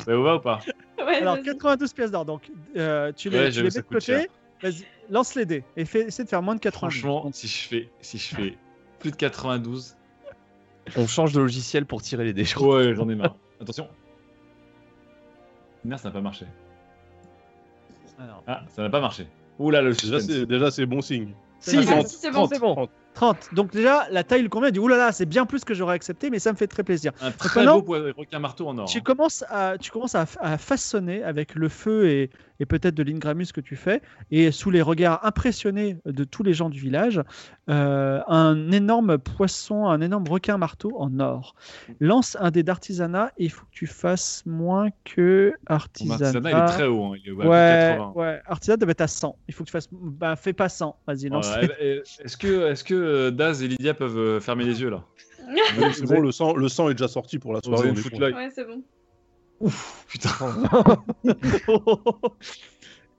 Speaker 2: ça vous va ou pas
Speaker 4: hein. Ouais,
Speaker 1: Alors,
Speaker 4: vas-y.
Speaker 1: 92 pièces d'or. Donc, euh, tu les,
Speaker 2: Ouais,
Speaker 1: tu
Speaker 2: j'avoue,
Speaker 1: les mets
Speaker 2: ça
Speaker 1: de
Speaker 2: coûte cher.
Speaker 1: côté. Vas-y, lance les dés et fais, essaie de faire moins de 92.
Speaker 2: Franchement, si je fais, si je fais plus de 92,
Speaker 5: On change de logiciel pour tirer les dés. je crois.
Speaker 2: ouais, j'en ai marre. Attention. Merde, ça n'a pas marché.
Speaker 1: Alors,
Speaker 2: Ah, ça n'a pas marché. Ouh là, le
Speaker 3: déjà,
Speaker 2: suspense.
Speaker 3: c'est, déjà, c'est bon signe.
Speaker 5: Si,
Speaker 4: Ah,
Speaker 5: c'est-
Speaker 4: si, c'est bon,
Speaker 5: c'est bon.
Speaker 3: 30,
Speaker 1: 30. Donc déjà, la taille le convient. Elle dit, oulala, c'est bien plus que j'aurais accepté, mais ça me fait très plaisir.
Speaker 2: Un très
Speaker 1: Maintenant,
Speaker 2: beau poids- requin marteau en or.
Speaker 1: Tu
Speaker 2: hein.
Speaker 1: commences, à, tu commences à, à façonner avec le feu et, et peut-être de l'ingramus que tu fais, et sous les regards impressionnés de tous les gens du village, euh, un énorme poisson, un énorme requin marteau en or. Lance un dé d'artisanat et il faut que tu fasses moins que
Speaker 2: Ton
Speaker 1: artisanat.
Speaker 2: artisanat, il est très haut. hein, Il est ouais,
Speaker 1: Ah. Ouais,
Speaker 2: 80.
Speaker 1: ouais, artisanat doit être à 100. Il faut que tu fasses. Bah, fais pas 100. Vas-y, lance.
Speaker 2: Voilà, eh ben, Est-ce que, est que euh, Daz et Lydia peuvent euh, fermer les yeux là
Speaker 3: Mais C'est bon, le sang, le sang est déjà sorti pour la
Speaker 2: Vous
Speaker 3: soirée.
Speaker 2: allez
Speaker 3: on
Speaker 2: me
Speaker 3: est
Speaker 2: foutre
Speaker 3: con.
Speaker 2: l'œil.
Speaker 4: Ouais, c'est bon.
Speaker 2: Ouf, putain.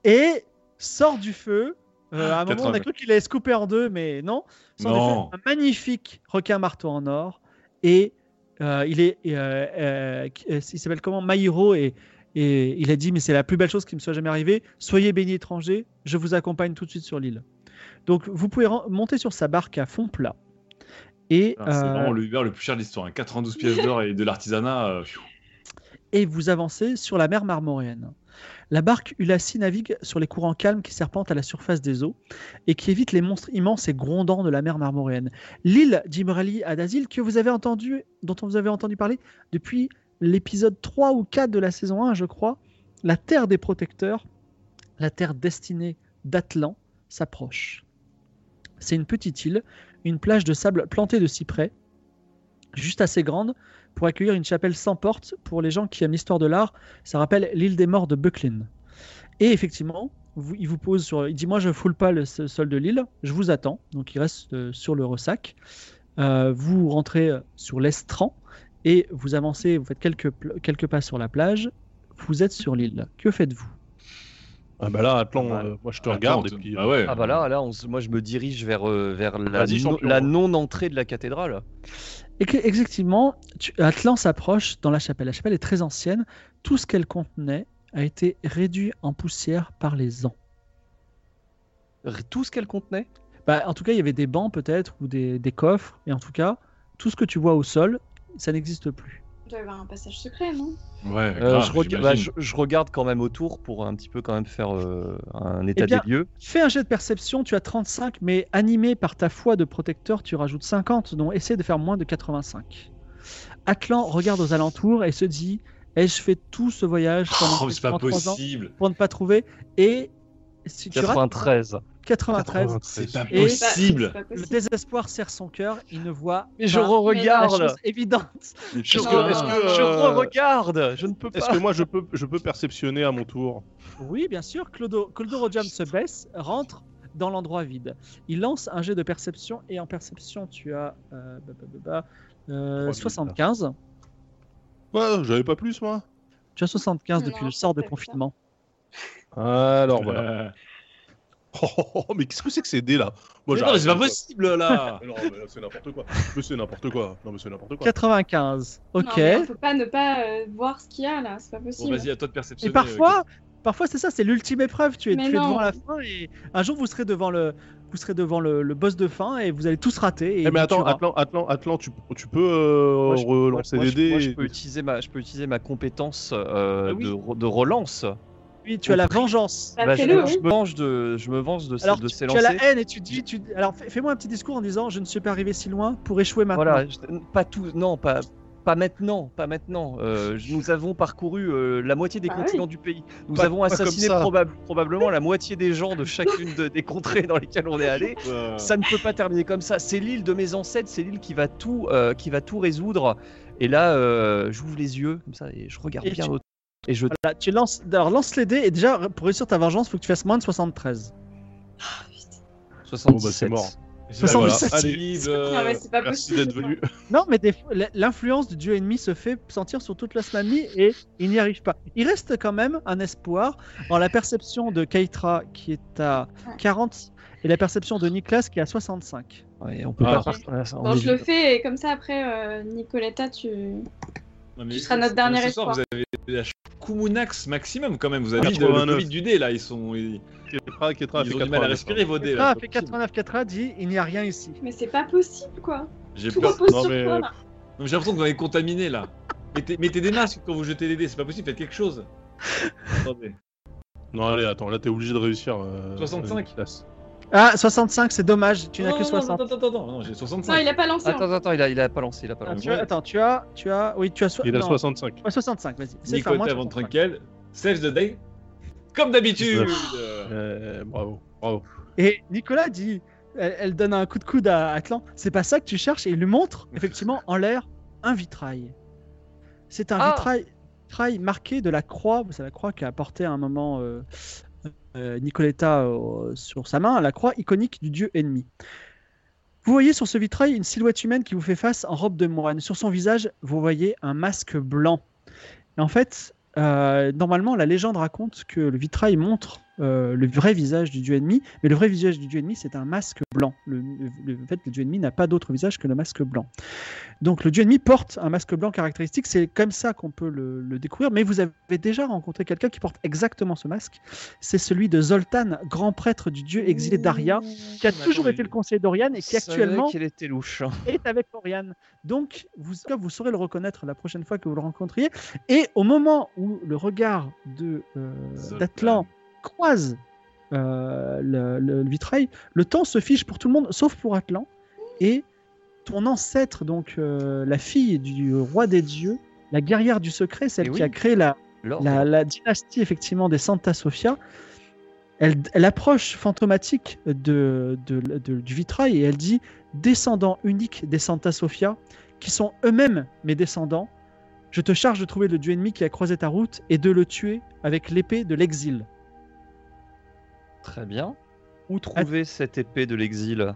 Speaker 1: et sort du feu. Euh, à un moment, on
Speaker 2: 80.
Speaker 1: a cru qu'il allait se couper en deux, mais non. Sort du
Speaker 2: Non.
Speaker 1: feu, un magnifique requin marteau en or. Et euh, il est, et, euh, euh, qui- euh, il s'appelle comment Mahiro et, et il a dit mais c'est la plus belle chose qui me soit jamais arrivée. Soyez béni étranger, je vous accompagne tout de suite sur l'île. Donc vous pouvez ren- monter sur sa barque à fond plat. Et
Speaker 2: Putain, Ah, C'est
Speaker 1: euh,
Speaker 2: vraiment le Uber le plus cher de l'histoire. hein. 92 pièces d'or et de l'artisanat. euh, pfiou.
Speaker 1: et vous avancez sur la mer marmorienne. La barque Ulassi navigue sur les courants calmes qui serpentent à la surface des eaux et qui évitent les monstres immenses et grondants de la mer marmorienne. L'île d'Imrali à Dasil que vous avez entendu, dont on vous avait entendu parler depuis l'épisode 3 ou 4 de la saison 1, je crois, la terre des protecteurs, la terre destinée d'Atlan, s'approche. C'est une petite île, une plage de sable plantée de cyprès, juste assez grande pour accueillir une chapelle sans porte pour les gens qui aiment l'histoire de l'art. Ça rappelle l'île des morts de Bucklin. Et effectivement, vous- il vous pose sur. Il dit Moi, je foule pas le s- sol de l'île, je vous attends. Donc, il reste euh, sur le ressac. Euh, vous rentrez euh, sur l'estran et vous avancez, vous faites quelques, pl- quelques pas sur la plage. Vous êtes sur l'île. Que faites-vous
Speaker 3: Ah bah là, Atlan,
Speaker 2: Ah bah,
Speaker 3: euh, moi je te
Speaker 2: Attends,
Speaker 3: regarde
Speaker 2: t-
Speaker 3: et puis.
Speaker 2: bah ouais.
Speaker 5: Ah bah là, là on se- moi je me dirige vers, euh, vers la,
Speaker 3: Vas-y,
Speaker 5: non-
Speaker 3: champion.
Speaker 5: la non-entrée de la cathédrale.
Speaker 1: Et que- effectivement, tu- Atlan s'approche dans la chapelle. La chapelle est très ancienne. Tout ce qu'elle contenait a été réduit en poussière par les ans.
Speaker 5: R- Tout ce qu'elle contenait
Speaker 1: Bah, en tout cas, il y avait des bancs peut-être ou des, des coffres. Et en tout cas, tout ce que tu vois au sol, ça n'existe plus.
Speaker 4: Il doit y avoir un passage secret, non
Speaker 3: Ah,
Speaker 2: Ouais,
Speaker 5: Euh,
Speaker 2: grave,
Speaker 5: je, rega-
Speaker 2: j'imagine. Oh,
Speaker 5: bah, je- je regarde quand même autour pour un petit peu quand même faire euh, un état
Speaker 1: bien,
Speaker 5: des lieux.
Speaker 1: Fais un jet de perception, tu as 35, mais animé par ta foi de protecteur, tu rajoutes 50, donc essaie de faire moins de 85. Atlan regarde aux alentours et se dit Ai-je fait tout ce voyage pendant
Speaker 2: Oh, mais c'est pas
Speaker 1: 33 ans
Speaker 2: possible.
Speaker 1: pour ne pas trouver Et si tu rates
Speaker 5: 93.
Speaker 1: 93,
Speaker 2: C'est pas
Speaker 1: Et-
Speaker 2: possible.
Speaker 4: C'est pas
Speaker 1: le
Speaker 4: possible.
Speaker 1: désespoir serre son cœur, il ne voit
Speaker 5: Mais je
Speaker 1: pas
Speaker 5: re-regarde.
Speaker 1: Ah, la chose évidente.
Speaker 3: Est-ce que,
Speaker 4: Ah.
Speaker 3: est-ce que,
Speaker 5: Je
Speaker 3: euh,
Speaker 5: regarde Je ne peux
Speaker 3: est-ce
Speaker 5: pas.
Speaker 3: que moi je peux, je peux perceptionner à mon tour
Speaker 1: Oui, bien sûr, Clodo, Clodo Rojam se baisse, rentre dans l'endroit vide. Il lance un jet de perception et en perception, tu as euh, bah, bah, bah, bah, euh,
Speaker 3: 3000, hein.
Speaker 1: 75.
Speaker 3: Ouais, j'avais pas plus moi.
Speaker 1: Tu as 75 depuis
Speaker 4: Non,
Speaker 1: le sort de
Speaker 4: c'est ça.
Speaker 1: confinement.
Speaker 3: Alors voilà.
Speaker 2: Euh,
Speaker 3: Oh, oh, oh, mais qu'est-ce que c'est que ces dés là Moi,
Speaker 2: mais Non, mais
Speaker 3: j'arrête,
Speaker 2: c'est pas
Speaker 3: quoi.
Speaker 2: possible là.
Speaker 3: Mais Non, mais là, c'est n'importe quoi. Mais c'est n'importe quoi. Non, mais c'est n'importe quoi.
Speaker 1: 95, ok.
Speaker 4: Non, mais on peut pas ne pas euh, voir ce qu'il y a là, c'est pas
Speaker 2: Bon,
Speaker 4: possible.
Speaker 2: vas-y, à toi de perceptionner.
Speaker 1: et parfois, parfois c'est ça, c'est l'ultime épreuve. Tu es,
Speaker 4: Mais
Speaker 1: tu es
Speaker 4: non.
Speaker 1: devant la fin et un jour vous serez devant le, vous serez devant le, le boss de fin et vous allez tous rater. Et
Speaker 3: Eh, mais
Speaker 1: il
Speaker 3: attends,
Speaker 1: tuera.
Speaker 3: Atlan, Atlan, Atlan, tu, tu peux euh,
Speaker 5: Moi, je-
Speaker 3: relancer
Speaker 5: moi,
Speaker 3: des
Speaker 5: je- moi,
Speaker 3: dés
Speaker 5: je peux utiliser ma, je peux utiliser ma compétence euh,
Speaker 2: Ah oui.
Speaker 5: de, re- de relance.
Speaker 1: Oui, tu as la vengeance.
Speaker 4: Bah,
Speaker 5: Bah, je,
Speaker 4: fais-le,
Speaker 5: je
Speaker 4: hein.
Speaker 5: me venge de, je me venge de, ces-
Speaker 1: Alors,
Speaker 5: de
Speaker 1: tu,
Speaker 5: ces
Speaker 1: tu as la
Speaker 5: lancers.
Speaker 1: haine et tu dis, tu... alors fais- fais-moi un petit discours en disant, je ne suis pas arrivé si loin pour échouer maintenant.
Speaker 5: Voilà, je- pas tout, non, pas, pas maintenant, pas maintenant. Euh, je- nous avons parcouru euh, la moitié des
Speaker 4: Bah
Speaker 5: continents du pays. Nous
Speaker 3: Pas-
Speaker 5: avons
Speaker 3: pas comme
Speaker 5: assassiné
Speaker 3: ça.
Speaker 5: probable- probablement la moitié des gens de chacune de- des contrées dans lesquelles on est allé. Ça ne peut pas terminer comme ça. C'est l'île de mes ancêtres, c'est l'île qui va tout, euh, qui va tout résoudre. Et là, euh, j'ouvre les yeux comme ça et je regarde
Speaker 1: Et
Speaker 5: bien
Speaker 1: tu-
Speaker 5: autour. Et je
Speaker 1: Voilà, tu lances, alors lance les dés et déjà pour réussir ta vengeance, faut que tu fasses moins de 73.
Speaker 3: Bon, bah,
Speaker 5: 77.
Speaker 3: c'est mort.
Speaker 2: euh, voilà.
Speaker 1: 77.
Speaker 2: Allez, euh,
Speaker 4: Non, Ah, mais c'est pas
Speaker 3: Merci
Speaker 4: possible.
Speaker 3: d'être venu.
Speaker 1: Non, mais des fois, l- l'influence du dieu ennemi se fait sentir sur toute la Snami et il n'y arrive pas. Il reste quand même un espoir en la perception de Keitra qui est à 40 et la perception de Niklas qui est à 65.
Speaker 5: Ouais, on peut
Speaker 2: Ah.
Speaker 5: pas partir là, ça, on
Speaker 4: Bon,
Speaker 5: est-
Speaker 4: je le fais et comme ça après, euh, Nicoletta, tu.
Speaker 2: Non, mais
Speaker 4: Tu seras notre dernier
Speaker 2: ce soir, Vous avez la Kumunax maximum quand même. Vous avez le
Speaker 3: 89.
Speaker 2: Covid du dé là. Ils sont. Ils,
Speaker 3: Ketra, Ketra,
Speaker 2: ils ont
Speaker 3: Ah, fait
Speaker 2: du mal à
Speaker 3: 89,
Speaker 2: respirer vos dés
Speaker 1: Keitra
Speaker 2: là.
Speaker 1: a Ah, fait 89, Keitra dit il n'y a rien ici.
Speaker 4: Mais c'est pas possible quoi
Speaker 2: J'ai
Speaker 4: Tout
Speaker 2: peur.
Speaker 4: repose
Speaker 3: non,
Speaker 4: sur
Speaker 3: mais-
Speaker 4: toi
Speaker 5: euh,
Speaker 2: Non,
Speaker 4: là
Speaker 2: mais J'ai l'impression que vous avez contaminé là. Mettez, mettez des masques quand vous jetez des dés, c'est pas possible, faites quelque chose. Attendez.
Speaker 3: hein. Non, allez, attends, là, t'es obligé de réussir. euh,
Speaker 2: 65.
Speaker 3: euh, Nicolas.
Speaker 1: Ah, 65, c'est dommage, tu n'as
Speaker 2: Non,
Speaker 1: que
Speaker 2: non,
Speaker 1: 60.
Speaker 2: Attends, attends, attends, non, j'ai
Speaker 4: Non,
Speaker 2: 65.
Speaker 4: il a pas lancé. hein.
Speaker 5: Attends, attends, il a, il a pas lancé, il a pas
Speaker 1: Ah,
Speaker 5: lancé.
Speaker 1: tu as- attends, tu as, tu as, oui, tu as so-
Speaker 3: Il a
Speaker 1: non.
Speaker 3: 65.
Speaker 1: Ouais, 65, vas-y. C'est ça, moins
Speaker 2: Nicota Van
Speaker 1: 65.
Speaker 2: Trunkel, Save the Day, comme d'habitude.
Speaker 3: Euh, bravo.
Speaker 1: Et Nicolas dit, elle, elle donne un coup de coude à Atlan, c'est pas ça que tu cherches, et il lui montre effectivement en l'air un vitrail. C'est un
Speaker 5: Ah.
Speaker 1: vitrail, vitrail marqué de la croix, c'est la croix qu'a portée à un moment euh, euh, Nicoletta euh, sur sa main, la croix iconique du dieu ennemi. Vous voyez sur ce vitrail une silhouette humaine qui vous fait face en robe de moine. Sur son visage, vous voyez un masque blanc. Et en fait, euh, normalement, la légende raconte que le vitrail montre euh, le vrai visage du dieu ennemi, mais le vrai visage du dieu ennemi, c'est un masque blanc. Le, le- le- en fait, le dieu ennemi n'a pas d'autre visage que le masque blanc. Donc, le dieu ennemi porte un masque blanc caractéristique, c'est comme ça qu'on peut le, le découvrir, mais vous avez déjà rencontré quelqu'un qui porte exactement ce masque. C'est celui de Zoltan, grand prêtre du dieu exilé d'Aria, qui a
Speaker 5: Mais
Speaker 1: toujours
Speaker 5: attendez.
Speaker 1: été le conseiller d'Oriane Ah, et qui actuellement
Speaker 5: qu'il était louche.
Speaker 1: est avec Oriane. Donc, vous, en tout cas, vous saurez le reconnaître la prochaine fois que vous le rencontriez. Et au moment où le regard de, euh,
Speaker 2: Zoltan.
Speaker 1: d'Atlan croise euh, le, le- le vitrail, le temps se fiche pour tout le monde, sauf pour Atlan. Et ton ancêtre, donc euh, la fille du roi des dieux, la guerrière du secret, celle
Speaker 5: Eh
Speaker 1: qui
Speaker 5: oui.
Speaker 1: a créé la,
Speaker 5: Lord.
Speaker 1: la, la dynastie effectivement des Santa Sofia, elle, elle approche fantomatique de, de- de- du vitrail et elle dit descendants uniques des Santa Sofia, qui sont eux-mêmes mes descendants, je te charge de trouver le dieu ennemi qui a croisé ta route et de le tuer avec l'épée de l'exil.
Speaker 5: Très bien. Où trouver cette épée de l'exil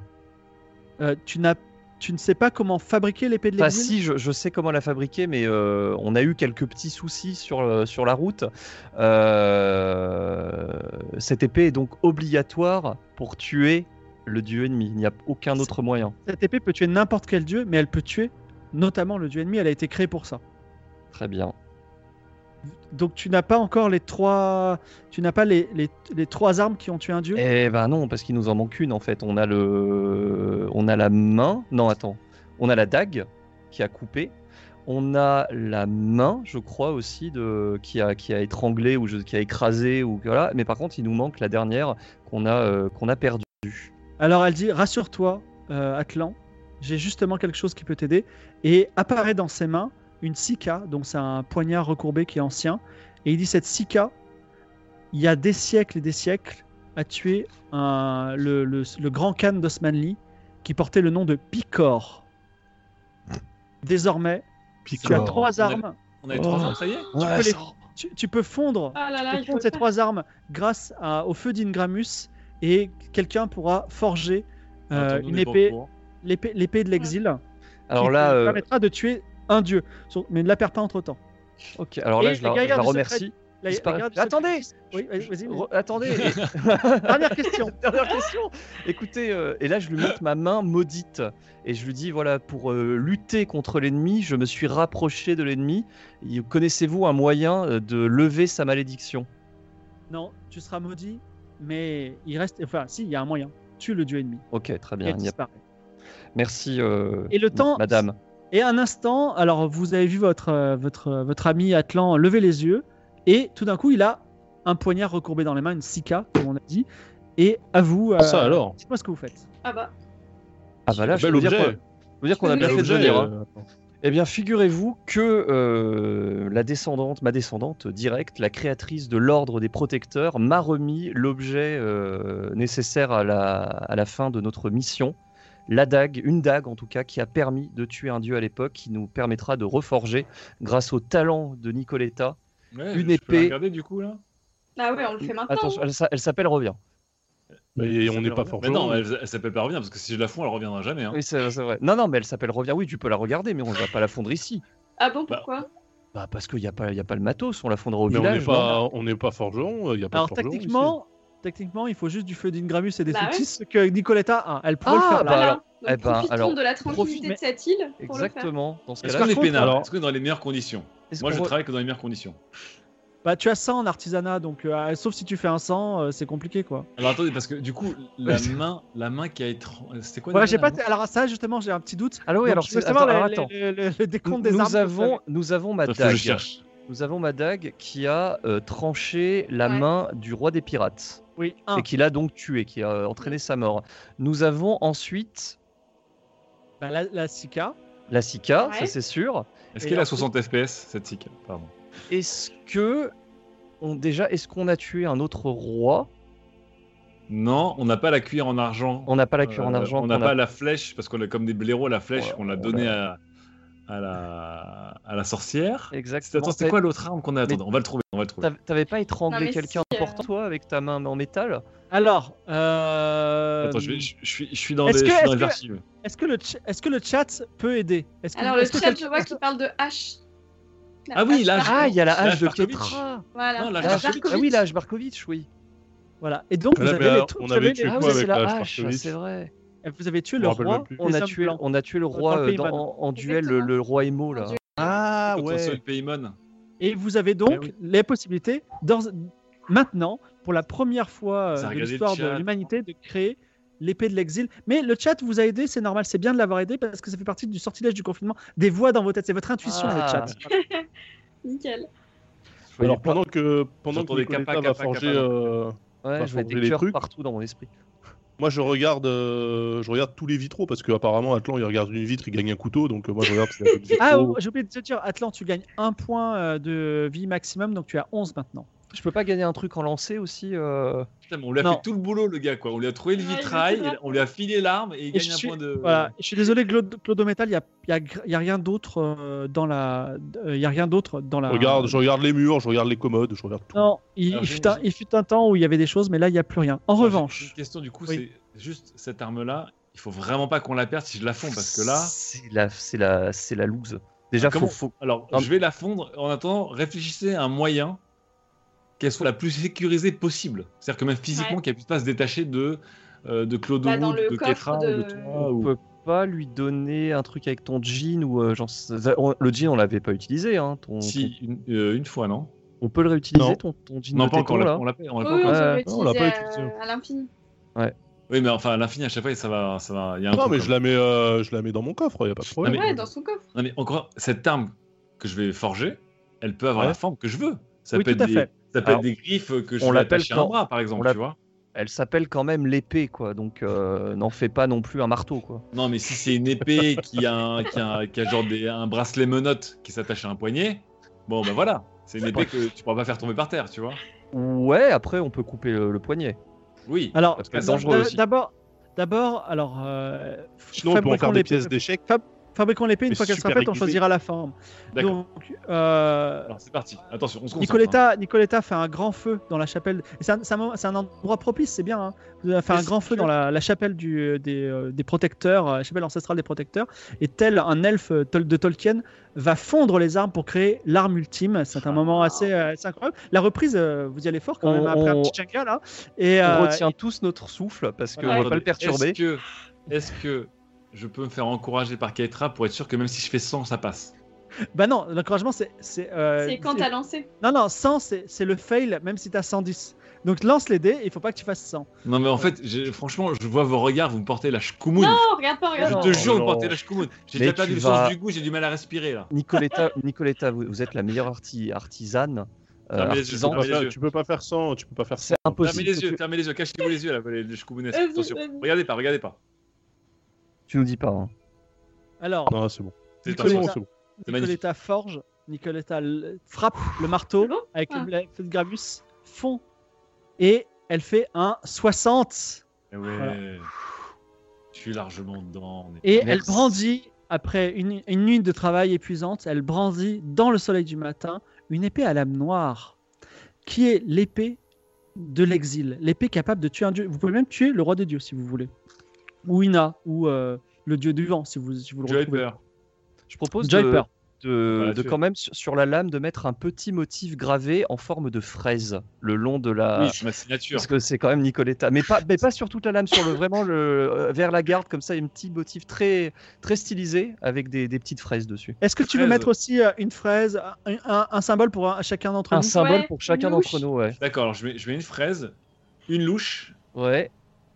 Speaker 1: Euh, tu n'as tu ne sais pas comment fabriquer l'épée de
Speaker 5: Enfin,
Speaker 1: l'exil
Speaker 5: si, je, je sais comment la fabriquer, mais euh, on a eu quelques petits soucis sur, le- sur la route. Euh, cette épée est donc obligatoire pour tuer le dieu ennemi. Il n'y a aucun autre moyen.
Speaker 1: Cette épée peut tuer n'importe quel dieu, mais elle peut tuer notamment le dieu ennemi, elle a été créée pour ça.
Speaker 5: Très bien.
Speaker 1: Donc tu n'as pas encore les trois, tu n'as pas les, les- les trois armes qui ont tué un dieu.
Speaker 5: Eh ben non, parce qu'il nous en manque une en fait. On a le, on a la main. Non, attends. On a la dague qui a coupé. On a la main, je crois aussi, de qui a qui a étranglé ou je- qui a écrasé ou voilà. Mais par contre, il nous manque la dernière qu'on a euh, qu'on a perdue.
Speaker 1: Alors elle dit Rassure-toi, euh, Atlan, j'ai justement quelque chose qui peut t'aider. Et apparaît dans ses mains une sika, donc c'est un poignard recourbé qui est ancien. Et il dit Cette sika, il y a des siècles et des siècles, a tué un- le, le- le grand khan d'Osmanli qui portait le nom de Picor. Désormais, tu as
Speaker 2: Picor.
Speaker 1: trois
Speaker 2: On a-
Speaker 1: armes.
Speaker 2: On a eu trois
Speaker 1: Oh.
Speaker 2: ans, ça y est
Speaker 1: Tu, peux les- tu- tu peux fondre
Speaker 4: Ah là là,
Speaker 1: Ils
Speaker 4: il faut
Speaker 1: font
Speaker 4: le
Speaker 1: ces
Speaker 4: faire.
Speaker 1: trois armes grâce à- au feu d'Ingramus et quelqu'un pourra forger euh,
Speaker 2: Attendons
Speaker 1: une
Speaker 2: des
Speaker 1: épée,
Speaker 2: bons cours.
Speaker 1: l'épée, l'épée de l'exil
Speaker 5: Alors
Speaker 1: qui
Speaker 5: là,
Speaker 1: te
Speaker 5: euh,
Speaker 1: permettra de tuer un dieu. Sur- Mais ne la perds pas entre temps.
Speaker 5: ok. Alors là,
Speaker 1: Et
Speaker 5: je la,
Speaker 1: les guerrières
Speaker 5: je la
Speaker 1: du secret-
Speaker 5: remercie. Disparaît. Attendez
Speaker 1: Oui, vas-y, vas-y.
Speaker 5: Re- Attendez.
Speaker 1: Dernière question.
Speaker 5: Dernière question. Écoutez, euh, et là je lui montre ma main maudite et je lui dis voilà pour euh, lutter contre l'ennemi, je me suis rapproché de l'ennemi. Y- Connaissez-vous un moyen euh, de lever sa malédiction
Speaker 1: Non, tu seras maudit, mais il reste. Enfin, si, il y a un moyen. Tue le dieu ennemi.
Speaker 5: Ok, très
Speaker 1: Et,
Speaker 5: bien.
Speaker 1: elle
Speaker 5: il y a-
Speaker 1: disparaît.
Speaker 5: Merci. euh,
Speaker 1: Et le
Speaker 5: ma-
Speaker 1: temps-
Speaker 5: madame.
Speaker 1: et un instant, alors vous avez vu votre, euh, votre, euh, votre ami Atlan lever les yeux, et tout d'un coup, il a un poignard recourbé dans les mains, une sika, comme on a dit. Et à vous, euh,
Speaker 3: Ah, ça alors
Speaker 1: dites-moi ce que vous faites.
Speaker 4: Ah bah.
Speaker 5: Ah bah là, je
Speaker 3: Bel
Speaker 5: veux dire
Speaker 3: objet.
Speaker 5: qu'on je veux dire qu'on a
Speaker 4: Bel
Speaker 5: bien fait de
Speaker 3: L'objet,
Speaker 5: venir. hein.
Speaker 3: euh,
Speaker 5: Eh bien, figurez-vous que euh, la descendante, ma descendante directe, la créatrice de l'ordre des protecteurs, m'a remis l'objet euh, nécessaire à la, à la fin de notre mission. La dague, une dague en tout cas, qui a permis de tuer un dieu à l'époque, qui nous permettra de reforger, grâce au talent de Nicoletta.
Speaker 2: Ouais,
Speaker 5: Une
Speaker 2: je- je peux la
Speaker 5: épée.
Speaker 2: regarder du coup là
Speaker 4: Ah ouais, on le fait maintenant.
Speaker 5: Attention, elle, s'a- elle s'appelle Revient.
Speaker 3: mais on n'est pas
Speaker 2: Mais
Speaker 3: forgeron. euh,
Speaker 2: non, elle, elle s'appelle pas revient parce que si je la fonds, elle reviendra jamais. hein.
Speaker 5: Oui, c'est c'est vrai. Non, non, mais elle s'appelle Revient. Oui, tu peux la regarder, mais on ne va pas la fondre ici.
Speaker 4: Ah bon,
Speaker 2: Bah.
Speaker 4: pourquoi
Speaker 5: Bah, parce qu'il n'y a, pas- il y a pas le matos, on la fondra au
Speaker 3: Mais on
Speaker 5: village.
Speaker 3: n'est
Speaker 5: non
Speaker 3: pas, on n'est pas forgeron. Il y a pas
Speaker 1: Alors
Speaker 3: de forgeron
Speaker 1: techniquement, techniquement, il faut juste du feu d'Ingramus et des
Speaker 4: Bah
Speaker 1: soucis, ce que Nicoletta a. Elle pourrait
Speaker 5: Ah,
Speaker 1: le faire là.
Speaker 5: bah, alors,
Speaker 4: Donc,
Speaker 5: eh ben,
Speaker 4: profitons
Speaker 5: alors,
Speaker 4: de la tranquillité
Speaker 1: profite-
Speaker 4: de cette île pour le faire.
Speaker 5: Exactement. Dans ce
Speaker 2: Est-ce
Speaker 5: cas-là,
Speaker 2: qu'on
Speaker 1: Par
Speaker 2: est
Speaker 1: contre,
Speaker 2: peinard
Speaker 3: alors-
Speaker 2: Est-ce qu'on est dans les meilleures conditions
Speaker 5: est-ce
Speaker 2: Moi,
Speaker 5: qu'on
Speaker 2: je
Speaker 5: re-
Speaker 2: travaille que dans les meilleures conditions.
Speaker 1: Bah, tu as 100 en artisanat, donc euh, euh, sauf si tu fais un 100, euh, c'est compliqué quoi.
Speaker 2: Alors attendez, parce que du coup, la main, la main qui a étranglé. C'était quoi
Speaker 1: Voilà,
Speaker 2: déjà,
Speaker 1: j'ai
Speaker 2: la
Speaker 1: pas.
Speaker 2: main
Speaker 1: Alors ça, justement, j'ai un petit doute.
Speaker 5: Ah oui,
Speaker 1: Donc,
Speaker 5: alors
Speaker 1: je veux
Speaker 5: c'est-
Speaker 1: savoir
Speaker 5: attends,
Speaker 1: le-
Speaker 5: alors,
Speaker 1: le-
Speaker 5: attends.
Speaker 1: le- le- le décompte des
Speaker 5: nous
Speaker 1: armes.
Speaker 5: avons, nous avons ma
Speaker 2: Faut que
Speaker 5: dague.
Speaker 2: je cherche.
Speaker 5: Nous avons Madag qui a euh, tranché la
Speaker 4: Ouais. Ah.
Speaker 5: main du roi des pirates.
Speaker 1: Oui, un.
Speaker 5: et qui l'a donc tué, qui a euh, entraîné sa mort. Nous avons ensuite
Speaker 1: Bah, la, la Sika.
Speaker 5: la Sika, ça
Speaker 4: Ouais.
Speaker 5: c'est sûr.
Speaker 2: Est-ce
Speaker 1: Et
Speaker 2: qu'elle a
Speaker 1: ensuite-
Speaker 2: 60 FPS cette SIC Pardon.
Speaker 5: Est-ce que on, déjà est-ce qu'on a tué un autre roi
Speaker 2: Non, on n'a pas la cuillère en argent.
Speaker 5: On n'a pas la cure en
Speaker 2: Euh,
Speaker 5: argent.
Speaker 2: On n'a
Speaker 5: qu'on
Speaker 2: pas
Speaker 5: a-
Speaker 2: la flèche, parce qu'on a comme des blaireaux la flèche
Speaker 5: Voilà,
Speaker 2: qu'on a
Speaker 5: on
Speaker 2: donnée à, à, la, à la sorcière. C'était-
Speaker 5: Exactement.
Speaker 2: Attends, c'était quoi l'autre arme qu'on a
Speaker 5: Mais-
Speaker 2: Attends, on va le trouver. On va le trouver.
Speaker 5: T'avais- T'avais pas
Speaker 4: Non,
Speaker 5: étranglé
Speaker 4: mais
Speaker 5: quelqu'un
Speaker 4: si, euh.
Speaker 5: important toi avec ta main en métal
Speaker 1: Alors, euh,
Speaker 2: Attends, je, vais- je- je suis, je suis dans
Speaker 1: Est-ce que-
Speaker 2: les, je suis dans
Speaker 1: est-ce
Speaker 2: les
Speaker 1: que-
Speaker 2: archives.
Speaker 1: est-ce que, le ch- est-ce que le chat peut aider Est-ce que-
Speaker 4: Alors, le
Speaker 1: est-ce que
Speaker 4: chat,
Speaker 1: quelqu'un-
Speaker 4: je vois qu'il parle de hache. La
Speaker 2: Ah oui,
Speaker 4: hache
Speaker 2: la
Speaker 4: par-
Speaker 2: hache.
Speaker 5: Ah, il y a la
Speaker 2: Lars
Speaker 5: hache de
Speaker 2: Barkovitch.
Speaker 5: Ketra.
Speaker 4: Voilà,
Speaker 2: Non, la
Speaker 4: la
Speaker 2: hache
Speaker 4: hache
Speaker 2: Barkovitch.
Speaker 5: Ah
Speaker 4: Barkovitch.
Speaker 5: oui, la hache Barkovitch, oui.
Speaker 1: Voilà. Et donc,
Speaker 3: Ah,
Speaker 1: vous
Speaker 3: mais
Speaker 1: avez,
Speaker 3: alors,
Speaker 1: tout-
Speaker 3: on
Speaker 1: vous
Speaker 3: avait
Speaker 1: avez-
Speaker 3: tué
Speaker 5: Ah
Speaker 3: quoi
Speaker 5: oui, c'est
Speaker 3: avec
Speaker 5: la
Speaker 3: la hache
Speaker 5: hache,
Speaker 3: Barkovitch
Speaker 5: c'est vrai.
Speaker 1: vous avez tué
Speaker 3: Je me
Speaker 1: le
Speaker 3: rappelle
Speaker 1: roi.
Speaker 3: même plus.
Speaker 5: On
Speaker 1: des
Speaker 5: a,
Speaker 1: hommes
Speaker 5: tué,
Speaker 1: blancs.
Speaker 5: on a tué le
Speaker 1: Dans
Speaker 5: roi
Speaker 1: le
Speaker 5: euh,
Speaker 1: pays
Speaker 5: dans-
Speaker 1: Ivan.
Speaker 5: en, en duel, le,
Speaker 4: Exactement.
Speaker 5: le roi émo là.
Speaker 4: En duel.
Speaker 5: Ah
Speaker 2: Contre
Speaker 5: ouais.
Speaker 2: Sol Paymon.
Speaker 1: Et vous avez
Speaker 2: Eh
Speaker 1: donc
Speaker 3: oui.
Speaker 1: les possibilités, dans, maintenant, pour la première fois euh,
Speaker 2: Ça a
Speaker 1: de
Speaker 2: regardé le
Speaker 1: l'histoire de
Speaker 2: chat.
Speaker 1: l'humanité, de créer l'épée de l'exil. Mais le chat vous a aidé, c'est normal, c'est bien de l'avoir aidé parce que ça fait partie du sortilège du confinement, des voix dans vos têtes, c'est votre intuition,
Speaker 5: Ah.
Speaker 1: le chat.
Speaker 4: Nickel.
Speaker 3: Alors pendant que pendant que
Speaker 2: J'entendais
Speaker 3: Nicoletta
Speaker 2: kappa,
Speaker 3: va
Speaker 2: kappa, kappa.
Speaker 3: forger, euh,
Speaker 5: Ouais,
Speaker 3: Bah,
Speaker 5: je mets
Speaker 3: faut
Speaker 5: des
Speaker 3: enlever les
Speaker 5: cœurs
Speaker 3: trucs.
Speaker 5: partout dans mon esprit.
Speaker 3: moi je regarde euh, je regarde tous les vitraux parce que apparemment Atlan il regarde une vitre il gagne un couteau donc euh, moi je regarde. s'il y a d'autres
Speaker 1: Ah,
Speaker 3: vitraux.
Speaker 1: oh, j'ai oublié de te dire, Atlan, tu gagnes un point euh, de vie maximum, donc tu as 11 maintenant.
Speaker 2: Euh,
Speaker 5: Je peux pas gagner un truc en lancer aussi euh,
Speaker 2: Putain, mais on lui a
Speaker 1: Non.
Speaker 2: fait tout le boulot, le gars, quoi. On lui a trouvé le
Speaker 4: Ouais, il
Speaker 2: vitrail,
Speaker 4: était là.
Speaker 2: il- on lui a filé l'arme et il
Speaker 1: Et
Speaker 2: gagne
Speaker 1: je
Speaker 2: un
Speaker 1: suis-
Speaker 2: point de.
Speaker 1: Voilà. Je suis désolé, Claude, Claude Métal, il n'y a, il y a gr- il y a rien d'autre euh, dans la. euh, Il y a rien d'autre dans la.
Speaker 3: Regarde, je regarde les murs, je regarde les commodes, je regarde tout.
Speaker 1: Non, il,
Speaker 2: Alors,
Speaker 1: il
Speaker 2: j'ai-
Speaker 1: fut un, il fut un temps où il y avait des choses, mais là, il n'y a plus rien. En
Speaker 2: J'ai- j'ai
Speaker 1: revanche.
Speaker 2: Une question, du coup,
Speaker 1: Oui.
Speaker 2: c'est juste cette arme-là. Il faut vraiment pas qu'on la perde si je la fonds, parce que là.
Speaker 5: c'est la, c'est la, c'est la loose. Déjà,
Speaker 2: Ah, comment-
Speaker 5: faut, faut-
Speaker 2: Alors,
Speaker 5: Non,
Speaker 2: je vais la fondre. En attendant, réfléchissez à un moyen qu'elle soit la plus sécurisée possible. C'est-à-dire que même physiquement,
Speaker 4: Ouais.
Speaker 2: qu'elle puisse pas se détacher de, euh, de Claude
Speaker 4: Bah, dans
Speaker 2: Wood,
Speaker 4: le
Speaker 2: de
Speaker 4: coffre
Speaker 2: Ketra,
Speaker 4: de-
Speaker 2: de...
Speaker 1: Ah,
Speaker 2: toi.
Speaker 5: on
Speaker 2: ou-
Speaker 5: peut pas lui donner un truc avec ton jean ou euh, genre ça- on- le jean on l'avait pas utilisé. Hein, ton-
Speaker 2: Si, une, euh, une fois, non
Speaker 5: ton- on peut le réutiliser
Speaker 3: Non.
Speaker 5: ton, ton jean
Speaker 2: Non,
Speaker 5: de
Speaker 2: pas encore.
Speaker 5: téton,
Speaker 2: on l'a-
Speaker 5: là.
Speaker 2: On l'a pas on l'a
Speaker 4: Oui,
Speaker 2: pas Ah,
Speaker 4: oui,
Speaker 2: encore.
Speaker 4: on
Speaker 5: encore.
Speaker 4: peut
Speaker 3: Non, on l'a pas
Speaker 4: l'utiliser
Speaker 3: utilisé.
Speaker 4: à, à l'infini.
Speaker 2: Oui, mais enfin, à l'infini, à chaque fois, ça va. Ça va. Il y a un
Speaker 3: Non,
Speaker 2: truc
Speaker 3: mais
Speaker 2: comme
Speaker 3: je la mets, euh, je la mets dans mon coffre, y a pas de
Speaker 2: Non,
Speaker 3: problème.
Speaker 2: mais-
Speaker 4: Ah Ouais, dans son coffre.
Speaker 2: Non mais encore, cette arme que je vais forger, elle peut avoir
Speaker 3: Ouais.
Speaker 2: la forme que je veux. Ça
Speaker 1: Oui,
Speaker 2: peut, être
Speaker 1: tout à
Speaker 2: des,
Speaker 1: fait.
Speaker 2: ça peut
Speaker 5: Alors,
Speaker 2: être des griffes que je
Speaker 5: on
Speaker 2: vais
Speaker 5: l'appelle
Speaker 2: attacher à
Speaker 5: quand-
Speaker 2: un bras, par exemple,
Speaker 5: on
Speaker 2: tu vois.
Speaker 5: Elle s'appelle quand même l'épée quoi, donc euh, n'en fais pas non plus un marteau quoi.
Speaker 2: Non, mais si c'est une épée qui a, un, qui a, un- qui a genre des- un bracelet menotte qui s'attache à un poignet, bon, ben voilà. C'est une épée que tu pourras pas faire tomber par terre, tu vois.
Speaker 5: Ouais, après on peut couper le, le poignet.
Speaker 2: Oui.
Speaker 1: Alors,
Speaker 5: Parce que
Speaker 2: c'est
Speaker 1: d'ab-
Speaker 5: dangereux
Speaker 1: d'ab-
Speaker 5: aussi.
Speaker 1: D'abord, d'abord, alors. euh,
Speaker 3: Sinon, on peut en faire
Speaker 1: fabriquons
Speaker 3: des
Speaker 1: l'épée-
Speaker 3: pièces d'échecs.
Speaker 1: Fabriquons l'épée, une
Speaker 3: des
Speaker 1: fois qu'elle sera
Speaker 3: super
Speaker 1: prête, on
Speaker 3: aiguilles.
Speaker 1: choisira la forme.
Speaker 2: D'accord.
Speaker 1: Donc, euh,
Speaker 2: Alors c'est parti. Attention, on se concentre. hein.
Speaker 1: Nicoletta, Nicoletta fait un grand feu dans la chapelle. C'est un, c'est un moment- c'est un endroit propice, c'est bien. hein. Elle a fait un
Speaker 2: Est-ce
Speaker 1: grand feu
Speaker 2: que-
Speaker 1: dans la, la chapelle du, euh, des, euh, des protecteurs, euh, la chapelle ancestrale des protecteurs. Et tel un elfe euh, tol- de Tolkien va fondre les armes pour créer l'arme ultime. C'est un
Speaker 2: Ah.
Speaker 1: moment assez, euh, assez incroyable. La reprise, euh, vous y allez fort quand
Speaker 5: On-
Speaker 1: même après un
Speaker 5: on-
Speaker 1: petit Jenga là. Et, euh,
Speaker 5: on retient tous notre souffle parce qu'on
Speaker 2: Voilà,
Speaker 5: va pas le
Speaker 2: attendez.
Speaker 5: perturber.
Speaker 2: hein. Est-ce que, est que je peux me faire encourager par Keitra pour être sûr que même si je fais 100, ça passe
Speaker 1: Bah non, l'encouragement c'est. C'est euh,
Speaker 4: C'est quand
Speaker 1: c'est-
Speaker 4: t'as lancé.
Speaker 1: Non, non, 100 c'est c'est le fail même si t'as 110. Donc lance les dés, il faut pas que tu fasses 100.
Speaker 2: Non,
Speaker 5: Euh.
Speaker 2: mais en fait, j'ai- franchement, je vois vos regards, vous me portez la chkoumoune.
Speaker 4: Non, regarde pas, regarde
Speaker 2: Je
Speaker 5: non.
Speaker 4: pas.
Speaker 2: te jure,
Speaker 5: Oh
Speaker 2: on
Speaker 5: non.
Speaker 2: portait la chkoumoune. J'ai
Speaker 5: Mais
Speaker 2: déjà perdu
Speaker 5: tu
Speaker 2: le
Speaker 5: vas-
Speaker 2: sens du goût, j'ai du mal à respirer là.
Speaker 5: Nicoletta, Nicoletta, vous, vous êtes la meilleure arti- artisane. euh,
Speaker 2: Ah, mais je-
Speaker 3: Tu
Speaker 5: artisan.
Speaker 2: Non,
Speaker 3: peux pas
Speaker 2: mais les
Speaker 3: faire-
Speaker 2: yeux.
Speaker 3: Tu peux pas faire sans, tu peux pas faire
Speaker 5: C'est
Speaker 3: sans.
Speaker 5: impossible.
Speaker 2: Fermez les
Speaker 5: Tu-
Speaker 2: yeux, fermez les yeux, cachez-vous les yeux là, les, les chkoumounesques,
Speaker 4: Vas-y,
Speaker 2: Attention,
Speaker 4: vas-y.
Speaker 2: regardez pas, regardez pas.
Speaker 5: Tu nous dis pas. hein.
Speaker 1: Alors,
Speaker 3: Non, c'est bon.
Speaker 2: C'est
Speaker 3: C'est
Speaker 1: Nicolas-
Speaker 3: bon,
Speaker 2: attention.
Speaker 3: c'est bon.
Speaker 2: C'est magnifique.
Speaker 1: Nicoletta forge, Nicoletta l- frappe le marteau
Speaker 4: C'est bon
Speaker 1: avec
Speaker 4: Ah.
Speaker 1: le la feu de Gravus, fond, et elle fait un 60.
Speaker 2: Eh Ouais. Je suis largement dedans. on est-
Speaker 1: Et elle
Speaker 5: Merci.
Speaker 1: brandit, après une, une nuit de travail épuisante, elle brandit dans le soleil du matin une épée à lame noire, qui est l'épée de l'exil, l'épée capable de tuer un dieu. Vous pouvez même tuer le roi des dieux si vous voulez, ou Ina, ou euh, le dieu du vent si vous, si vous le
Speaker 2: J'ai eu
Speaker 1: retrouvez.
Speaker 2: peur.
Speaker 5: Je propose de,
Speaker 1: Joyper.
Speaker 5: de,
Speaker 2: Voilà,
Speaker 5: de
Speaker 2: tu-
Speaker 5: quand même sur, sur la lame de mettre un petit motif gravé en forme de fraise le long de la.
Speaker 2: Oui, c'est Ah, ma signature.
Speaker 5: Parce que c'est quand même Nicoletta, mais pas, mais pas sur toute la lame, sur le vraiment le euh, vers la garde comme ça, un petit motif très très stylisé avec des, des petites fraises dessus.
Speaker 1: Est-ce que tu veux
Speaker 2: Fraise.
Speaker 1: mettre aussi euh, une fraise, un, un- un symbole pour un- chacun d'entre
Speaker 5: Un
Speaker 1: nous
Speaker 5: symbole
Speaker 4: Ouais,
Speaker 5: pour chacun
Speaker 4: louche.
Speaker 5: d'entre nous, ouais.
Speaker 2: D'accord, alors je mets, je mets une fraise, une louche,
Speaker 5: Ouais.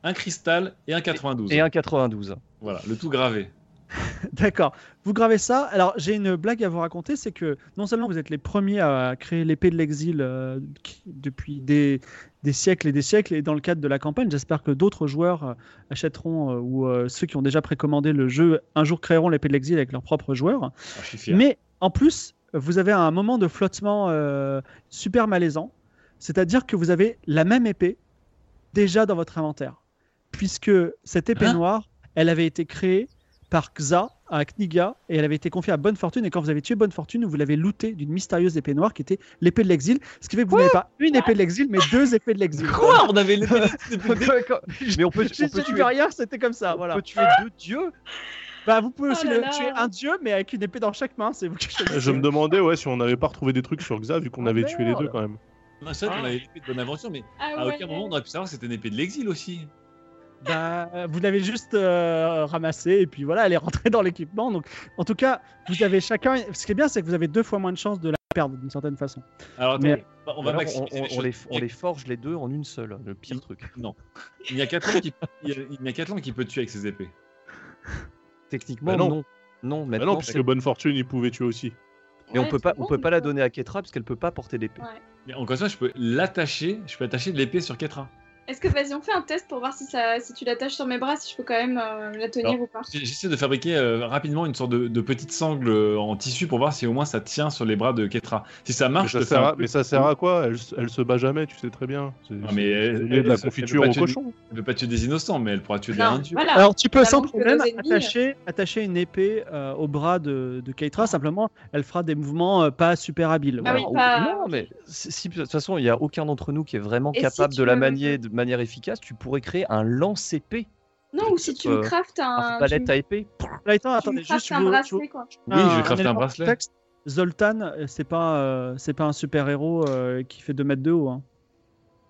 Speaker 2: un cristal et un 92.
Speaker 5: Et un 92.
Speaker 2: Voilà, le tout gravé.
Speaker 1: D'accord. Vous gravez ça. Alors, j'ai une blague à vous raconter c'est que non seulement vous êtes les premiers à créer l'épée de l'exil euh, qui- depuis des, des siècles et des siècles, et dans le cadre de la campagne, j'espère que d'autres joueurs euh, achèteront euh, ou euh, ceux qui ont déjà précommandé le jeu un jour créeront l'épée de l'exil avec leurs propres joueurs.
Speaker 2: Ah, je suis fier.
Speaker 1: Mais en plus, vous avez un moment de flottement euh, super malaisant. C'est-à-dire que vous avez la même épée déjà dans votre inventaire. Puisque cette épée
Speaker 2: Hein
Speaker 1: noire, elle avait été créée par Xa à Kniga et elle avait été confiée à Bonne Fortune. Et quand vous avez tué Bonne Fortune, vous l'avez lootée d'une mystérieuse épée noire qui était l'épée de l'exil. Ce qui fait que vous n'avez pas une épée de l'exil, mais deux épées de l'exil.
Speaker 2: Quoi On avait les
Speaker 5: Mais on peut,
Speaker 1: Chez
Speaker 5: on peut tuer,
Speaker 1: Superior, c'était comme ça. Voilà.
Speaker 5: on peut tuer deux dieux.
Speaker 1: Bah, vous pouvez
Speaker 4: Oh
Speaker 1: aussi
Speaker 4: là
Speaker 1: le-
Speaker 4: là.
Speaker 1: tuer un dieu, mais avec une épée dans chaque main. C'est vous qui choisissez.
Speaker 3: Je me demandais ouais, si on n'avait pas retrouvé des trucs sur Xa vu qu'on
Speaker 1: Ah,
Speaker 3: avait tué les
Speaker 1: merde.
Speaker 3: deux quand même.
Speaker 2: On achète, on avait l'épée de bonne aventure, mais à
Speaker 4: Ah ouais.
Speaker 2: aucun moment on aurait pu savoir que c'était une épée de l'exil aussi.
Speaker 1: Bah, euh, vous l'avez juste euh, ramassée et puis voilà, elle est rentrée dans l'équipement. Donc, en tout cas, vous avez chacun. Ce qui est bien, c'est que vous avez deux fois moins de chances de la perdre d'une certaine façon.
Speaker 2: Alors attends,
Speaker 1: Mais-
Speaker 2: on va
Speaker 5: Alors, on,
Speaker 2: maximiser
Speaker 5: on-
Speaker 2: les
Speaker 5: on
Speaker 2: choses.
Speaker 5: les, on les forge les deux en une seule, le pire truc.
Speaker 2: Il n'y a qu'Atlan qui, il y a- il n'y a qu'Atlan qui peut tuer avec ses épées.
Speaker 5: Techniquement,
Speaker 3: Bah non.
Speaker 5: non. Non,
Speaker 3: Bah
Speaker 5: maintenant,
Speaker 3: non,
Speaker 5: c'est-
Speaker 3: puisque Bonne Fortune, il pouvait tuer aussi.
Speaker 5: mais on
Speaker 4: Ouais,
Speaker 5: peut
Speaker 4: c'est
Speaker 5: pas, on
Speaker 4: bon,
Speaker 5: peut pas
Speaker 4: mais-
Speaker 5: la donner à Ketra parce qu'elle peut pas porter l'épée.
Speaker 4: Ouais.
Speaker 2: Mais encore une fois, je peux l'attacher, je peux attacher de l'épée sur Ketra.
Speaker 4: Est-ce que vas-y, on fait un test pour voir si, ça, si tu l'attaches sur mes bras, si je peux quand même euh, la tenir
Speaker 2: Alors,
Speaker 4: ou pas
Speaker 2: J'ai- J'essaie de fabriquer euh, rapidement une sorte de, de petite sangle euh, en tissu pour voir si au moins ça tient sur les bras de Ketra. Si ça
Speaker 3: Mais
Speaker 2: marche, Ah, je
Speaker 3: ça,
Speaker 2: te fais
Speaker 3: sert
Speaker 2: un
Speaker 3: à, mais ça sert à quoi elle, se- elle se bat jamais, tu sais très bien. C'est
Speaker 2: Non,
Speaker 3: c'est-
Speaker 2: Ah, mais
Speaker 3: c'est
Speaker 2: elle-
Speaker 3: lié de la
Speaker 2: elle- elle
Speaker 3: confiture
Speaker 2: peut pas
Speaker 3: au
Speaker 2: tuer-
Speaker 3: cochon.
Speaker 2: Elle peut pas tuer des innocents, mais elle pourra tuer des
Speaker 4: Non,
Speaker 2: indieux.
Speaker 4: voilà.
Speaker 1: Alors, tu peux
Speaker 4: Ah, Ça
Speaker 1: sans
Speaker 4: montre que
Speaker 1: problème
Speaker 4: nos ennemis- euh,
Speaker 1: attacher, attacher une épée euh, au bras de, de Keitra. Simplement, elle fera des mouvements euh, pas super habiles.
Speaker 4: Ah
Speaker 1: voilà.
Speaker 4: oui, pas-
Speaker 5: oh, Non, mais si, si- de toute façon, il n'y a aucun d'entre nous qui est vraiment
Speaker 4: Et si
Speaker 5: capable
Speaker 4: tu
Speaker 5: de la
Speaker 4: me-
Speaker 5: manier de manière efficace, tu pourrais créer un lance-épée,
Speaker 4: Non, ou si tu me
Speaker 5: euh,
Speaker 4: craftes un.
Speaker 5: un
Speaker 4: tu
Speaker 5: palette
Speaker 4: me-
Speaker 5: à épée.
Speaker 1: Là, attends,
Speaker 4: tu me
Speaker 1: attendez, juste.
Speaker 4: craftes
Speaker 1: je
Speaker 4: un
Speaker 1: veux- je veux-
Speaker 4: bracelet, quoi.
Speaker 2: Oui, je vais
Speaker 1: un
Speaker 2: crafter un
Speaker 1: élément de
Speaker 2: bracelet.
Speaker 1: contexte. Zoltan, euh, c'est pas, euh, c'est pas un super héros qui fait 2 mètres de haut. hein.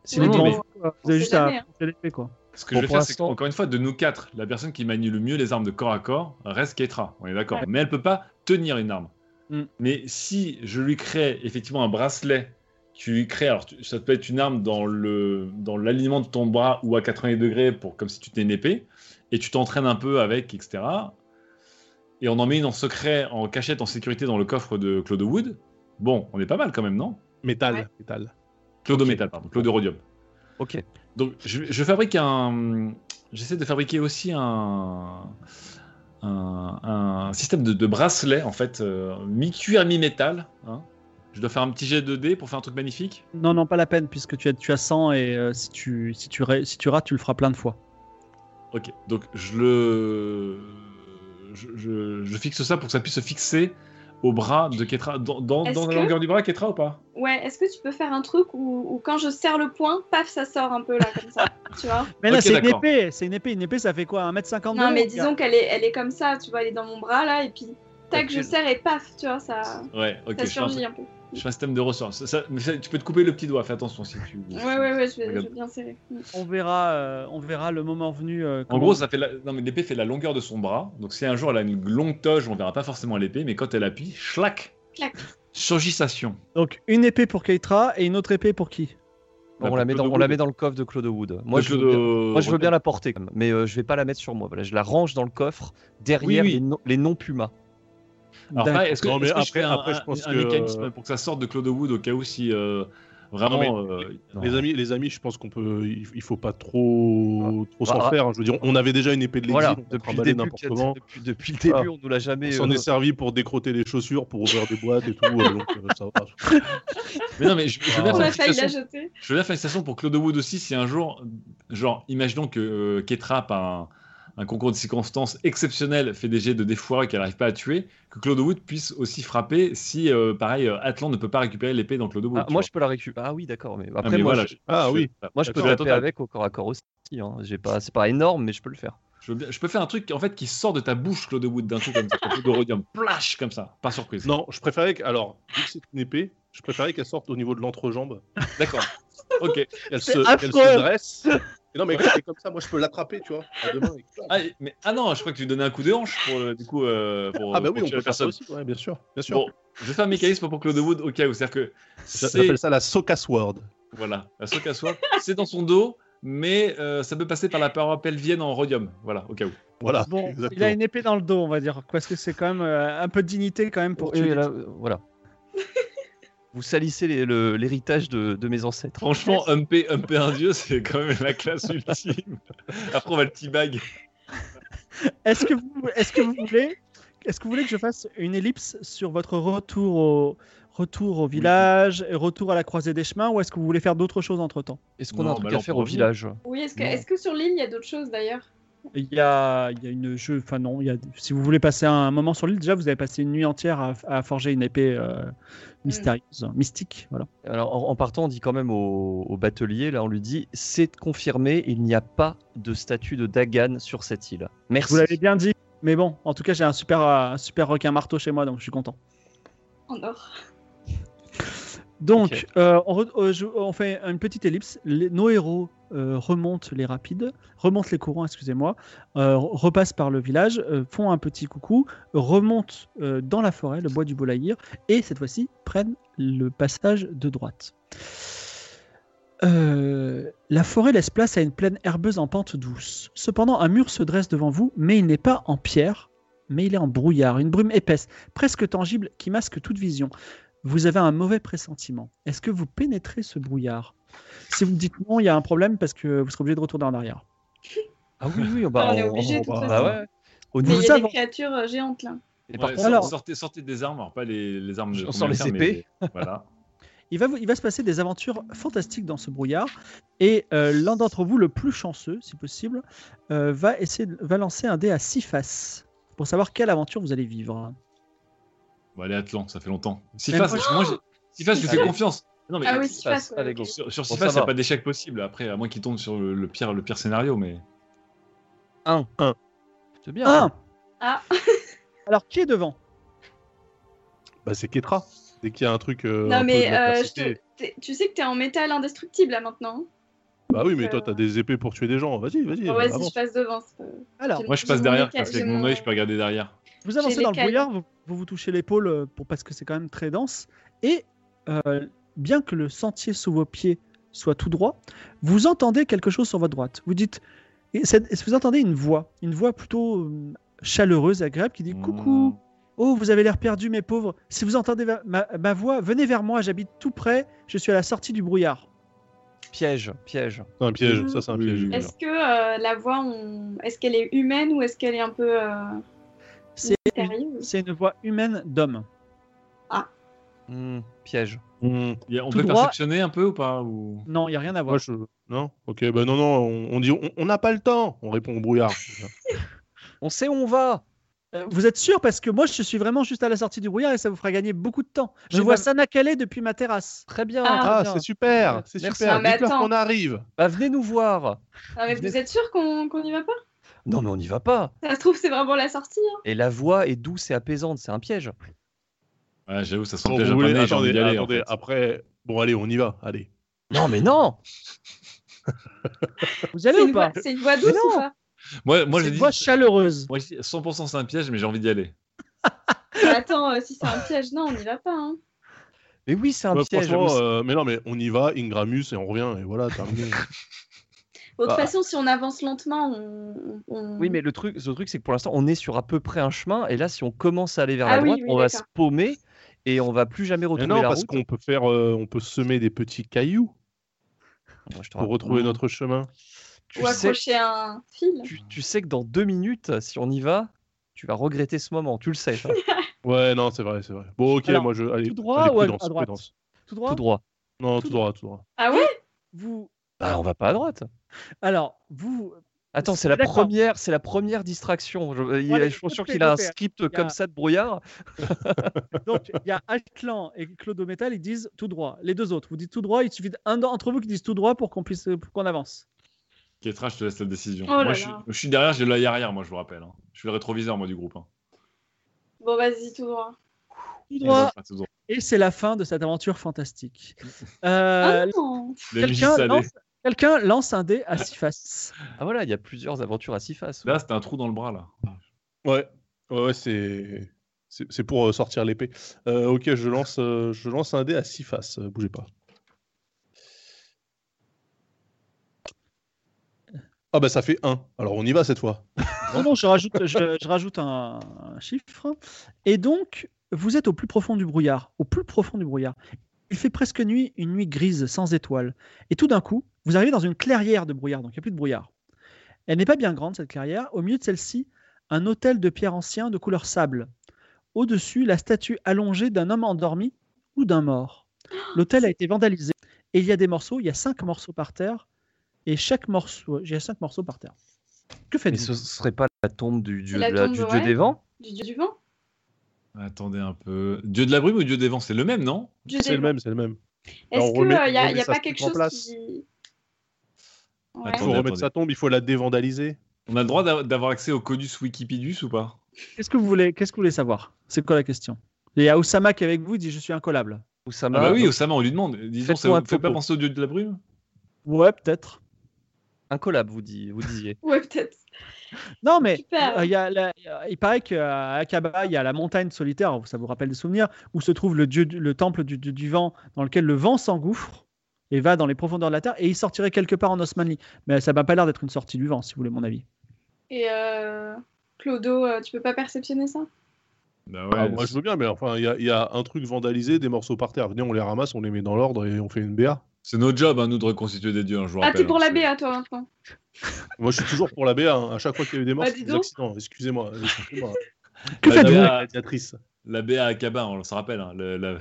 Speaker 1: S'il
Speaker 2: Non,
Speaker 1: est
Speaker 2: non,
Speaker 1: devant
Speaker 2: mais-
Speaker 1: vous, euh,
Speaker 4: on
Speaker 1: vous avez
Speaker 4: sait
Speaker 1: juste à
Speaker 4: jamais, hein.
Speaker 1: foncer l'épée, quoi.
Speaker 2: Ce que
Speaker 5: Bon,
Speaker 2: je vais
Speaker 5: pour
Speaker 2: faire, c'est
Speaker 5: l'instant-
Speaker 2: qu'encore une fois, de nous quatre, la personne qui manie le mieux les armes de corps à corps reste Ketra. On est d'accord. Mais elle peut pas tenir une arme.
Speaker 1: Mm.
Speaker 2: Mais si je lui crée effectivement un bracelet, tu lui crées, alors tu- ça peut être une arme dans le dans l'alignement de ton bras ou à 80 degrés pour comme si tu tenais une épée, et tu t'entraînes un peu avec, etc. Et on en met une en secret, en cachette, en sécurité dans le coffre de Claude Wood. Bon, on est pas mal quand même, non
Speaker 3: Métal,
Speaker 4: Ouais.
Speaker 3: métal.
Speaker 2: Claude
Speaker 5: Ok.
Speaker 2: métal, pardon, Claude rhodium.
Speaker 5: Ok.
Speaker 2: Donc, je, je fabrique un. J'essaie de fabriquer aussi un. Un, un système de, de bracelet, en fait, euh, mi-cuir, mi-métal. hein. Je dois faire un petit jet 2D pour faire un truc magnifique.
Speaker 1: Non, non, pas la peine, puisque tu as, tu as 100 et euh, si, tu, si, tu, ré- si tu rates, tu le feras plein de fois.
Speaker 2: Ok, donc je le. Je, je- je fixe ça pour que ça puisse se fixer au bras de Ketra. Dans, dans-
Speaker 4: Est-ce
Speaker 2: dans la
Speaker 4: que-
Speaker 2: longueur du bras, Ketra ou pas
Speaker 4: Ouais, est-ce que tu peux faire un truc où, où quand je serre le poing, paf, ça sort un peu là, comme ça Tu vois
Speaker 1: Mais là,
Speaker 2: Ok,
Speaker 1: c'est une
Speaker 2: d'accord.
Speaker 1: épée, c'est une épée, une épée, ça fait quoi 1m50
Speaker 4: Non, mais disons qu'elle est, elle est comme ça, tu vois, elle est dans mon bras là, et puis tac, je serre et paf, tu vois, ça,
Speaker 2: Ouais, ok,
Speaker 4: ça
Speaker 2: je fais, un,
Speaker 4: surgit hein.
Speaker 2: truc-
Speaker 4: un peu.
Speaker 2: je fais un système de ressort. Ça- ça- mais ça- tu peux te couper le petit doigt, fais attention si tu.
Speaker 4: Ouais, ouais, ouais, je vais,
Speaker 2: Regarde.
Speaker 4: je vais bien serrer. Mm.
Speaker 1: on verra, euh, on verra le moment venu. euh,
Speaker 2: En
Speaker 1: comment-
Speaker 2: gros, ça fait la... non, mais l'épée fait la longueur de son bras. Donc si un jour elle a une longue toge, on verra pas forcément l'épée, mais quand elle appuie, schlac
Speaker 4: Clac.
Speaker 2: Surgissation.
Speaker 1: donc une épée pour Keitra et une autre épée pour qui
Speaker 5: Bon, on,
Speaker 2: Bah,
Speaker 5: la
Speaker 2: pour
Speaker 5: met dans,
Speaker 2: Claude
Speaker 5: on la
Speaker 2: Wood.
Speaker 5: met dans le coffre de Claude Wood. Moi, je,
Speaker 2: Claude,
Speaker 5: veux bien,
Speaker 2: euh,
Speaker 5: moi, je veux bien la porter, quand même, mais euh, je vais pas la mettre sur moi. Voilà, je la range dans le coffre derrière
Speaker 2: Oui, oui.
Speaker 5: les non- les non-pumas.
Speaker 2: Alors,
Speaker 1: D'accord.
Speaker 2: pareil, est-ce que,
Speaker 3: Non, mais
Speaker 2: est-ce que je
Speaker 3: après-
Speaker 2: fais un,
Speaker 3: après, je
Speaker 2: un-
Speaker 3: pense
Speaker 2: un
Speaker 3: que-
Speaker 2: mécanisme pour que ça sorte de Claude Wood au cas où si euh, vraiment.
Speaker 3: Non,
Speaker 2: euh, non.
Speaker 3: Les amis, les amis, je pense qu'on peut, il il faut pas trop,
Speaker 2: Ah.
Speaker 3: trop s'en
Speaker 5: Bah,
Speaker 3: faire. hein. Je veux dire, on avait déjà une épée de l'exil,
Speaker 5: Voilà,
Speaker 3: on peut
Speaker 5: depuis le,
Speaker 3: trimballer
Speaker 5: début,
Speaker 3: n'importe
Speaker 5: Kat,
Speaker 3: comment.
Speaker 5: depuis, depuis le début,
Speaker 3: Voilà.
Speaker 5: on nous l'a jamais.
Speaker 3: On s'en
Speaker 5: euh,
Speaker 3: est servi pour décroter les chaussures, pour ouvrir des boîtes et tout. euh, donc, euh, ça va.
Speaker 2: Mais non, mais je, je veux bien
Speaker 4: On
Speaker 2: faire
Speaker 4: a
Speaker 2: une
Speaker 4: failli la
Speaker 2: citation-
Speaker 4: jeter.
Speaker 2: je veux bien faire une citation pour Claude Wood aussi si un jour, genre, imaginons que euh, Ketra par un, un concours de circonstances exceptionnel fait des jets de défoiré qu'elle n'arrive pas à tuer, que Claude Wood puisse aussi frapper si, euh, pareil, euh, Atlan ne peut pas récupérer l'épée dans Claude Wood.
Speaker 5: Ah,
Speaker 2: tu
Speaker 5: moi,
Speaker 2: vois.
Speaker 5: je peux la récupérer. Ah oui, d'accord, mais
Speaker 2: Ah,
Speaker 5: après,
Speaker 2: mais
Speaker 5: moi,
Speaker 2: voilà,
Speaker 5: je,
Speaker 3: Ah
Speaker 2: je-
Speaker 3: oui.
Speaker 5: moi, je peux
Speaker 2: D'accord.
Speaker 5: taper avec au corps à corps aussi. hein. J'ai pas, c'est pas énorme, mais je peux le faire.
Speaker 2: Je, veux bien- je peux faire un truc en fait qui sort de ta bouche, Claude Wood, d'un coup comme ça, un coup d'orodium, plash comme ça, par surprise.
Speaker 3: Non, je préférais que, alors, vu que c'est une épée, je préférais qu'elle sorte au niveau de l'entrejambe.
Speaker 2: D'accord. Ok.
Speaker 3: Qu'elle
Speaker 1: C'est
Speaker 3: se, qu'elle
Speaker 1: affreux.
Speaker 3: se dresse. Et non, mais c'est comme ça, moi, je peux l'attraper, tu vois. à deux mains et-
Speaker 2: Ah, et- mais, ah non, je crois que tu donnais un coup de hanche pour euh, du coup euh, pour,
Speaker 3: Ah bah
Speaker 2: pour
Speaker 3: oui,
Speaker 2: tuer
Speaker 3: on peut faire ça aussi. Ouais, bien sûr, bien sûr.
Speaker 2: Bon, je vais faire un mécanisme pour Claude Wood au cas où, c'est-à-dire que
Speaker 3: J'a-
Speaker 2: c'est
Speaker 3: J'appelle ça la Soka Sword.
Speaker 2: voilà, la soc à soi, c'est dans son dos, mais euh, ça peut passer par la paroi pelvienne en rhodium. Voilà, au cas où.
Speaker 3: Voilà.
Speaker 1: Bon, il
Speaker 3: exactement.
Speaker 1: a une épée dans le dos, on va dire, parce que c'est quand même euh, un peu de dignité quand même pour
Speaker 5: Oui,
Speaker 1: tuer.
Speaker 5: là, euh, voilà. Vous salissez les- le- l'héritage de, de mes ancêtres.
Speaker 2: Franchement, humper, humper un dieu, c'est quand même la classe ultime. Après, on va le teabag.
Speaker 1: Est-ce que vous, est-ce que vous voulez, est-ce que vous voulez que je fasse une ellipse sur votre retour au retour au village, et retour à la croisée des chemins, ou est-ce que vous voulez faire d'autres choses entre temps
Speaker 5: Est-ce qu'on
Speaker 2: Non,
Speaker 5: a un
Speaker 2: bah
Speaker 5: truc
Speaker 2: là,
Speaker 5: à
Speaker 2: on
Speaker 5: faire
Speaker 2: peut
Speaker 5: au
Speaker 2: revenir.
Speaker 5: village
Speaker 4: Oui, est-ce que,
Speaker 1: Non.
Speaker 4: est-ce que sur l'île, il y a d'autres choses d'ailleurs
Speaker 1: Il y a, il y a une jeu, enfin non, il y a, si vous voulez passer un moment sur l'île, déjà vous avez passé une nuit entière à, à forger une épée euh, mystérieuse, mystique, voilà.
Speaker 5: Alors, en, en partant, on dit quand même au, au batelier, là, on lui dit c'est confirmé, il n'y a pas de statue de Dagan sur cette île. Merci.
Speaker 1: Vous l'avez bien dit. Mais bon, en tout cas, j'ai un super, euh, un super requin marteau chez moi, donc je suis content.
Speaker 4: En or.
Speaker 1: Donc,
Speaker 5: Ok.
Speaker 1: euh, on, re- euh, je- on fait une petite ellipse. Les- nos héros euh, remontent les rapides, remontent les courants, excusez-moi, euh, repassent par le village, euh, font un petit coucou, remontent euh, dans la forêt, le bois du Bolaïr, et cette fois-ci prennent le passage de droite. Euh, la forêt laisse place à une plaine herbeuse en pente douce. Cependant, un mur se dresse devant vous, mais il n'est pas en pierre, mais il est en brouillard, une brume épaisse, presque tangible, qui masque toute vision. Vous avez un mauvais pressentiment. Est-ce que vous pénétrez ce brouillard Si vous me dites non, il y a un problème parce que vous serez obligé de retourner en arrière.
Speaker 5: Ah oui, oui, bah,
Speaker 4: on est obligé, de toute
Speaker 5: bah,
Speaker 4: façon.
Speaker 5: ouais. Au
Speaker 4: Mais
Speaker 5: niveau-
Speaker 4: il y a des
Speaker 1: avons-
Speaker 4: créatures euh, géantes là.
Speaker 5: Et par
Speaker 2: Ouais,
Speaker 5: contre,
Speaker 2: sort-
Speaker 1: alors-
Speaker 2: sortez, sortez des armes, alors pas les, les armes de
Speaker 5: On sort les
Speaker 2: combien de
Speaker 5: épées.
Speaker 2: mais- voilà.
Speaker 1: Il va, vous- il va se passer des aventures fantastiques dans ce brouillard et euh, l'un d'entre vous, le plus chanceux, si possible, euh, va, essayer, de- va lancer un dé à six faces pour savoir quelle aventure vous allez vivre.
Speaker 2: Bon, allez, Atlan, ça fait longtemps.
Speaker 5: Mais
Speaker 2: Sifas, moi, j'ai- Sifas, je lui fais
Speaker 5: Allez.
Speaker 2: confiance. Non, mais
Speaker 4: Ah
Speaker 5: qu'est-ce
Speaker 4: oui,
Speaker 5: qui se
Speaker 4: si
Speaker 5: passe
Speaker 4: passe, ouais,
Speaker 5: Allez,
Speaker 4: ok.
Speaker 5: go.
Speaker 2: sur, sur
Speaker 5: Bon,
Speaker 2: Sifas,
Speaker 5: ça
Speaker 2: il n'y a
Speaker 5: va.
Speaker 2: pas d'échec possible. Après, à moins qu'il tombe sur le, le pire, le pire scénario, mais.
Speaker 5: C'est bien.
Speaker 1: Un
Speaker 4: Ah,
Speaker 5: Euh,
Speaker 1: Alors, qui est devant
Speaker 3: Bah, c'est Ketra. Dès qu'il y a un truc. euh, un
Speaker 4: non
Speaker 3: peu
Speaker 4: mais euh, je te-
Speaker 3: de l'adversité.
Speaker 4: t'es- tu sais que t'es en métal indestructible là maintenant.
Speaker 3: Bah oui, mais toi, t'as des épées pour tuer des gens. Vas-y, vas-y.
Speaker 4: hein.
Speaker 3: avance.
Speaker 4: Euh. Vas-y, je passe devant. c'est pas-
Speaker 1: Alors,
Speaker 2: Moi, je
Speaker 4: J'ai
Speaker 2: passe
Speaker 4: mon
Speaker 2: derrière,
Speaker 4: éca-
Speaker 2: parce
Speaker 4: j'ai
Speaker 2: qu'avec mon
Speaker 4: mon-
Speaker 2: œil, je peux regarder derrière.
Speaker 1: Vous avancez
Speaker 4: J'ai
Speaker 1: dans le
Speaker 4: l'écaille.
Speaker 1: brouillard, vous, vous vous touchez l'épaule euh, pour, parce que c'est quand même très dense. Et euh, bien que le sentier sous vos pieds soit tout droit, vous entendez quelque chose sur votre droite. Vous dites, et c'est- vous entendez une voix, une voix plutôt euh, chaleureuse, agréable, qui dit
Speaker 5: Mmh.
Speaker 2: Mmh.
Speaker 1: Coucou, oh, vous avez l'air perdu, mes pauvres. Si vous entendez va- ma, ma voix, venez vers moi, j'habite tout près, je suis à la sortie du brouillard.
Speaker 5: Piège, piège.
Speaker 3: C'est un piège. Ça, c'est un
Speaker 2: Oui,
Speaker 3: piège.
Speaker 2: oui, oui.
Speaker 4: Est-ce que euh, la voix, on- est-ce qu'elle est humaine ou est-ce qu'elle est un peu euh,
Speaker 1: C'est une,
Speaker 4: mystérieuse
Speaker 1: c'est une voix humaine d'homme.
Speaker 5: Hmm, piège.
Speaker 3: Hmm.
Speaker 2: Il y a- on
Speaker 1: Tout
Speaker 2: peut
Speaker 1: droit.
Speaker 2: perceptionner un peu ou pas ou...
Speaker 1: Non, il n'y a rien à voir.
Speaker 3: Moi, je... Non Ok, bah non, non, on, on dit on- on n'a pas le temps. On répond au brouillard.
Speaker 5: On sait où on va.
Speaker 1: Euh, Vous êtes sûr Parce que moi, je suis vraiment juste à la sortie du brouillard et ça vous fera gagner beaucoup de temps. Je
Speaker 5: Mais
Speaker 1: vois
Speaker 5: ma-
Speaker 1: Sana Calais depuis ma terrasse.
Speaker 5: Très bien.
Speaker 4: Ah,
Speaker 3: ah,
Speaker 5: très bien.
Speaker 3: c'est super. C'est
Speaker 5: Merci.
Speaker 3: super.
Speaker 4: Non, mais
Speaker 3: Dites-leur
Speaker 4: attends.
Speaker 3: qu'on arrive.
Speaker 5: Bah, venez nous voir.
Speaker 4: Non mais vous êtes sûr qu'on qu'on y va pas
Speaker 5: Non, mais on n'y va pas.
Speaker 4: Ça se trouve c'est vraiment la sortie. hein.
Speaker 5: Et la voix est douce et apaisante, c'est un piège.
Speaker 2: Ouais, J'avoue, ça sent
Speaker 3: Bon,
Speaker 2: le piège
Speaker 3: vous voulez-
Speaker 2: japonais, j'ai envie
Speaker 3: attendez,
Speaker 2: d'y aller. en
Speaker 3: attendez.
Speaker 2: fait.
Speaker 3: Après, bon, allez, on y va. Allez.
Speaker 5: Non, mais non
Speaker 1: Vous y allez
Speaker 4: C'est
Speaker 1: ou
Speaker 4: une
Speaker 1: pas
Speaker 4: voix- C'est une voix douce
Speaker 1: non.
Speaker 4: ou pas
Speaker 2: Moi, moi
Speaker 1: C'est
Speaker 2: j'ai
Speaker 1: une
Speaker 2: dit,
Speaker 1: voix chaleureuse.
Speaker 2: moi, j'ai dit 100% c'est un piège, mais j'ai envie d'y aller.
Speaker 4: Mais Attends, euh, si c'est un piège, non, on n'y va pas. hein.
Speaker 5: Mais oui, c'est un
Speaker 3: Ouais,
Speaker 5: piège.
Speaker 3: franchement,
Speaker 5: vous-
Speaker 3: euh, mais non, mais on y va, Ingramus, et on revient. Et voilà, terminé.
Speaker 4: Bon, De toute
Speaker 5: Bah.
Speaker 4: façon, si on avance lentement, on. on-
Speaker 3: euh,
Speaker 5: Oui, mais le truc, le truc c'est que pour l'instant, on est sur à peu près un chemin. Et là, si on commence à aller vers
Speaker 4: Ah
Speaker 5: la
Speaker 4: oui,
Speaker 5: droite,
Speaker 4: oui,
Speaker 5: on va se
Speaker 4: d'accord.
Speaker 5: paumer et on va plus jamais
Speaker 3: Mais
Speaker 5: retrouver
Speaker 3: non,
Speaker 5: la
Speaker 3: parce
Speaker 5: route.
Speaker 3: qu'on peut faire, euh, on peut semer des petits cailloux
Speaker 5: Moi, je te
Speaker 3: pour
Speaker 5: raconte.
Speaker 2: Mmh.
Speaker 3: retrouver notre chemin.
Speaker 5: Tu
Speaker 4: Ou
Speaker 5: sais,
Speaker 4: accrocher un fil.
Speaker 5: tu, tu sais que dans deux minutes, si on y va, tu vas regretter ce moment. Tu le sais, ça.
Speaker 3: Ouais, non, c'est vrai, c'est vrai. Bon, ok,
Speaker 1: Alors,
Speaker 3: moi je. Allez,
Speaker 1: tout droit
Speaker 3: allez,
Speaker 1: ou à-
Speaker 3: prudence,
Speaker 1: à droite
Speaker 3: prudence.
Speaker 1: Tout droit,
Speaker 5: tout droit.
Speaker 3: Non,
Speaker 1: Tout
Speaker 3: tout droit, tout droit.
Speaker 4: Ah ouais
Speaker 1: Vous...
Speaker 5: Bah, on va pas à droite.
Speaker 1: Alors, vous...
Speaker 5: Attends,
Speaker 1: C'est
Speaker 5: c'est la
Speaker 1: d'accord.
Speaker 5: première, c'est la première distraction. Je, euh, il-
Speaker 1: Voilà,
Speaker 5: je suis sûr
Speaker 1: écoutez,
Speaker 5: qu'il a un
Speaker 1: écoutez,
Speaker 5: script
Speaker 1: y a-
Speaker 5: comme ça de brouillard.
Speaker 1: Donc, il y a Altlan et Claude Métal, ils disent tout droit. Les deux autres, vous dites tout droit. Il suffit d'un d'entre vous qui dise tout droit pour qu'on puisse, pour qu'on avance.
Speaker 2: Kétra, je te laisse la décision.
Speaker 4: Oh là
Speaker 2: moi, je, suis-
Speaker 4: là.
Speaker 2: je suis derrière, j'ai l'œil arrière, moi, je vous rappelle. hein. Je suis le rétroviseur, moi, du groupe. hein.
Speaker 4: Bon, vas-y, tout droit.
Speaker 1: Tout
Speaker 2: Et
Speaker 1: droit.
Speaker 2: enfin, c'est bon.
Speaker 1: Et c'est la fin de cette aventure fantastique. Euh,
Speaker 4: Ah non
Speaker 2: Le MJ
Speaker 1: Quelqu'un
Speaker 2: salé.
Speaker 1: lance, quelqu'un lance un dé à six faces.
Speaker 5: Ah voilà, il y a plusieurs aventures à six faces. ouais.
Speaker 2: Là, c'était un trou dans le bras, là.
Speaker 3: Ouais, ouais, ouais, c'est. C'est c'est pour euh, sortir l'épée. Euh, ok, je lance, euh, je lance un dé à six faces. euh, bougez pas. Ah bah ça fait 1. Alors on y va cette fois.
Speaker 1: Oh Non, non, je rajoute, je, je rajoute un, un chiffre. Et donc, vous êtes au plus profond du brouillard. Au plus profond du brouillard. Il fait presque nuit, une nuit grise, sans étoiles. Et tout d'un coup, vous arrivez dans une clairière de brouillard, donc il n'y a plus de brouillard. Elle n'est pas bien grande, cette clairière. Au milieu de celle-ci, un hôtel de pierre ancien de couleur sable. Au-dessus, la statue allongée d'un homme endormi ou d'un mort. L'hôtel a été vandalisé et il y a des morceaux, il y a cinq morceaux par terre. Et chaque morceau, il y a cinq morceaux par terre. Que
Speaker 5: Mais
Speaker 1: faites-vous
Speaker 5: ce serait pas la tombe du dieu,
Speaker 4: La
Speaker 5: la-
Speaker 4: tombe,
Speaker 5: du dieu
Speaker 4: ouais.
Speaker 5: des vents
Speaker 4: Du dieu du vent
Speaker 2: Attendez un peu. Dieu de la brume ou Dieu des vents C'est le même, non
Speaker 4: Dieu
Speaker 3: C'est
Speaker 4: des
Speaker 3: le
Speaker 4: vents.
Speaker 3: même, c'est le même.
Speaker 4: Est-ce
Speaker 3: Alors, on remet-
Speaker 4: qu'il n'y
Speaker 3: on
Speaker 4: a,
Speaker 3: remet
Speaker 4: y a
Speaker 3: ça
Speaker 4: pas quelque
Speaker 3: tout en
Speaker 4: chose
Speaker 3: place.
Speaker 4: qui. Ouais.
Speaker 3: Il faut
Speaker 2: Attendez,
Speaker 3: remettre
Speaker 2: attendez.
Speaker 3: sa tombe, il faut la dévandaliser.
Speaker 2: On a le droit d'a- d'avoir accès au Codus Wikipédius ou pas
Speaker 1: Qu'est-ce que vous voulez Qu'est-ce que vous voulez savoir C'est quoi la question Il y a Osama qui est avec vous, il dit je suis incollable.
Speaker 5: Ou ça
Speaker 2: Ah bah oui, Osama, on lui demande. Disons,
Speaker 5: Faites-moi
Speaker 2: ça
Speaker 5: un
Speaker 2: vous fait pas
Speaker 5: topo.
Speaker 2: penser au Dieu de la brume
Speaker 1: Ouais, peut-être.
Speaker 5: un collab, vous, dis- vous disiez.
Speaker 4: Ouais, peut-être.
Speaker 1: Non, mais
Speaker 4: Super.
Speaker 1: euh, il y a la- il paraît qu'à Akaba, il y a la montagne solitaire, ça vous rappelle des souvenirs, où se trouve le, dieu, du- le temple du, du- du vent, dans lequel le vent s'engouffre et va dans les profondeurs de la terre, et il sortirait quelque part en Osmanli. Mais ça m'a pas l'air d'être une sortie du vent, si vous voulez mon avis.
Speaker 4: Et euh, Clodo, euh, tu peux pas perceptionner ça
Speaker 2: Bah
Speaker 3: Ah, moi je veux bien, mais enfin, il y a- il y, a un truc vandalisé, des morceaux par terre. Venez, on les ramasse, on les met dans l'ordre et on fait une BA.
Speaker 2: c'est notre job, hein, nous, de reconstituer des dieux, un jour.
Speaker 4: Ah, t'es pour la BA, toi, maintenant.
Speaker 3: Moi je suis toujours pour la BA, hein. à chaque fois qu'il y a eu des morts,
Speaker 4: Bah,
Speaker 3: c'est
Speaker 4: dis
Speaker 3: des
Speaker 4: donc.
Speaker 3: accidents. Excusez-moi. excusez-moi.
Speaker 1: Que
Speaker 2: Bah,
Speaker 1: faites-vous
Speaker 2: d'ailleurs,
Speaker 3: La gladiatrice.
Speaker 2: La BA à Kaba, on se rappelle. hein, le- la...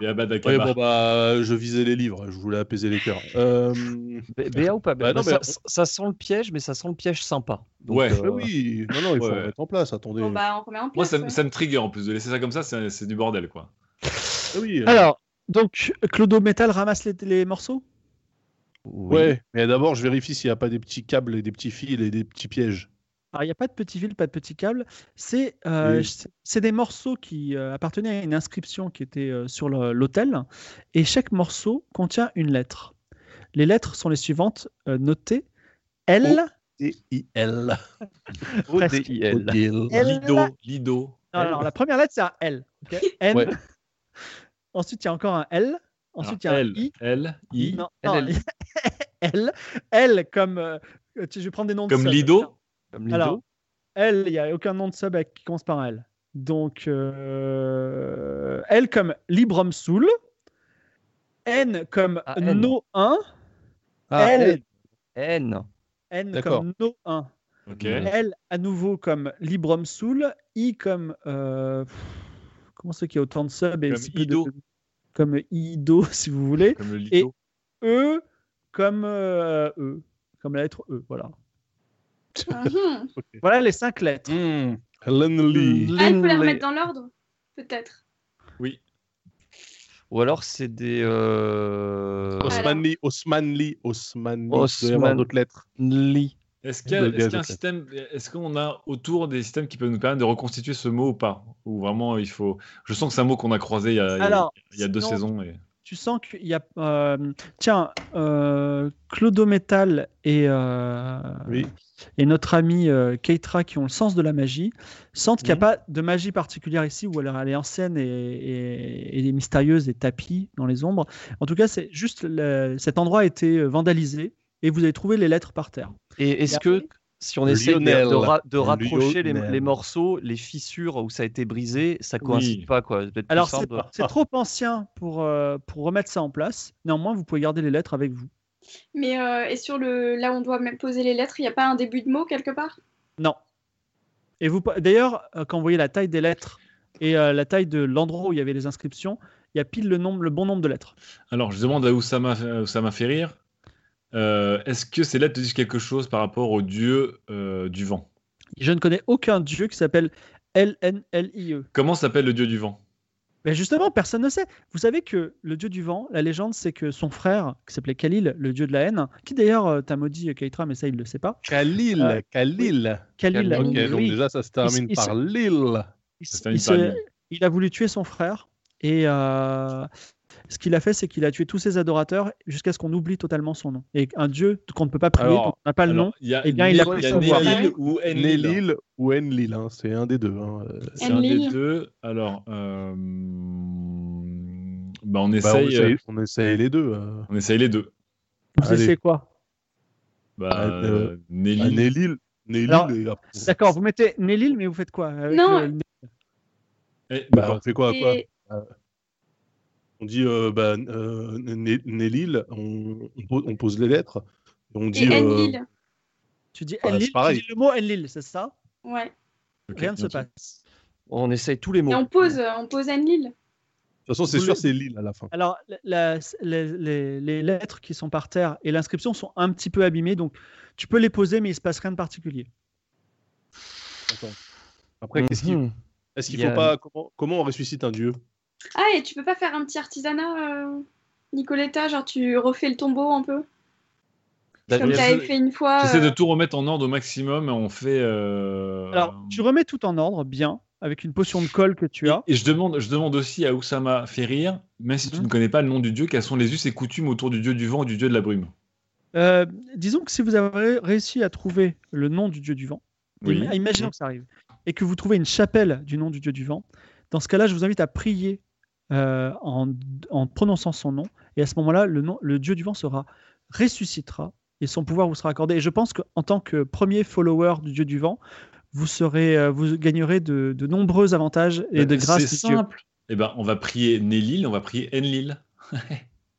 Speaker 2: la BA
Speaker 3: Ouais,
Speaker 2: d'Akaba.
Speaker 3: bon bah, je visais les livres, je voulais apaiser les cœurs. Euh,
Speaker 5: B- Béa ou pas Béa
Speaker 3: Bah non,
Speaker 5: ça,
Speaker 3: mais-
Speaker 5: ça- ça sent le piège, mais ça sent le piège sympa. Donc, euh,
Speaker 2: Ouais.
Speaker 3: bah oui, non, non, il faut
Speaker 2: Ouais.
Speaker 3: le mettre en place, attendez.
Speaker 4: Bon, bah, on remet en
Speaker 2: Moi,
Speaker 4: place.
Speaker 2: ça, me-
Speaker 4: ouais.
Speaker 2: ça me trigger en plus de laisser ça comme ça, c'est c'est du bordel quoi.
Speaker 3: Ah oui, euh,
Speaker 1: Alors, donc, Clodo Metal ramasse les, les morceaux
Speaker 5: Oui.
Speaker 3: Ouais, mais d'abord je vérifie s'il n'y a pas des petits câbles et des petits fils et des petits pièges.
Speaker 1: Alors, il n'y a pas de petit fil, pas de petit câble. C'est euh,
Speaker 3: Oui.
Speaker 1: c'est- c'est des morceaux qui euh, appartenaient à une inscription qui était euh, sur le- l'autel. Et chaque morceau contient une lettre. Les lettres sont les suivantes, euh, notées L.
Speaker 3: D-I-L.
Speaker 1: Presque.
Speaker 5: ODIL.
Speaker 1: Elle-
Speaker 2: Lido, Lido.
Speaker 1: Non, alors, la première lettre, c'est un L. ok N.
Speaker 3: Ouais.
Speaker 1: Ensuite, il y a encore un L. Ensuite, il y a un
Speaker 2: L,
Speaker 1: I.
Speaker 2: L, I,
Speaker 1: Non,
Speaker 5: L,
Speaker 1: non,
Speaker 5: L.
Speaker 1: L. L comme. euh, tu- je vais prendre des noms de
Speaker 2: comme
Speaker 1: subs.
Speaker 2: Lido.
Speaker 5: Comme Lido.
Speaker 1: Alors, elle, il n'y a aucun nom de sub avec- qui commence par un L. Donc, euh, L comme Librum Soul, N comme
Speaker 5: Ah, N.
Speaker 1: No1,
Speaker 3: Ah,
Speaker 1: elle.
Speaker 5: N.
Speaker 1: N
Speaker 3: D'accord.
Speaker 1: comme No1,
Speaker 2: Ok.
Speaker 5: L.
Speaker 1: L à nouveau comme Librum Soul, I comme. euh, pff, comment c'est qu'il y a autant de subs et
Speaker 2: Comme
Speaker 1: si peu de-
Speaker 2: Ido.
Speaker 1: Comme Ido, si vous voulez.
Speaker 2: Comme le
Speaker 1: Et
Speaker 2: Lido.
Speaker 1: E comme euh, E, comme la lettre E, voilà.
Speaker 4: Mhm.
Speaker 1: Voilà les cinq lettres.
Speaker 3: Hmm, Helen Lee.
Speaker 4: Ah, il faut les
Speaker 5: Lindley.
Speaker 4: remettre dans l'ordre Peut-être.
Speaker 2: Oui.
Speaker 5: Ou alors c'est des. Euh...
Speaker 4: Voilà.
Speaker 3: Osmanli, Osmanli, Osmanli. Il doit y avoir
Speaker 5: Osman-
Speaker 3: d'autres lettres.
Speaker 5: Li.
Speaker 2: Est-ce qu'il y a,
Speaker 3: Lido,
Speaker 2: est-ce qu'il y a
Speaker 3: bien,
Speaker 2: un
Speaker 3: je sais.
Speaker 2: système, est-ce qu'on a autour des systèmes qui peuvent nous permettre de reconstituer ce mot ou pas Ou vraiment, il faut. Je sens que c'est un mot qu'on a croisé il y a, il y a-
Speaker 1: Alors,
Speaker 2: il y a deux
Speaker 1: sinon-
Speaker 2: saisons. Et...
Speaker 1: Tu sens qu'il y a. euh, tiens, euh, Clodo Metal et, euh,
Speaker 3: Oui.
Speaker 1: et notre ami euh, Keitra, qui ont le sens de la magie, sentent qu'il n'y a
Speaker 3: Mhm.
Speaker 1: pas de magie particulière ici, ou alors elle est ancienne et, et, et mystérieuse et tapis dans les ombres. En tout cas, c'est juste le- cet endroit a été euh, vandalisé et vous avez trouvé les lettres par terre.
Speaker 5: Et est-ce que si on essaie de,
Speaker 3: Lionel.
Speaker 5: de ra- de rapprocher les,
Speaker 3: Lionel.
Speaker 5: les morceaux, les fissures où ça a été brisé, ça
Speaker 2: Oui.
Speaker 5: coïncide pas quoi C'est peut-être plus
Speaker 1: Alors, c'est
Speaker 5: simple.
Speaker 1: c'est trop ancien pour, euh, pour remettre ça en place. Néanmoins, vous pouvez garder les lettres avec vous.
Speaker 4: Mais euh, et sur le là où on doit même poser les lettres, il n'y a pas un début de mot quelque part
Speaker 1: Non. Et vous, d'ailleurs, euh, quand vous voyez la taille des lettres et euh, la taille de l'endroit où il y avait les inscriptions, il y a pile le, nombre, le bon nombre de lettres.
Speaker 2: Alors, je demande à Oussama, à Oussama Ferrir euh, est-ce que ces lettres te disent quelque chose par rapport au dieu euh, du vent
Speaker 1: Je ne connais aucun dieu qui s'appelle LNLIE.
Speaker 2: Comment s'appelle le dieu du
Speaker 1: E.
Speaker 2: vent
Speaker 1: Mais justement, personne ne sait. Vous savez que le dieu du vent, la légende, c'est que son frère, qui s'appelait Khalil, le dieu de la haine, qui d'ailleurs euh, t'a maudit euh, Keitra, mais ça, il ne le sait pas.
Speaker 3: Khalil,
Speaker 1: Euh,
Speaker 3: Ah. Khalil.
Speaker 1: Khalil,
Speaker 5: Khalil,
Speaker 3: Ok,
Speaker 1: oui,
Speaker 3: donc déjà ça se termine
Speaker 1: ils-
Speaker 3: par Lille.
Speaker 1: il,
Speaker 2: Ça se
Speaker 1: s-
Speaker 2: termine
Speaker 1: il
Speaker 2: par
Speaker 1: se-
Speaker 2: Lille.
Speaker 1: il a voulu tuer son frère. Et euh, ce qu'il a fait, c'est qu'il a tué tous ses adorateurs jusqu'à ce qu'on oublie totalement son nom. Et un dieu qu'on ne peut pas prier,
Speaker 3: Alors-
Speaker 1: dont on n'a pas le nom.
Speaker 2: Alors, Il y a,
Speaker 1: Eh bien, il a pris
Speaker 2: il y a
Speaker 1: son pouvoir.
Speaker 2: Nélil ou Enlil.
Speaker 3: Nélil ou Enlil, hein, c'est un des deux. hein. Euh,
Speaker 2: C'est un des
Speaker 4: Enlil.
Speaker 2: deux. Alors, euh, bah, on,
Speaker 3: bah, on,
Speaker 2: essaye,
Speaker 3: essaye, on essaye les deux. euh.
Speaker 2: on essaye les deux.
Speaker 1: Vous
Speaker 3: Allez.
Speaker 1: essayez quoi
Speaker 2: Bah,
Speaker 3: euh,
Speaker 2: Nelly.
Speaker 3: Ah, Nélil. Nélil,
Speaker 1: Alors,
Speaker 3: et après-
Speaker 1: D'accord, vous mettez Nélil, mais vous faites quoi avec euh,
Speaker 4: Non.
Speaker 1: le-
Speaker 2: Eh,
Speaker 3: Bah,
Speaker 2: bah,
Speaker 3: on fait quoi,
Speaker 4: Et-
Speaker 3: quoi On dit euh, bah, euh, Né- Nélil, on, on pose- on pose les lettres. et On
Speaker 4: Et
Speaker 3: dit. euh,
Speaker 4: Enlil.
Speaker 1: Tu dis
Speaker 3: Bah,
Speaker 1: Enlil,
Speaker 3: c'est pareil.
Speaker 1: tu dis le mot Enlil, c'est ça
Speaker 4: Ouais.
Speaker 2: ok.
Speaker 1: Rien ne se
Speaker 5: ok.
Speaker 1: passe.
Speaker 5: On essaye tous les mots.
Speaker 4: Et on pose, euh, on pose Enlil.
Speaker 3: De toute façon, c'est
Speaker 1: Vous
Speaker 3: sûr,
Speaker 1: le-
Speaker 3: c'est Lille à la fin.
Speaker 1: Alors, la- la- les, les- les lettres qui sont par terre et l'inscription sont un petit peu abîmées, donc tu peux les poser, mais il se passe rien de particulier.
Speaker 3: Après, qu'est-ce qu'il
Speaker 5: Mhm.
Speaker 3: est-ce qu'il
Speaker 5: Il y
Speaker 3: faut
Speaker 5: a-
Speaker 3: pas. Comment, comment on ressuscite un dieu
Speaker 4: Ah, et tu peux pas faire un petit artisanat, euh, Nicoletta Genre, tu refais le tombeau un peu
Speaker 5: Bah,
Speaker 4: Comme
Speaker 2: oui,
Speaker 4: t'avais
Speaker 2: absolument.
Speaker 4: fait une fois.
Speaker 2: J'essaie de
Speaker 4: euh,
Speaker 2: tout remettre en ordre au maximum et on fait. euh,
Speaker 1: Alors, tu remets tout en ordre, bien, avec une potion de colle que tu as.
Speaker 2: Et je demande, je demande aussi à Oussama Ferrir, même si tu
Speaker 1: Mhm.
Speaker 2: ne connais pas le nom du dieu, quels sont les us et coutumes autour du dieu du vent et du dieu de la brume
Speaker 1: Euh, disons que si vous avez réussi à trouver le nom du dieu du vent,
Speaker 2: Oui.
Speaker 1: im- imaginons que ça arrive, et que vous trouvez une chapelle du nom du dieu du vent, dans ce cas-là, je vous invite à prier euh, en, en prononçant son nom, et à ce moment-là, le, nom- le dieu du vent sera ressuscitera et son pouvoir vous sera accordé. Et je pense qu'en tant que premier follower du dieu du vent, vous, serez, euh, vous gagnerez de, de nombreux avantages et de
Speaker 2: Bah,
Speaker 1: grâce.
Speaker 2: C'est
Speaker 1: du dieu.
Speaker 2: simple. Eh ben, on va prier Nélil, on va prier Enlil.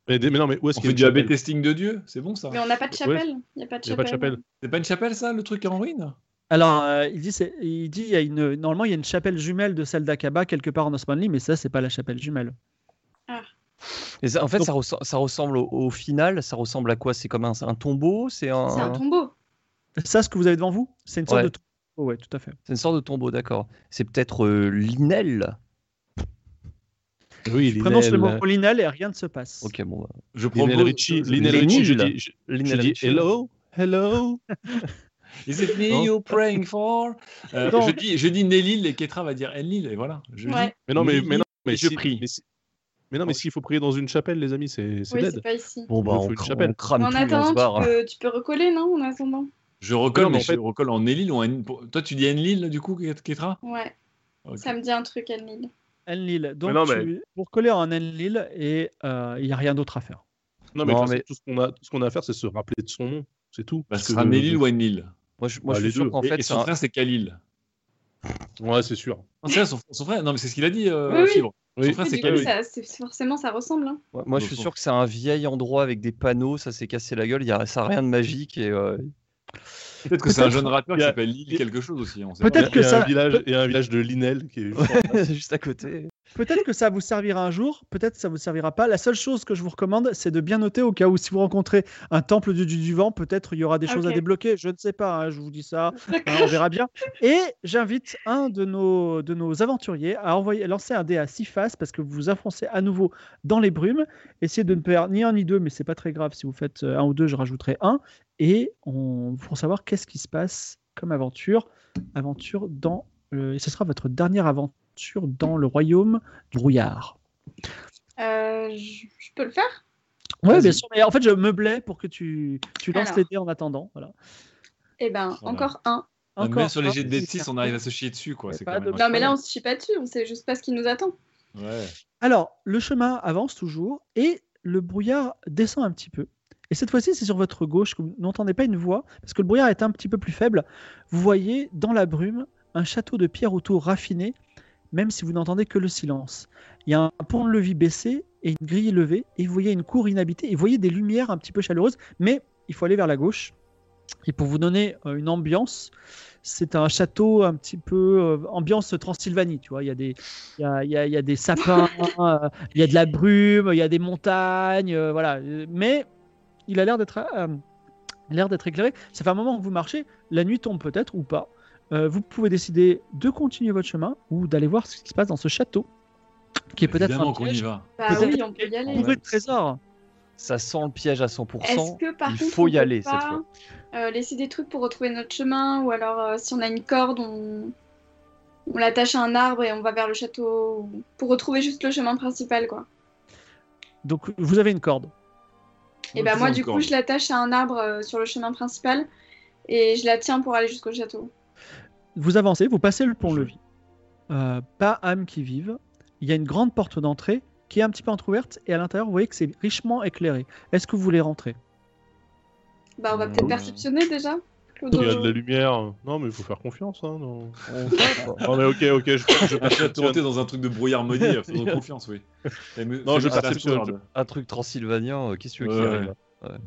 Speaker 3: mais, des- mais non, mais où est-ce
Speaker 2: On
Speaker 3: qu'il y
Speaker 2: fait
Speaker 3: a
Speaker 2: du
Speaker 3: une
Speaker 2: AB
Speaker 3: chapelle
Speaker 2: testing de dieu, c'est bon ça
Speaker 4: Mais on n'a pas de chapelle. Il n'y a pas de
Speaker 3: Il n'y a pas de chapelle.
Speaker 4: chapelle.
Speaker 2: C'est pas une chapelle ça, le truc en ruine
Speaker 1: Alors, euh, il dit, c'est- il dit, il y a une, normalement, il y a une chapelle jumelle de celle d'Akaba quelque part en Osmanli, mais ça, c'est pas la chapelle jumelle.
Speaker 5: Et ça- en fait,
Speaker 1: Donc-
Speaker 5: ça, ressem- ça ressemble au, au final, ça ressemble à quoi C'est comme un, un tombeau C'est un,
Speaker 4: C'est un tombeau.
Speaker 1: Ça, ce que vous avez devant vous, c'est une sorte
Speaker 5: Ouais.
Speaker 1: de. Oh, ouais, tout à fait.
Speaker 5: c'est une sorte de tombeau, d'accord. C'est peut-être euh, l'inel.
Speaker 3: Oui,
Speaker 1: Je prononce le
Speaker 3: Linel.
Speaker 1: mot collinal et rien ne se passe.
Speaker 5: Ok, bon. bah,
Speaker 2: Je
Speaker 3: Linel
Speaker 2: propose-
Speaker 3: Richie.
Speaker 2: je-
Speaker 3: Linel
Speaker 5: Les
Speaker 3: Richie, je
Speaker 5: nuls.
Speaker 3: dis, je- je
Speaker 5: L'inel
Speaker 3: dis
Speaker 5: rituel.
Speaker 3: hello, hello.
Speaker 2: Is it me
Speaker 5: Non.
Speaker 2: you're praying for Euh,
Speaker 1: Non.
Speaker 2: je, dis, je dis Nélil et Ketra va dire Enlil, et voilà. Je
Speaker 4: Ouais.
Speaker 2: dis,
Speaker 3: Mais non, mais,
Speaker 2: Oui,
Speaker 3: mais non, mais
Speaker 2: je
Speaker 3: si-
Speaker 2: prie.
Speaker 3: Mais, si- mais non, mais s'il faut prier dans une chapelle, les amis, c'est c'est
Speaker 4: Oui,
Speaker 3: dead.
Speaker 4: c'est pas ici.
Speaker 5: Bon, bah,
Speaker 3: Il nous
Speaker 5: on,
Speaker 3: faut une
Speaker 5: cra-
Speaker 3: chapelle.
Speaker 5: on crame
Speaker 4: Mais en
Speaker 5: tout et on se barre.
Speaker 4: attendant, tu peux, tu peux recoller, non En attendant.
Speaker 2: je recolle,
Speaker 3: Non, mais
Speaker 2: mais
Speaker 3: en fait-
Speaker 2: je recolle en Nélil ou en En- pour- Toi, tu dis Enlil du coup, Ketra
Speaker 4: Ouais,
Speaker 2: Ok.
Speaker 4: ça me dit un truc, Enlil.
Speaker 1: Enlil. E. Donc,
Speaker 3: non,
Speaker 1: tu- vous recollez en Enlil et euh, il n'y a rien d'autre à faire.
Speaker 3: Non, mais, de
Speaker 5: Non,
Speaker 3: toute façon,
Speaker 5: mais-
Speaker 3: tout ce qu'on a, tout ce qu'on a à faire, c'est se rappeler de son nom. C'est tout.
Speaker 2: Bah,
Speaker 3: Parce
Speaker 2: ce
Speaker 3: que-
Speaker 2: sera Nélil ou Enlil.
Speaker 5: Moi, je, moi,
Speaker 3: Bah,
Speaker 5: je
Speaker 3: les
Speaker 5: suis sûr
Speaker 3: deux.
Speaker 5: qu'en
Speaker 2: Et-
Speaker 5: fait,
Speaker 2: et
Speaker 5: c'est
Speaker 2: son
Speaker 5: un-
Speaker 2: frère, c'est Khalil.
Speaker 3: Ouais, c'est sûr.
Speaker 2: Non, c'est vrai, son, son frère, non, mais c'est ce qu'il a dit, euh,
Speaker 4: Oui, oui.
Speaker 2: Fibre.
Speaker 3: Oui.
Speaker 2: Son frère,
Speaker 4: Oui,
Speaker 2: c'est
Speaker 4: du coup,
Speaker 2: Khalil.
Speaker 4: ça- c'est- forcément, ça ressemble. hein.
Speaker 5: moi- moi, je
Speaker 2: Dans
Speaker 5: suis
Speaker 2: son-
Speaker 5: sûr que c'est un vieil endroit avec des panneaux, ça s'est cassé la gueule, il y a, ça a rien de magique. Et, euh,
Speaker 2: Peut-être que c'est un jeune rappeur
Speaker 3: Il
Speaker 2: qui
Speaker 3: y a-
Speaker 2: s'appelle Lil quelque chose aussi. on sait
Speaker 3: Il y
Speaker 1: Peut-être
Speaker 3: a-
Speaker 2: pas.
Speaker 1: que
Speaker 3: il y a
Speaker 1: ça-
Speaker 3: un village- Il y a un village de Linel qui est.
Speaker 5: juste à côté.
Speaker 1: Peut-être que ça vous servira un jour, peut-être que ça vous servira pas. La seule chose que je vous recommande, c'est de bien noter au cas où si vous rencontrez un temple du dieu du vent, peut-être il y aura des choses à
Speaker 4: Ok.
Speaker 1: débloquer. Je ne sais pas, hein, je vous dis ça. Hein, on
Speaker 4: D'accord.
Speaker 1: verra bien. Et j'invite un de nos, de nos aventuriers à envoyer, à lancer un dé à six faces parce que vous vous enfoncez à nouveau dans les brumes. Essayez de ne perdre ni un ni deux, mais c'est pas très grave. Si vous faites euh, un ou deux, je rajouterai un. Et on, pour savoir qu'est-ce qui se passe comme aventure. Aventure dans. le- et ce sera votre dernière aventure dans le royaume du brouillard.
Speaker 4: Euh, je je peux le faire
Speaker 1: Ouais,
Speaker 5: Vas-y.
Speaker 1: bien sûr. Mais en fait, je meublais pour que tu, tu lances
Speaker 4: Alors.
Speaker 1: les dés en attendant. Voilà. Ah,
Speaker 4: Eh ben,
Speaker 2: Voilà.
Speaker 4: encore un.
Speaker 2: Même Ah, sur les
Speaker 1: un.
Speaker 2: jets de D6, on arrive à se chier dessus, quoi. C'est
Speaker 1: Pas
Speaker 2: quand même
Speaker 1: de-
Speaker 4: Non, mais là, on se chie pas dessus. On sait juste pas ce qui nous attend.
Speaker 2: Ouais.
Speaker 1: Alors, le chemin avance toujours et le brouillard descend un petit peu. Et cette fois-ci, c'est sur votre gauche que vous n'entendez pas une voix, parce que le brouillard est un petit peu plus faible. Vous voyez dans la brume un château de pierre autour raffiné, même si vous n'entendez que le silence. Il y a un pont-levis baissé et une grille levée, et vous voyez une cour inhabitée, et vous voyez des lumières un petit peu chaleureuses, mais il faut aller vers la gauche. Et pour vous donner euh, une ambiance, c'est un château un petit peu euh, ambiance Transylvanie, tu vois. Il y a des, il y a, il y a- il y a des sapins, euh, il y a de la brume, il y a des montagnes, euh, voilà. Euh, Mais il a l'air d'être, euh, il a l'air d'être éclairé. Ça fait un moment que vous marchez. La nuit tombe peut-être ou pas. Euh, vous pouvez décider de continuer votre chemin ou d'aller voir ce qui se passe dans ce château, qui est peut-être un
Speaker 2: Évidemment qu'on y
Speaker 1: piège.
Speaker 2: va.
Speaker 4: Bah
Speaker 1: Peut-être
Speaker 4: oui, on peut y aller.
Speaker 1: Ouvrez le trésor.
Speaker 5: Ça sent le piège à 100%.
Speaker 4: Est-ce que par
Speaker 5: il
Speaker 4: contre,
Speaker 5: faut
Speaker 4: on
Speaker 5: y
Speaker 4: peut
Speaker 5: aller, cette
Speaker 4: pas,
Speaker 5: fois.
Speaker 4: euh, laisser des trucs pour retrouver notre chemin, ou alors euh, si on a une corde, on, on l'attache à un arbre et on va vers le château ou- pour retrouver juste le chemin principal, quoi.
Speaker 1: Donc vous avez une corde.
Speaker 4: et ben
Speaker 2: Ils
Speaker 4: moi,
Speaker 2: ont
Speaker 4: du
Speaker 2: une
Speaker 4: coup,
Speaker 2: corde.
Speaker 4: je l'attache à un arbre euh, sur le chemin principal et je la tiens pour aller jusqu'au château.
Speaker 1: Vous avancez, vous passez le pont-levis. Euh, pas âme qui vive. Il y a une grande porte d'entrée qui est un petit peu entrouverte et à l'intérieur, vous voyez que c'est richement éclairé. Est-ce que vous voulez rentrer
Speaker 4: Bah, on va peut-être
Speaker 5: Mmh.
Speaker 4: perceptionner déjà.
Speaker 3: Il y a
Speaker 4: Clodo.
Speaker 3: de la lumière. Non, mais il faut faire confiance. Hein, non.
Speaker 5: On sait pas.
Speaker 3: non, mais ok, ok, je, je
Speaker 2: Ah, tu vas te monter
Speaker 3: perceptionne.
Speaker 2: dans un truc de brouillard maudit, faisons
Speaker 3: Yeah.
Speaker 2: confiance, oui.
Speaker 3: Non, je perceptionne,
Speaker 5: Un truc transylvanien, euh, qu'est-ce que tu veux qu'il
Speaker 2: Ouais.
Speaker 5: arrive là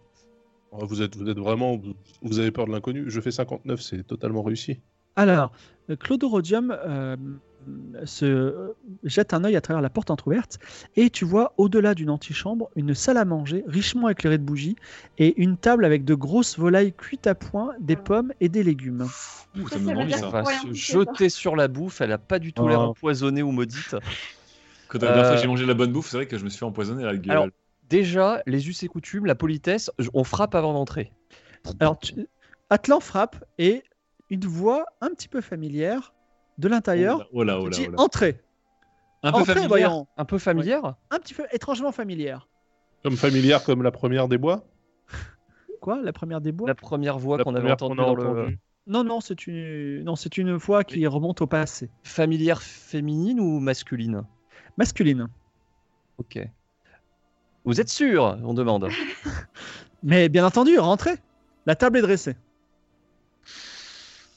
Speaker 3: Oh, Vous êtes, vous êtes vraiment. Vous, vous avez peur de l'inconnu. Je fais 59, c'est totalement réussi.
Speaker 1: Alors, euh, Clodorodium euh, se euh, jette un œil à travers la porte entrouverte et tu vois au-delà d'une antichambre une salle à manger richement éclairée de bougies et une table avec de grosses volailles cuites à point, des pommes et des légumes.
Speaker 2: Ouh,
Speaker 4: Ça,
Speaker 2: ça me
Speaker 4: ça veut
Speaker 2: donne envie,
Speaker 4: dire
Speaker 5: On
Speaker 2: ça.
Speaker 4: quoi
Speaker 5: va
Speaker 4: Ouais,
Speaker 5: se
Speaker 4: on sait
Speaker 5: jeter sur la bouffe, elle a pas du tout l'air
Speaker 3: Oh.
Speaker 5: empoisonnée ou maudite.
Speaker 2: Quand la dernière fois
Speaker 5: Euh,
Speaker 2: que j'ai mangé de la bonne bouffe, c'est vrai que je me suis fait empoisonner la gueule.
Speaker 5: Alors- Déjà, les us et coutumes, la politesse, j- on frappe avant d'entrer.
Speaker 1: Alors, tu- Atlan frappe et une voix un petit peu familière de l'intérieur
Speaker 2: oh là, oh
Speaker 1: te
Speaker 2: là,
Speaker 1: dit
Speaker 2: oh là.
Speaker 1: Entrez
Speaker 2: Un peu
Speaker 1: Entrez,
Speaker 2: familière.
Speaker 1: voyons
Speaker 5: Un peu familière
Speaker 1: Un petit peu étrangement familière.
Speaker 3: Comme familière, comme la première des bois.
Speaker 1: Quoi La première des bois
Speaker 5: La première voix
Speaker 3: la
Speaker 5: qu'on avait
Speaker 3: première
Speaker 5: entendue
Speaker 3: qu'on a
Speaker 5: dans le-
Speaker 3: entendue.
Speaker 1: Non, non, c'est une... non, c'est une voix qui remonte au passé.
Speaker 5: Familière féminine ou masculine
Speaker 1: Masculine.
Speaker 5: Ok. Vous êtes sûr On demande.
Speaker 1: Mais bien entendu, rentrez La table est dressée.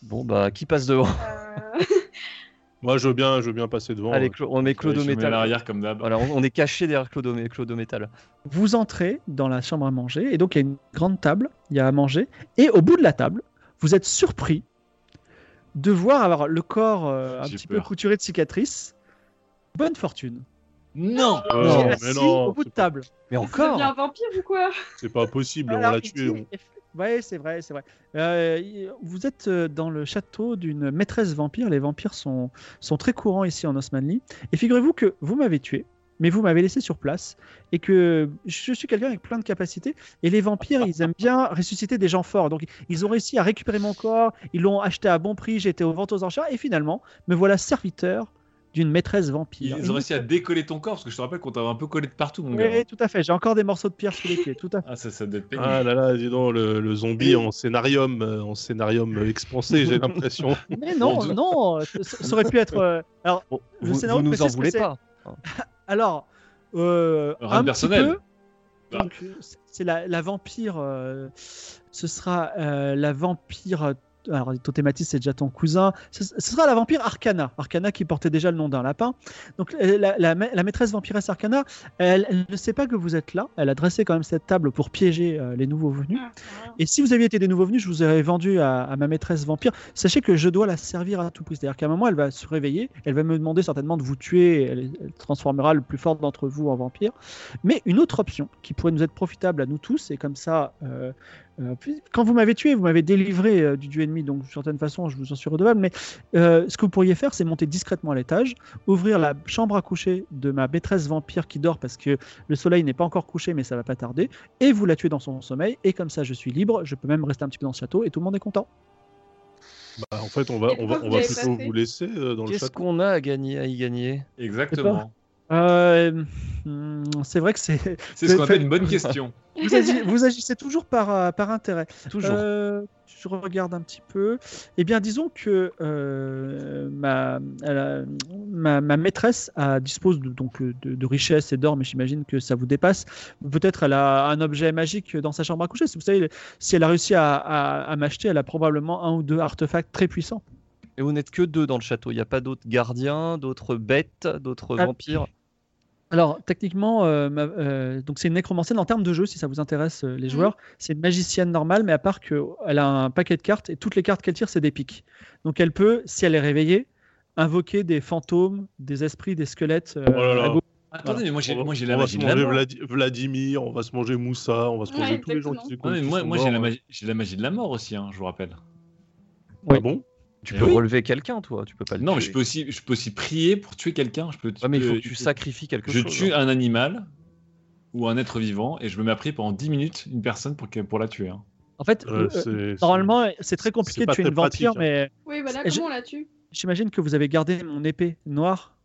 Speaker 5: Bon, bah, qui passe devant
Speaker 4: pas. Euh,
Speaker 3: Moi, je veux bien, je veux bien passer devant.
Speaker 5: Allez, Clo- on met
Speaker 2: Allez, je
Speaker 5: Clodo
Speaker 2: me mets à
Speaker 5: Métal.
Speaker 2: l'arrière comme d'hab.
Speaker 5: Voilà, on on est caché derrière Clodo, Mé- Clodo Métal.
Speaker 1: Vous entrez dans la chambre à manger, et donc il y a une grande table, il y a à manger, et au bout de la table, vous êtes surpris de voir avoir le corps euh, un
Speaker 2: J'ai
Speaker 1: petit peu
Speaker 2: peur.
Speaker 1: couturé de cicatrices. Bonne fortune.
Speaker 2: Oh, Non
Speaker 3: Euh,
Speaker 1: Il est
Speaker 3: mais
Speaker 1: assis
Speaker 3: non,
Speaker 1: au bout de
Speaker 3: c'est-
Speaker 1: table.
Speaker 5: Mais
Speaker 4: ça devient un
Speaker 5: encore
Speaker 4: vampire ou quoi
Speaker 3: C'est pas possible, on
Speaker 1: Alors,
Speaker 3: l'a
Speaker 1: il
Speaker 3: tué.
Speaker 1: dit- Ouais, c'est vrai, c'est vrai. Euh, il- vous êtes euh, dans le château d'une maîtresse vampire. Les vampires sont, sont très courants ici en Osmanli. Et figurez-vous que vous m'avez tué, mais vous m'avez laissé sur place. Et que je suis quelqu'un avec plein de capacités. Et les vampires, ils aiment bien ressusciter des gens forts. Donc, ils ont réussi à récupérer mon corps. Ils l'ont acheté à bon prix. J'étais aux ventes aux enchères. Et finalement, me voilà serviteur d'une maîtresse vampire.
Speaker 2: Ils ont réussi à décoller ton corps, parce que je te rappelle qu'on t'avait un peu collé de partout, mon gars.
Speaker 1: Oui, tout à fait. J'ai encore des morceaux de pierre sous les pieds. Tout à fait.
Speaker 2: Ah, ça, ça doit être
Speaker 3: on-
Speaker 2: pénible.
Speaker 3: Ah là là, dis donc, le, le zombie en scénarium, euh, en scénarium euh, expansé, j'ai l'impression.
Speaker 1: Mais non, non, euh, ça ça aurait pu être. euh, Alors,
Speaker 5: Bon,
Speaker 1: Le
Speaker 5: vous,
Speaker 1: scénario
Speaker 5: vous nous
Speaker 1: précise
Speaker 5: en
Speaker 1: que
Speaker 5: voulez
Speaker 1: c'est-
Speaker 5: pas
Speaker 1: Alors, euh,
Speaker 2: Rien de
Speaker 1: un petit
Speaker 2: personnel.
Speaker 1: peu. Donc, euh, c'est- c'est la, la vampire. euh, ce sera euh, la vampire. Alors, Totématis, c'est déjà ton cousin. Ce, ce sera la vampire Arcana. Arcana qui portait déjà le nom d'un lapin. Donc, euh, la, la ma- la maîtresse vampiresse Arcana, elle, elle ne sait pas que vous êtes là. Elle a dressé quand même cette table pour piéger euh, les nouveaux venus. Et si vous aviez été des nouveaux venus, je vous aurais vendu à, à ma maîtresse vampire. Sachez que je dois la servir à tout prix. C'est-à-dire qu'à un moment, elle va se réveiller, elle va me demander certainement de vous tuer, et elle, elle transformera le plus fort d'entre vous en vampire. Mais une autre option qui pourrait nous être profitable à nous tous, et comme ça, euh, euh, puis- quand vous m'avez tué, vous m'avez délivré euh, du dieu ennemi, donc d'une certaine façon, je vous en suis redevable. Mais euh, ce que vous pourriez faire, c'est monter discrètement à l'étage, ouvrir la chambre à coucher de ma maîtresse vampire qui dort parce que le soleil n'est pas encore couché, mais ça va pas tarder et vous la tuez dans son sommeil, et comme ça je suis libre, je peux même rester un petit peu dans le château, et tout le monde est content.
Speaker 3: Bah, en fait, on va,
Speaker 4: Et
Speaker 3: on va,
Speaker 4: pourquoi
Speaker 3: on
Speaker 4: vous
Speaker 3: va
Speaker 4: l'avez
Speaker 3: plutôt
Speaker 4: pas fait
Speaker 3: vous laisser euh, dans le
Speaker 5: Qu'est-ce
Speaker 3: chat.
Speaker 5: qu'on a à gagner à y gagner
Speaker 2: Exactement.
Speaker 1: Euh, hmm, c'est vrai que c'est...
Speaker 2: C'est ce qu'on
Speaker 1: Faites-
Speaker 2: appelle une bonne question.
Speaker 1: Vous, agi- vous agissez toujours par, euh, par intérêt.
Speaker 5: Toujours.
Speaker 1: Euh, je regarde un petit peu. Eh bien, disons que euh, ma, elle a- ma, ma maîtresse a- dispose de, donc, euh, de, de richesses et d'or, mais j'imagine que ça vous dépasse. Peut-être elle a un objet magique dans sa chambre à coucher. Si Vous savez, si elle a réussi à, à- à m'acheter, elle a probablement un ou deux artefacts très puissants.
Speaker 5: Et vous n'êtes que deux dans le château. Il n'y a pas d'autres gardiens, d'autres bêtes, d'autres
Speaker 1: Ah.
Speaker 5: vampires.
Speaker 1: Alors, techniquement, euh, ma- euh, donc c'est une nécromancienne en termes de jeu, si ça vous intéresse euh, les joueurs. C'est une magicienne normale, mais à part qu'elle a un paquet de cartes et toutes les cartes qu'elle tire, c'est des piques. Donc, elle peut, si elle est réveillée, invoquer des fantômes, des esprits, des squelettes. euh,
Speaker 3: Oh là là.
Speaker 1: à gauche.
Speaker 2: Attendez, mais moi j'ai
Speaker 3: On va-
Speaker 2: moi, j'ai
Speaker 3: on
Speaker 2: la
Speaker 3: va
Speaker 2: magie
Speaker 3: se
Speaker 2: de la
Speaker 3: manger
Speaker 2: mort.
Speaker 3: Vladi- Vladimir, on va se manger Moussa, on va se
Speaker 4: Ouais,
Speaker 3: manger tous les gens
Speaker 4: exactement.
Speaker 3: qui sont
Speaker 2: Non, mais
Speaker 3: qui
Speaker 2: moi,
Speaker 3: sont
Speaker 2: moi,
Speaker 3: morts. hein.
Speaker 2: j'ai la,
Speaker 5: hein.
Speaker 2: magie- j'ai la magie de la mort aussi, hein, je vous rappelle.
Speaker 3: Ah bon
Speaker 5: Tu
Speaker 2: Eh
Speaker 5: peux
Speaker 2: oui.
Speaker 5: relever quelqu'un, toi. Tu peux pas le
Speaker 2: Non, mais
Speaker 5: tuer.
Speaker 2: je peux aussi, je peux aussi prier pour tuer quelqu'un. Je peux.
Speaker 5: Ouais, mais il faut que
Speaker 2: je-
Speaker 5: tu sacrifies quelque
Speaker 2: Je
Speaker 5: chose.
Speaker 2: tue
Speaker 5: hein.
Speaker 2: un animal ou un être vivant et je me mets à prier pendant 10 minutes une personne pour, que- pour la tuer. hein.
Speaker 1: En fait,
Speaker 3: Euh,
Speaker 1: euh,
Speaker 3: c'est- c'est-
Speaker 1: normalement, c'est très compliqué de
Speaker 3: pas
Speaker 1: tuer
Speaker 3: très
Speaker 1: une vampire,
Speaker 3: pratique, hein.
Speaker 1: mais
Speaker 4: Oui, voilà,
Speaker 1: Et je-
Speaker 4: comment on la tue
Speaker 1: j'imagine que vous avez gardé mon épée noire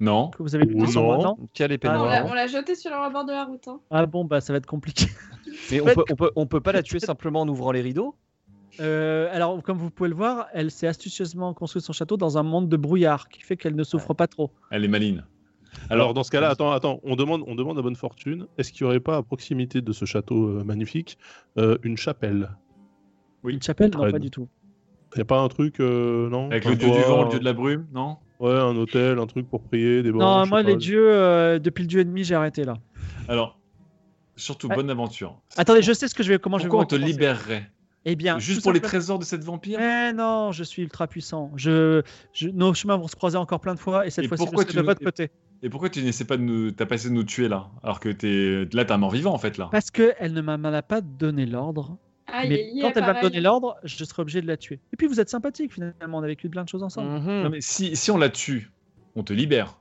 Speaker 2: Non.
Speaker 1: que vous avez
Speaker 3: Ou
Speaker 1: mis sur moi,
Speaker 3: non.
Speaker 1: non
Speaker 5: Quelle épée
Speaker 1: Ah,
Speaker 4: On
Speaker 5: noire,
Speaker 4: l'a-
Speaker 5: hein.
Speaker 4: on l'a jetée sur le bord de la route. hein.
Speaker 1: Ah bon, bah ça va être compliqué.
Speaker 5: Mais on
Speaker 1: fait-
Speaker 5: peut, on, peut, on peut pas la tuer simplement en ouvrant les rideaux
Speaker 1: Euh, alors, comme vous pouvez le voir, elle s'est astucieusement construite son château dans un monde de brouillard, qui fait qu'elle ne souffre pas trop.
Speaker 2: Elle est maligne.
Speaker 3: Alors, dans ce cas-là, attends, attends, on demande, on demande à bonne fortune, est-ce qu'il n'y aurait pas à proximité de ce château euh, magnifique euh, une chapelle
Speaker 1: Une chapelle Non,
Speaker 3: Ouais.
Speaker 1: pas du tout.
Speaker 3: Il n'y a pas un truc, euh, non
Speaker 2: Avec
Speaker 3: Un
Speaker 2: le dieu du
Speaker 3: toit,
Speaker 2: vent, le dieu de la brume, non
Speaker 3: Ouais, un hôtel, un truc pour prier, des bancs. je
Speaker 1: non,
Speaker 3: sais
Speaker 1: moi,
Speaker 3: pas.
Speaker 1: les dieux, euh, depuis le dieu ennemi, j'ai arrêté là.
Speaker 2: Alors, surtout,
Speaker 1: Ouais.
Speaker 2: bonne aventure.
Speaker 1: Attendez, je sais ce que je vais. Comment
Speaker 2: Pourquoi on
Speaker 1: je
Speaker 2: te
Speaker 1: vais. me récompenser.
Speaker 2: libérerait
Speaker 1: Eh bien,
Speaker 2: Juste
Speaker 1: tout
Speaker 2: pour les
Speaker 1: simplement-
Speaker 2: trésors de cette vampire
Speaker 1: Eh non, je suis ultra puissant. Je, je- nos chemins vont se croiser encore plein de fois et cette
Speaker 2: Et
Speaker 1: fois-ci, je
Speaker 2: pourquoi
Speaker 1: serai
Speaker 2: tu
Speaker 1: de
Speaker 2: nous-
Speaker 1: votre côté.
Speaker 2: Et pourquoi tu n'essaies pas de nous. T'as pas essayé de nous tuer là Alors que t'es. Là, t'es un mort-vivant en fait là.
Speaker 1: Parce qu'elle ne m'a- m'en a pas donné l'ordre.
Speaker 4: Aïe,
Speaker 1: mais
Speaker 4: aïe,
Speaker 1: quand
Speaker 4: aïe,
Speaker 1: elle va me
Speaker 4: pareil.
Speaker 1: donner l'ordre, je serai obligé de la tuer. Et puis vous êtes sympathique finalement, on a vécu plein de choses
Speaker 5: Mm-hmm.
Speaker 1: ensemble.
Speaker 2: Non, mais si, si on la tue, on te libère.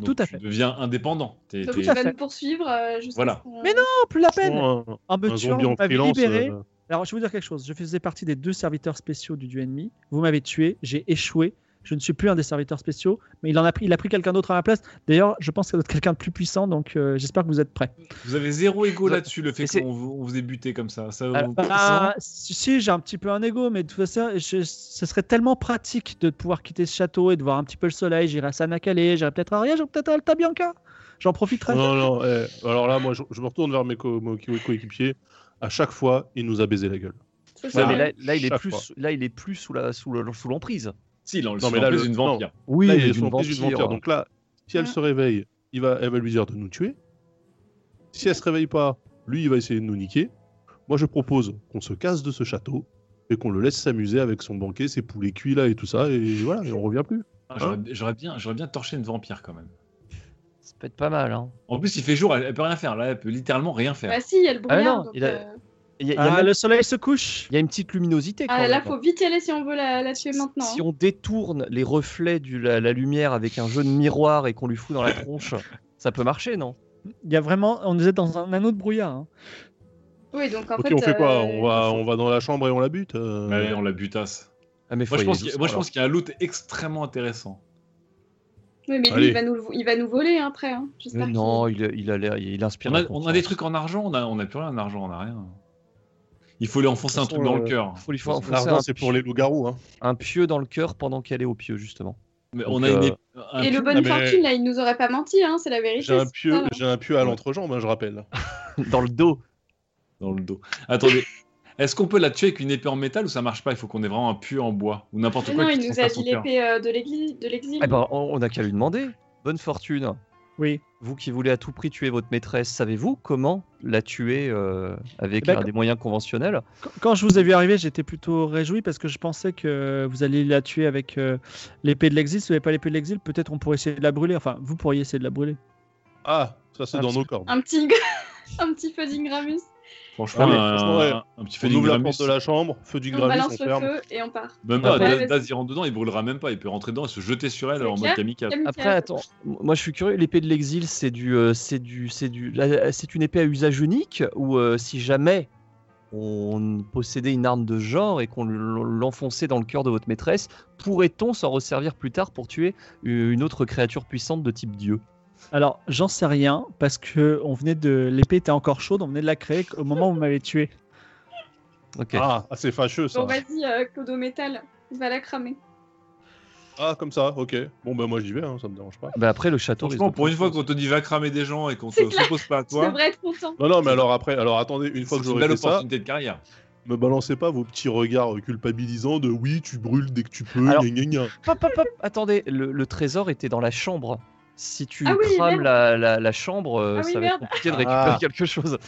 Speaker 2: Donc,
Speaker 1: Tout à
Speaker 2: tu
Speaker 1: fait.
Speaker 2: deviens indépendant. T'es-
Speaker 4: Donc
Speaker 2: t'es-
Speaker 4: tu
Speaker 1: à
Speaker 4: vas
Speaker 1: fait.
Speaker 4: nous poursuivre euh, jusqu'à
Speaker 2: Voilà.
Speaker 4: ce qu'on-
Speaker 1: Mais non Oh, plus la peine
Speaker 3: Franchement, un-
Speaker 1: En me
Speaker 3: un
Speaker 1: tuant,
Speaker 3: zombie en
Speaker 1: vous m'avez
Speaker 3: freelance.
Speaker 1: libéré.
Speaker 3: euh,
Speaker 1: Alors je vais vous dire quelque chose, je faisais partie des deux serviteurs spéciaux du dieu ennemi. Vous m'avez tué, j'ai échoué. Je ne suis plus un des serviteurs spéciaux, mais il en a pris, il a pris quelqu'un d'autre à ma place. D'ailleurs, je pense qu'il y a quelqu'un de plus puissant, donc euh, j'espère que vous êtes prêts.
Speaker 2: Vous avez zéro ego
Speaker 5: Vous-
Speaker 2: là-dessus, le fait
Speaker 5: Mais c'est-
Speaker 2: qu'on vous, on vous ait buté comme ça. ça
Speaker 1: Alors,
Speaker 2: vous-
Speaker 5: Ah.
Speaker 1: bah, si, si, j'ai un petit peu un ego, mais de toute façon, je- ce serait tellement pratique de pouvoir quitter ce château et de voir un petit peu le soleil. J'irai à Sanacalé, j'irai peut-être à Ria, j'irai peut-être à Alta Bianca. J'en profiterai.
Speaker 5: Oh.
Speaker 3: Non, non, eh, alors là, moi, je, je me retourne vers mes co- mes co- coéquipiers. à chaque fois, il nous a baisé la gueule.
Speaker 4: Ça, c'est
Speaker 5: Ouais,
Speaker 2: Ah,
Speaker 5: mais
Speaker 4: vrai.
Speaker 5: là, là, il est
Speaker 3: chaque
Speaker 5: plus,
Speaker 3: fois.
Speaker 5: là, il est plus sous la sous le- sous l'emprise.
Speaker 2: Si, là, on le
Speaker 3: Non,
Speaker 2: sent
Speaker 3: mais là,
Speaker 2: en plus
Speaker 3: le-
Speaker 2: d'une
Speaker 3: non.
Speaker 2: vampire.
Speaker 5: Oui,
Speaker 3: Là, il
Speaker 5: mais
Speaker 3: est
Speaker 5: d'une hein.
Speaker 3: sous l'emprise d'une vampire. Donc là, si elle
Speaker 4: Mm.
Speaker 3: se réveille, il va, elle va lui dire de nous tuer. Si elle se réveille pas, lui, il va essayer de nous niquer. Moi, je propose qu'on se casse de ce château et qu'on le laisse s'amuser avec son banquet, ses poulets cuits là et tout ça. Et voilà, et on revient plus.
Speaker 2: Ah, j'aurais-
Speaker 3: Hein
Speaker 2: J'aurais bien, j'aurais bien torché une vampire quand même.
Speaker 5: Ça peut être pas mal. Hein.
Speaker 2: En plus, il fait jour, elle, elle peut rien faire. Là, elle peut littéralement rien faire.
Speaker 4: Bah si, il y a le brouillard.
Speaker 5: non,
Speaker 4: donc,
Speaker 5: il a-
Speaker 4: euh,
Speaker 5: Il y, a- il y a
Speaker 1: Ah,
Speaker 5: même-
Speaker 1: le soleil se couche.
Speaker 5: il y a une petite luminosité. Quand
Speaker 4: ah, là,
Speaker 5: même.
Speaker 4: faut vite y aller si on veut la, la tuer maintenant. hein.
Speaker 5: Si on détourne les reflets de la, la lumière avec un jeu de miroir et qu'on lui fout dans la tronche, ça peut marcher, non
Speaker 1: Il y a vraiment, on est dans un anneau de brouillard. hein.
Speaker 4: Oui, donc en
Speaker 3: ok,
Speaker 4: fait.
Speaker 3: on fait quoi
Speaker 4: euh,
Speaker 3: on va, on va dans la chambre et on la bute euh,
Speaker 2: Allez, on la butasse.
Speaker 5: ah, mais faut
Speaker 2: Moi, je
Speaker 5: y
Speaker 2: pense
Speaker 5: aller
Speaker 2: qu'il y a- moi, je
Speaker 5: doucement,
Speaker 2: pense qu'il y a un loot extrêmement intéressant.
Speaker 4: Oui, mais lui,
Speaker 3: Allez.
Speaker 4: il va, nous, le- il va nous voler hein, après. Hein.
Speaker 5: alors.
Speaker 4: J'espère
Speaker 5: Mais
Speaker 4: qu'il-
Speaker 5: non, il, il, a l'air- il inspire.
Speaker 2: On a,
Speaker 5: la
Speaker 2: on a des
Speaker 5: confiance.
Speaker 2: trucs en argent, on a, on a plus rien en argent, on a rien. Il faut lui enfoncer un
Speaker 5: De toute
Speaker 2: truc
Speaker 5: façon,
Speaker 2: dans le
Speaker 5: euh,
Speaker 2: cœur.
Speaker 5: Faut lui faire enfoncer
Speaker 3: L'argent,
Speaker 5: un,
Speaker 3: c'est pour les loups-garous. hein.
Speaker 5: un pieu dans le cœur pendant qu'elle est au pieu, justement.
Speaker 2: Mais
Speaker 5: donc,
Speaker 2: on a une.
Speaker 5: euh,
Speaker 2: ép- un
Speaker 4: Et le
Speaker 2: pieu-
Speaker 4: bonne
Speaker 3: Ah, mais-
Speaker 4: fortune, là, il nous aurait pas menti, hein, c'est la vérité.
Speaker 3: J'ai un,
Speaker 4: c'est
Speaker 3: pieu,
Speaker 4: ça, là.
Speaker 3: j'ai un pieu à l'entrejambe, hein, je rappelle.
Speaker 5: dans le dos.
Speaker 2: dans le dos. Attendez, est-ce qu'on peut la tuer avec une épée en métal ou ça marche pas Il faut qu'on ait vraiment un puits en bois ou n'importe
Speaker 4: Mais
Speaker 2: quoi
Speaker 4: Ah non,
Speaker 2: qui
Speaker 4: il nous a
Speaker 2: transperce son
Speaker 4: dit
Speaker 2: cœur.
Speaker 4: l'épée euh, de l'exil. de l'exil.
Speaker 5: Eh ben, on on n'a qu'à lui demander. Bonne fortune.
Speaker 1: Oui.
Speaker 5: Vous qui voulez à tout prix tuer votre maîtresse, savez-vous comment la tuer euh, avec
Speaker 1: Eh ben,
Speaker 5: euh, des moyens conventionnels
Speaker 1: Qu- Quand je vous ai vu arriver, j'étais plutôt réjoui parce que je pensais que vous alliez la tuer avec euh, l'épée de l'exil. Si vous n'avez pas l'épée de l'exil, peut-être on pourrait essayer de la brûler. Enfin, vous pourriez essayer de la brûler.
Speaker 3: Ah, ça, c'est
Speaker 1: Ah,
Speaker 3: dans
Speaker 1: parce
Speaker 3: nos cordes.
Speaker 4: Un petit, un petit feu d'Ingramus.
Speaker 2: Franchement,
Speaker 3: Ah oui,
Speaker 2: un,
Speaker 3: franchement, ouais.
Speaker 2: un petit feu
Speaker 3: On ouvre la
Speaker 2: d'ingramus.
Speaker 3: porte de la chambre, feu du
Speaker 4: On
Speaker 3: gravis, on
Speaker 4: balance le
Speaker 3: ferme.
Speaker 4: feu et on part.
Speaker 2: Même pas,
Speaker 5: Ouais,
Speaker 2: Daz-
Speaker 4: vas-y.
Speaker 2: Daz il rentre dedans, il brûlera même pas, il peut rentrer dedans et se jeter sur elle
Speaker 4: C'est
Speaker 2: en mode
Speaker 4: clair.
Speaker 2: kamikaze.
Speaker 4: Kamikaze.
Speaker 5: Après, attends, m- moi je suis curieux. L'épée de l'exil, c'est du, euh, c'est du, c'est du, la- c'est une épée à usage unique ou euh, si jamais on possédait une arme de ce genre et qu'on l- l'enfonçait dans le cœur de votre maîtresse, pourrait-on s'en resservir plus tard pour tuer une autre créature puissante de type dieu
Speaker 1: Alors, j'en sais rien parce que on venait de l'épée était encore chaude, on venait de la créer au moment où vous m'avez tué.
Speaker 5: Ok.
Speaker 3: Ah, ah, c'est fâcheux ça.
Speaker 4: Bon, vas-y, euh, Clodo Métal, il va la cramer.
Speaker 3: Ah, comme ça, ok. Bon, bah moi j'y vais, hein, ça me dérange pas.
Speaker 5: Bah après le château. risque
Speaker 2: Franchement,
Speaker 5: de
Speaker 2: pour une fois
Speaker 5: prendre-
Speaker 2: qu'on te dit va cramer des gens et qu'on
Speaker 4: C'est
Speaker 2: se
Speaker 4: clair.
Speaker 2: s'oppose pas à
Speaker 4: Tu
Speaker 2: toi,
Speaker 4: devrais être content.
Speaker 3: Non, non, mais alors après, alors attendez, une fois que
Speaker 2: c'est une
Speaker 3: j'aurai
Speaker 2: belle
Speaker 3: fait ça,
Speaker 2: opportunité de carrière.
Speaker 3: me balancez pas vos petits regards culpabilisants de oui, tu brûles dès que tu peux,
Speaker 5: Alors-
Speaker 3: gna gna gna.
Speaker 5: Hop, hop, hop, Attendez, le, le trésor était dans la chambre. Si tu
Speaker 4: Ah oui,
Speaker 5: crames
Speaker 4: merde.
Speaker 5: la, la- la chambre, euh,
Speaker 4: Ah oui,
Speaker 5: ça va être
Speaker 4: merde.
Speaker 5: compliqué de récupérer
Speaker 3: Ah.
Speaker 5: quelque chose.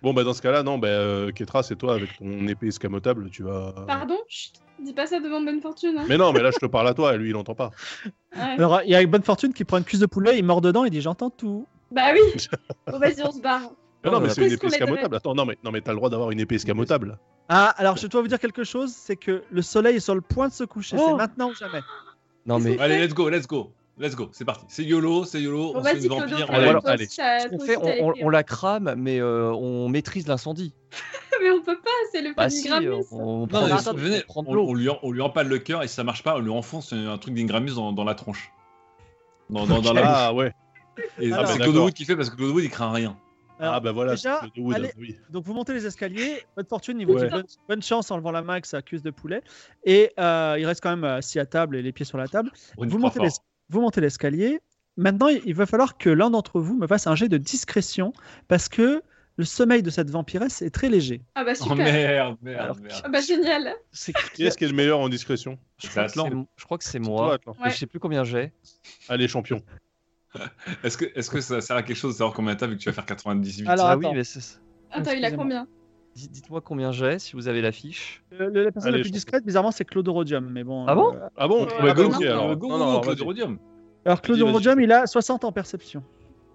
Speaker 3: Bon, bah dans ce cas-là, non, bah euh, Ketra, c'est toi avec ton épée escamotable, tu vas.
Speaker 4: Pardon Chut, dis pas ça devant Bonne Fortune. Hein.
Speaker 3: Mais non, mais là je te parle à toi, et lui il entend pas.
Speaker 4: Ouais.
Speaker 1: Alors, il y a une bonne fortune qui prend une cuisse de poulet, il mord dedans, il dit j'entends tout.
Speaker 4: Bah oui Bon, vas-y, on se barre.
Speaker 3: Mais
Speaker 5: Non,
Speaker 3: non,
Speaker 5: mais
Speaker 3: mais
Speaker 5: en
Speaker 3: c'est une
Speaker 4: plus,
Speaker 3: épée
Speaker 4: on les
Speaker 3: escamotable.
Speaker 4: connaît.
Speaker 3: Attends, non, mais, non, mais t'as le droit d'avoir une épée escamotable.
Speaker 1: Ah, alors je dois vous dire quelque chose, c'est que le soleil est sur le point de se coucher.
Speaker 5: Oh.
Speaker 1: C'est maintenant ou jamais.
Speaker 5: Non mais.
Speaker 2: Allez, let's go, let's go, let's go, c'est parti. C'est YOLO, c'est YOLO,
Speaker 4: Bon,
Speaker 2: on se fait
Speaker 4: vas-y,
Speaker 2: une
Speaker 4: Clodo,
Speaker 2: vampire, on
Speaker 4: frère,
Speaker 2: la
Speaker 5: alors,
Speaker 4: toi
Speaker 2: allez.
Speaker 4: aussi,
Speaker 1: Euh,
Speaker 4: t'as-
Speaker 5: Ce qu'on
Speaker 4: toi
Speaker 5: fait,
Speaker 4: aussi, t'as
Speaker 5: on, on-
Speaker 4: écrit.
Speaker 5: on la crame, mais euh, on maîtrise l'incendie.
Speaker 4: Mais on peut pas, c'est le
Speaker 5: Bah
Speaker 4: feu
Speaker 5: si,
Speaker 4: d'Ingramus.
Speaker 5: on, on prend
Speaker 2: Non, mais
Speaker 5: on
Speaker 2: ça, venez,
Speaker 5: prend
Speaker 2: on,
Speaker 5: de l'eau.
Speaker 2: on lui, en- on lui empale le cœur et si ça marche pas, on lui enfonce un un truc d'ingramus dans, dans la tronche. Dans, dans- dans la bouche.
Speaker 3: Ah ouais.
Speaker 2: Et
Speaker 1: Ah, bah,
Speaker 2: c'est Claude
Speaker 3: d'accord.
Speaker 2: Wood qui fait parce que Claude Wood il craint rien.
Speaker 1: Alors,
Speaker 3: ah bah voilà,
Speaker 1: déjà,
Speaker 3: c'est le Wood,
Speaker 1: allez-
Speaker 3: oui.
Speaker 1: Donc vous montez les escaliers, bonne fortune, il vous
Speaker 3: Ouais.
Speaker 1: dit bonne, bonne chance en levant la main avec sa cuisse de poulet. Et euh, il reste quand même euh, assis à table et les pieds sur la table.
Speaker 2: On y
Speaker 1: Vous
Speaker 2: croit
Speaker 1: montez,
Speaker 2: fort.
Speaker 1: les- vous montez l'escalier, Maintenant, il va falloir que l'un d'entre vous me fasse un jet de discrétion parce que le sommeil de cette vampiresse est très léger.
Speaker 4: Ah bah super.
Speaker 2: Oh merde, merde,
Speaker 5: Alors,
Speaker 2: merde.
Speaker 4: Ah bah génial.
Speaker 5: C'est
Speaker 3: Qui est-ce qui est le meilleur en discrétion
Speaker 5: Je crois que
Speaker 2: Atlan.
Speaker 5: c'est- je crois que c'est
Speaker 3: Toi,
Speaker 5: moi.
Speaker 3: Atlan.
Speaker 5: mais Je sais plus combien j'ai.
Speaker 3: Allez, champion.
Speaker 2: Est-ce que, est que ça sert à quelque chose de savoir combien t'as vu que tu vas faire 98
Speaker 1: Alors,
Speaker 5: ah
Speaker 1: attends.
Speaker 5: oui, mais c'est-
Speaker 4: Attends, il a
Speaker 1: Excusez-moi.
Speaker 4: combien
Speaker 5: dites- dites-moi combien j'ai si vous avez l'affiche.
Speaker 1: Le- le- la personne
Speaker 3: Allez,
Speaker 1: la
Speaker 3: je
Speaker 1: plus
Speaker 3: t'en
Speaker 1: discrète, bizarrement, c'est Claude Rodium. Mais bon,
Speaker 5: Ah bon
Speaker 1: euh,
Speaker 3: Ah bon
Speaker 4: Ouais,
Speaker 3: Ah bah,
Speaker 4: go,
Speaker 3: ok,
Speaker 4: go,
Speaker 3: alors.
Speaker 2: go, go,
Speaker 3: Non, non, alors,
Speaker 2: Claude
Speaker 3: vas-y.
Speaker 2: Rodium.
Speaker 1: Alors, Claude
Speaker 3: Vas-y, vas-y.
Speaker 1: Rodium, il a 60 en perception.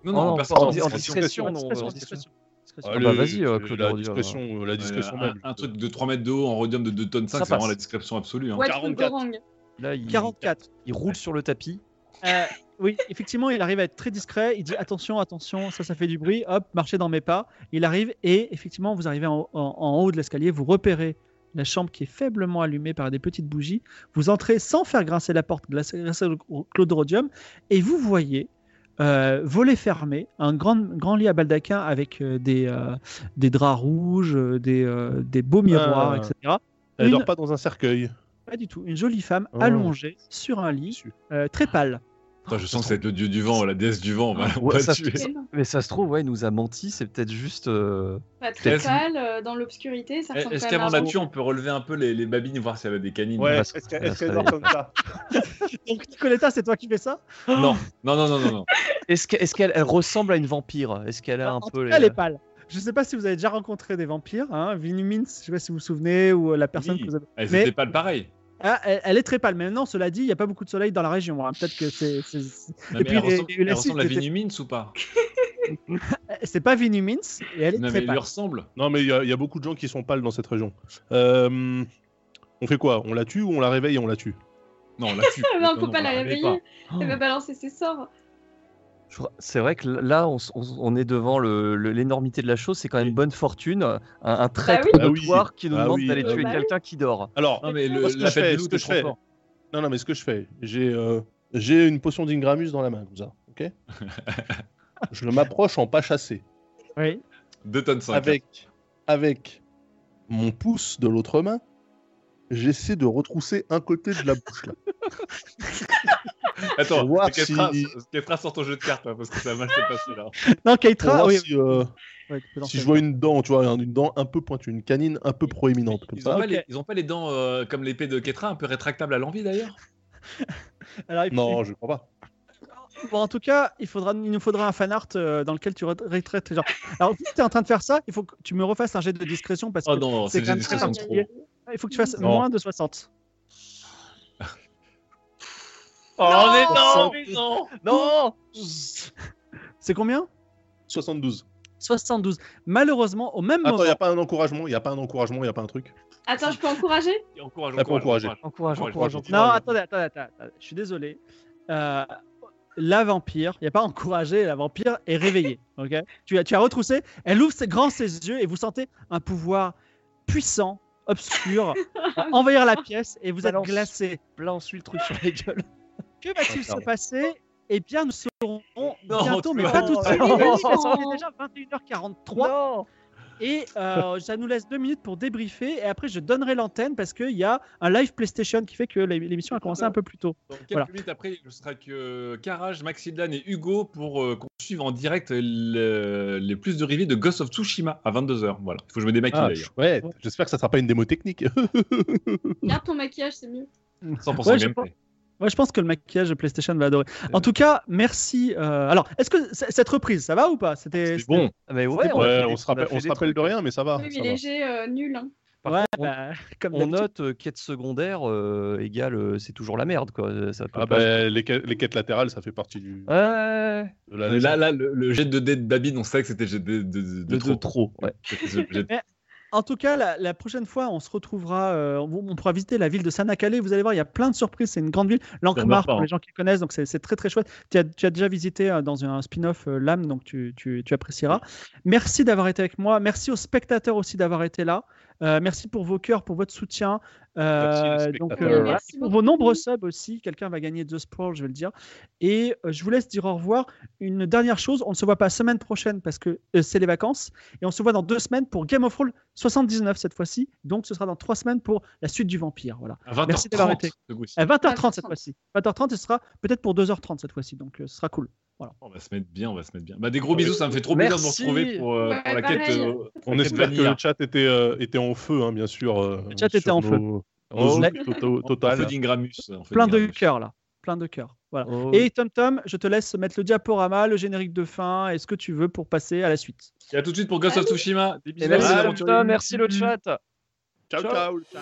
Speaker 2: Non,
Speaker 5: Oh,
Speaker 2: non,
Speaker 5: non,
Speaker 2: personne.
Speaker 5: pas en, en
Speaker 3: en
Speaker 5: discrétion. non,
Speaker 1: Discrétion,
Speaker 5: en
Speaker 1: discrétion,
Speaker 5: discrétion.
Speaker 1: discrétion.
Speaker 5: Ah
Speaker 3: Allez,
Speaker 5: bah vas-y, euh, Claude
Speaker 3: La
Speaker 5: Rodium,
Speaker 3: discrétion, euh, la discrétion
Speaker 2: Euh,
Speaker 3: même.
Speaker 2: un, un truc de 3 mètres de haut en rhodium de 2 tonnes 5,
Speaker 5: Ça
Speaker 2: c'est vraiment
Speaker 5: passe.
Speaker 2: la description absolue. hein.
Speaker 4: What
Speaker 3: 44.
Speaker 4: Gorang
Speaker 5: Là, il,
Speaker 1: 44.
Speaker 5: il roule sur le tapis.
Speaker 1: Euh, oui, effectivement, il arrive à être très discret. Il dit attention, attention, ça, ça fait du bruit. Hop, marchez dans mes pas. Il arrive et effectivement, vous arrivez en, en- en haut de l'escalier. Vous repérez la chambre qui est faiblement allumée par des petites bougies. Vous entrez sans faire grincer la porte grâce grâce au Claude Rodium et vous voyez. euh, volet fermé, un grand, grand lit à baldaquin avec euh, des, euh, des draps rouges, euh, des, euh, des beaux miroirs,
Speaker 3: Ah.
Speaker 1: etc.
Speaker 3: Elle
Speaker 1: Une-
Speaker 3: dort pas dans un cercueil.
Speaker 1: Pas du tout. Une jolie femme
Speaker 3: Oh.
Speaker 1: allongée sur un lit, euh, très pâle.
Speaker 2: Putain, je sens que c'est le dieu du vent, la déesse du vent. on va- on
Speaker 5: Ouais,
Speaker 2: va
Speaker 5: ça-
Speaker 2: tuer.
Speaker 5: Mais ça se trouve, ouais, il nous a menti. C'est peut-être juste. euh,
Speaker 4: Pas très
Speaker 2: Est-ce-
Speaker 4: pâle, euh, dans l'obscurité, ça ressemble
Speaker 2: Est-ce
Speaker 4: quand même à
Speaker 2: qu'avant
Speaker 4: un
Speaker 2: la
Speaker 4: robot.
Speaker 2: tue, on peut relever un peu les, les babines, voir s'il y avait des canines
Speaker 5: Ouais,
Speaker 3: Ouais,
Speaker 5: est-ce
Speaker 3: est-ce
Speaker 5: qu'elle- est-ce qu'elle
Speaker 3: qu'elle
Speaker 5: dort
Speaker 3: dort comme ça
Speaker 1: Donc Nicoletta, c'est toi qui fais ça
Speaker 2: Non, non, non, non, non. non.
Speaker 5: Est-ce que- est-ce qu'elle elle ressemble à une vampire Est-ce qu'elle a un
Speaker 1: Bah, En
Speaker 5: peu
Speaker 1: tout
Speaker 5: les.
Speaker 1: cas, Elle est pâle. Je sais pas si vous avez déjà rencontré des vampires, hein, Vinumins, je sais pas si vous vous souvenez, ou euh, la personne
Speaker 2: Oui.
Speaker 1: que vous avez...
Speaker 2: Elles
Speaker 1: Mais-
Speaker 2: n'étaient pas le pareil.
Speaker 1: Ah, elle, elle est très pâle, mais maintenant, cela dit, il n'y a pas beaucoup de soleil dans la région. hein. Peut-être que c'est... c'est- c'est-
Speaker 2: Non,
Speaker 1: Et
Speaker 2: mais
Speaker 1: puis, les-
Speaker 2: elle ressemble,
Speaker 1: les
Speaker 2: elle
Speaker 1: lacis,
Speaker 2: ressemble à
Speaker 1: c'était-
Speaker 2: Vinumines ou pas
Speaker 1: C'est pas Vinumins, et elle est
Speaker 2: Non, mais
Speaker 1: très
Speaker 2: elle lui
Speaker 1: pâle.
Speaker 2: ressemble.
Speaker 3: Non, mais il y, a- il y a beaucoup de gens qui sont pâles dans cette région. Euh, on fait quoi On la tue ou on la réveille et on la tue
Speaker 2: Non, on la tue.
Speaker 4: Ah, mais on peut pas la
Speaker 2: réveille
Speaker 4: réveiller.
Speaker 5: Oh,
Speaker 4: Elle va balancer ses sorts.
Speaker 5: je crois- C'est vrai que là, on, s- on s- on est devant le- le- l'énormité de la chose. C'est quand même bonne fortune. Un, un traître
Speaker 4: oui.
Speaker 3: Bah oui.
Speaker 5: notoire qui nous
Speaker 3: Ah
Speaker 5: demande
Speaker 3: oui.
Speaker 5: d'aller
Speaker 4: Euh,
Speaker 5: tuer
Speaker 4: bah oui.
Speaker 5: quelqu'un qui dort.
Speaker 3: Alors,
Speaker 2: Non, mais le,
Speaker 3: Moi, ce que
Speaker 2: la
Speaker 3: je
Speaker 2: fête
Speaker 3: fais,
Speaker 2: de
Speaker 3: ce
Speaker 2: loup,
Speaker 3: que
Speaker 2: t'es
Speaker 3: je
Speaker 2: trop
Speaker 3: fais.
Speaker 2: fort.
Speaker 3: non, non, mais ce que je fais, j'ai euh, j'ai une potion d'Ingramus dans la main, comme ça, ok Je m'approche en pas chassé,
Speaker 1: Oui.
Speaker 2: 2 tonnes 5.
Speaker 3: avec, avec mon pouce de l'autre main, j'essaie de retrousser un côté de la bouche, là.
Speaker 2: Attends,
Speaker 3: Faut voir
Speaker 2: Ketra,
Speaker 3: si-
Speaker 2: Ketra sort ton jeu de cartes, hein, parce que ça a mal se passer là.
Speaker 1: Non,
Speaker 3: Pour
Speaker 1: Keitra,
Speaker 3: voir
Speaker 1: Ah oui,
Speaker 3: si, euh,
Speaker 1: oui, tu peux
Speaker 3: si
Speaker 1: lancer.
Speaker 3: je vois une dent, tu vois, une dent un peu pointue, une canine un peu proéminente, comme
Speaker 2: Ils ont,
Speaker 3: ça.
Speaker 2: pas les, ils ont pas les dents euh, comme l'épée de Ketra, un peu rétractable à l'envie d'ailleurs
Speaker 1: Alors, il-
Speaker 3: Non, je crois pas.
Speaker 1: Bon, en tout cas, il, faudra, il nous faudra un fan art euh, dans lequel tu re- retraites. Genre... Alors, vu que tu es en train de faire ça, il faut que tu me refasses un jet de discrétion parce
Speaker 2: Oh
Speaker 1: que
Speaker 2: non, c'est
Speaker 1: c'est
Speaker 2: déjà
Speaker 1: quand
Speaker 2: une discrétion
Speaker 4: Ah,
Speaker 1: même
Speaker 2: de
Speaker 4: bah,
Speaker 1: très
Speaker 2: trop.
Speaker 1: particulier. il faut que tu fasses
Speaker 3: Non.
Speaker 1: moins de 60.
Speaker 4: Non, mais
Speaker 3: non,
Speaker 2: Oh, mais non
Speaker 1: Non C'est combien
Speaker 3: 72.
Speaker 1: 72. Malheureusement, au même
Speaker 3: Attends,
Speaker 1: moment.
Speaker 3: il a pas un encouragement, il n'y a pas un encouragement, il n'y a pas un truc.
Speaker 4: Attends, je peux encourager
Speaker 2: Encourage,
Speaker 3: Ah, pas encouragé.
Speaker 5: Encourage,
Speaker 2: Ouais,
Speaker 5: encourage,
Speaker 3: je
Speaker 5: encourage.
Speaker 3: vois
Speaker 1: Non, attendez, attendez, attendez, attendez, je suis désolé. Euh, la vampire, il n'y a pas encouragé, la vampire est réveillée. ok tu, as- tu as retroussé, elle ouvre ses, grand ses yeux et vous sentez un pouvoir puissant, obscur, envahir la pièce et vous êtes
Speaker 5: Balance.
Speaker 1: glacé.
Speaker 5: Lance-lui le truc sur la gueule.
Speaker 1: Que va-t-il se
Speaker 3: Pardon.
Speaker 1: passer Eh bien, nous serons bientôt,
Speaker 2: tu
Speaker 1: mais
Speaker 2: vas-
Speaker 1: pas tout de suite.
Speaker 5: Non.
Speaker 1: parce qu'il est déjà 21h43.
Speaker 5: Non
Speaker 1: Et euh, ça nous laisse deux minutes pour débriefer. Et après, je donnerai l'antenne parce qu'il y a un live PlayStation qui fait que l'é- l'émission a commencé un peu plus tôt.
Speaker 2: Dans quelques
Speaker 1: Voilà.
Speaker 2: minutes après, ce sera que Carrage, Maxidan et Hugo pour euh, qu'on suive en direct le- les plus de reviews de Ghost of Tsushima à 22h. Voilà, il faut que je me démaquille
Speaker 3: Ah,
Speaker 2: d'ailleurs.
Speaker 3: ouais, j'espère que ça sera pas une démo technique.
Speaker 4: Garde ton maquillage, c'est mieux.
Speaker 2: 100%
Speaker 1: Ouais, je
Speaker 2: gameplay.
Speaker 1: Moi, je pense que le maquillage de PlayStation va adorer. En tout cas, merci. euh, Alors, est-ce que c- cette reprise, ça va ou pas C'était
Speaker 2: C'est bon.
Speaker 5: Ah, Mais ouais,
Speaker 3: Ouais,
Speaker 5: on, a fait des-
Speaker 3: on se rappelle,
Speaker 5: a fait
Speaker 3: on se
Speaker 5: des
Speaker 3: rappelle
Speaker 5: trucs.
Speaker 3: de rien, mais ça va.
Speaker 4: oui,
Speaker 3: Ah, ça
Speaker 4: mais
Speaker 3: va.
Speaker 4: léger, euh, nul. hein.
Speaker 5: Par
Speaker 1: Ouais,
Speaker 5: contre, on-
Speaker 1: bah, comme
Speaker 5: On
Speaker 1: d'habitude.
Speaker 5: note euh, quête secondaire euh, égale euh, c'est toujours la merde quoi. Euh, Ça peut
Speaker 3: Ah
Speaker 5: pas-
Speaker 3: bah, les, quê- les quêtes latérales, ça fait partie du.
Speaker 5: Ouais,
Speaker 3: de la-
Speaker 2: Mais Là, là, le, le jet de dés de Babine, on savait que c'était jet de, de, de- de
Speaker 5: le
Speaker 2: trop.
Speaker 5: de trop. ouais.
Speaker 2: C'était ce jet de-
Speaker 1: En tout cas, la, la prochaine fois, on se retrouvera. euh, on, on pourra visiter la ville de Sanakale. Vous allez voir, il y a plein de surprises. C'est une grande ville. L'Ankmar,
Speaker 2: meurt pas,
Speaker 1: pour
Speaker 2: hein.
Speaker 1: les gens qui connaissent, donc c'est c'est très très chouette. Tu as, tu as déjà visité euh, dans un spin-off euh, l'âme, donc tu, tu- tu apprécieras. Merci d'avoir été avec moi. Merci aux spectateurs aussi d'avoir été là. Euh, merci pour vos cœurs, pour votre soutien.
Speaker 3: Merci, les
Speaker 1: Euh,
Speaker 3: spectateurs.
Speaker 1: donc,
Speaker 5: Bah,
Speaker 1: euh,
Speaker 4: Merci
Speaker 1: voilà.
Speaker 4: beaucoup.
Speaker 1: pour vos nombreux subs aussi, quelqu'un va gagner The Sprawl, je vais le dire. Et euh, je vous laisse dire au revoir. Une dernière chose, on ne se voit pas semaine prochaine parce que euh, c'est les vacances. Et on se voit dans deux semaines pour Game of Thrones 79 cette fois-ci. Donc ce sera dans trois semaines pour la suite du vampire. Voilà.
Speaker 2: À 20h30,
Speaker 1: Merci d'avoir été.
Speaker 2: ce coup-ci.
Speaker 1: À 20h30 cette
Speaker 4: 20h30.
Speaker 1: fois-ci. 20h30 et ce sera peut-être pour 2h30 cette fois-ci. Donc euh, ce sera cool.
Speaker 2: On va se mettre bien, on va se mettre bien. Bah, des gros bisous, ça me fait trop plaisir de vous
Speaker 5: Merci.
Speaker 2: retrouver pour, euh,
Speaker 4: Ouais,
Speaker 2: pour la
Speaker 4: pareil.
Speaker 2: quête. euh,
Speaker 3: On
Speaker 2: la
Speaker 3: espère
Speaker 2: quête
Speaker 3: que le
Speaker 2: Vanilla.
Speaker 3: chat était, euh, était en feu, hein, bien sûr. euh,
Speaker 1: Le chat
Speaker 3: sur
Speaker 1: était en feu.
Speaker 3: nos-
Speaker 2: Oh,
Speaker 3: nos
Speaker 1: ouais.
Speaker 3: outils toto-
Speaker 2: On fait
Speaker 3: Total.
Speaker 2: d'Ingramus. on fait
Speaker 1: Plein de
Speaker 2: d'Ingramus.
Speaker 1: cœur là. Plein de cœur.
Speaker 3: Ah.
Speaker 1: Voilà.
Speaker 5: Oh.
Speaker 1: Et Tom Tom, je te laisse mettre le diaporama, le générique de fin et ce que tu veux pour passer à la suite.
Speaker 2: Et à tout de suite pour Ghost of Tsushima. Des
Speaker 5: Et
Speaker 2: bisous.
Speaker 5: merci,
Speaker 2: les
Speaker 5: Tom,
Speaker 2: aventuriers.
Speaker 5: Tom, merci le chat. Ciao.
Speaker 3: Ciao, ciao. ciao.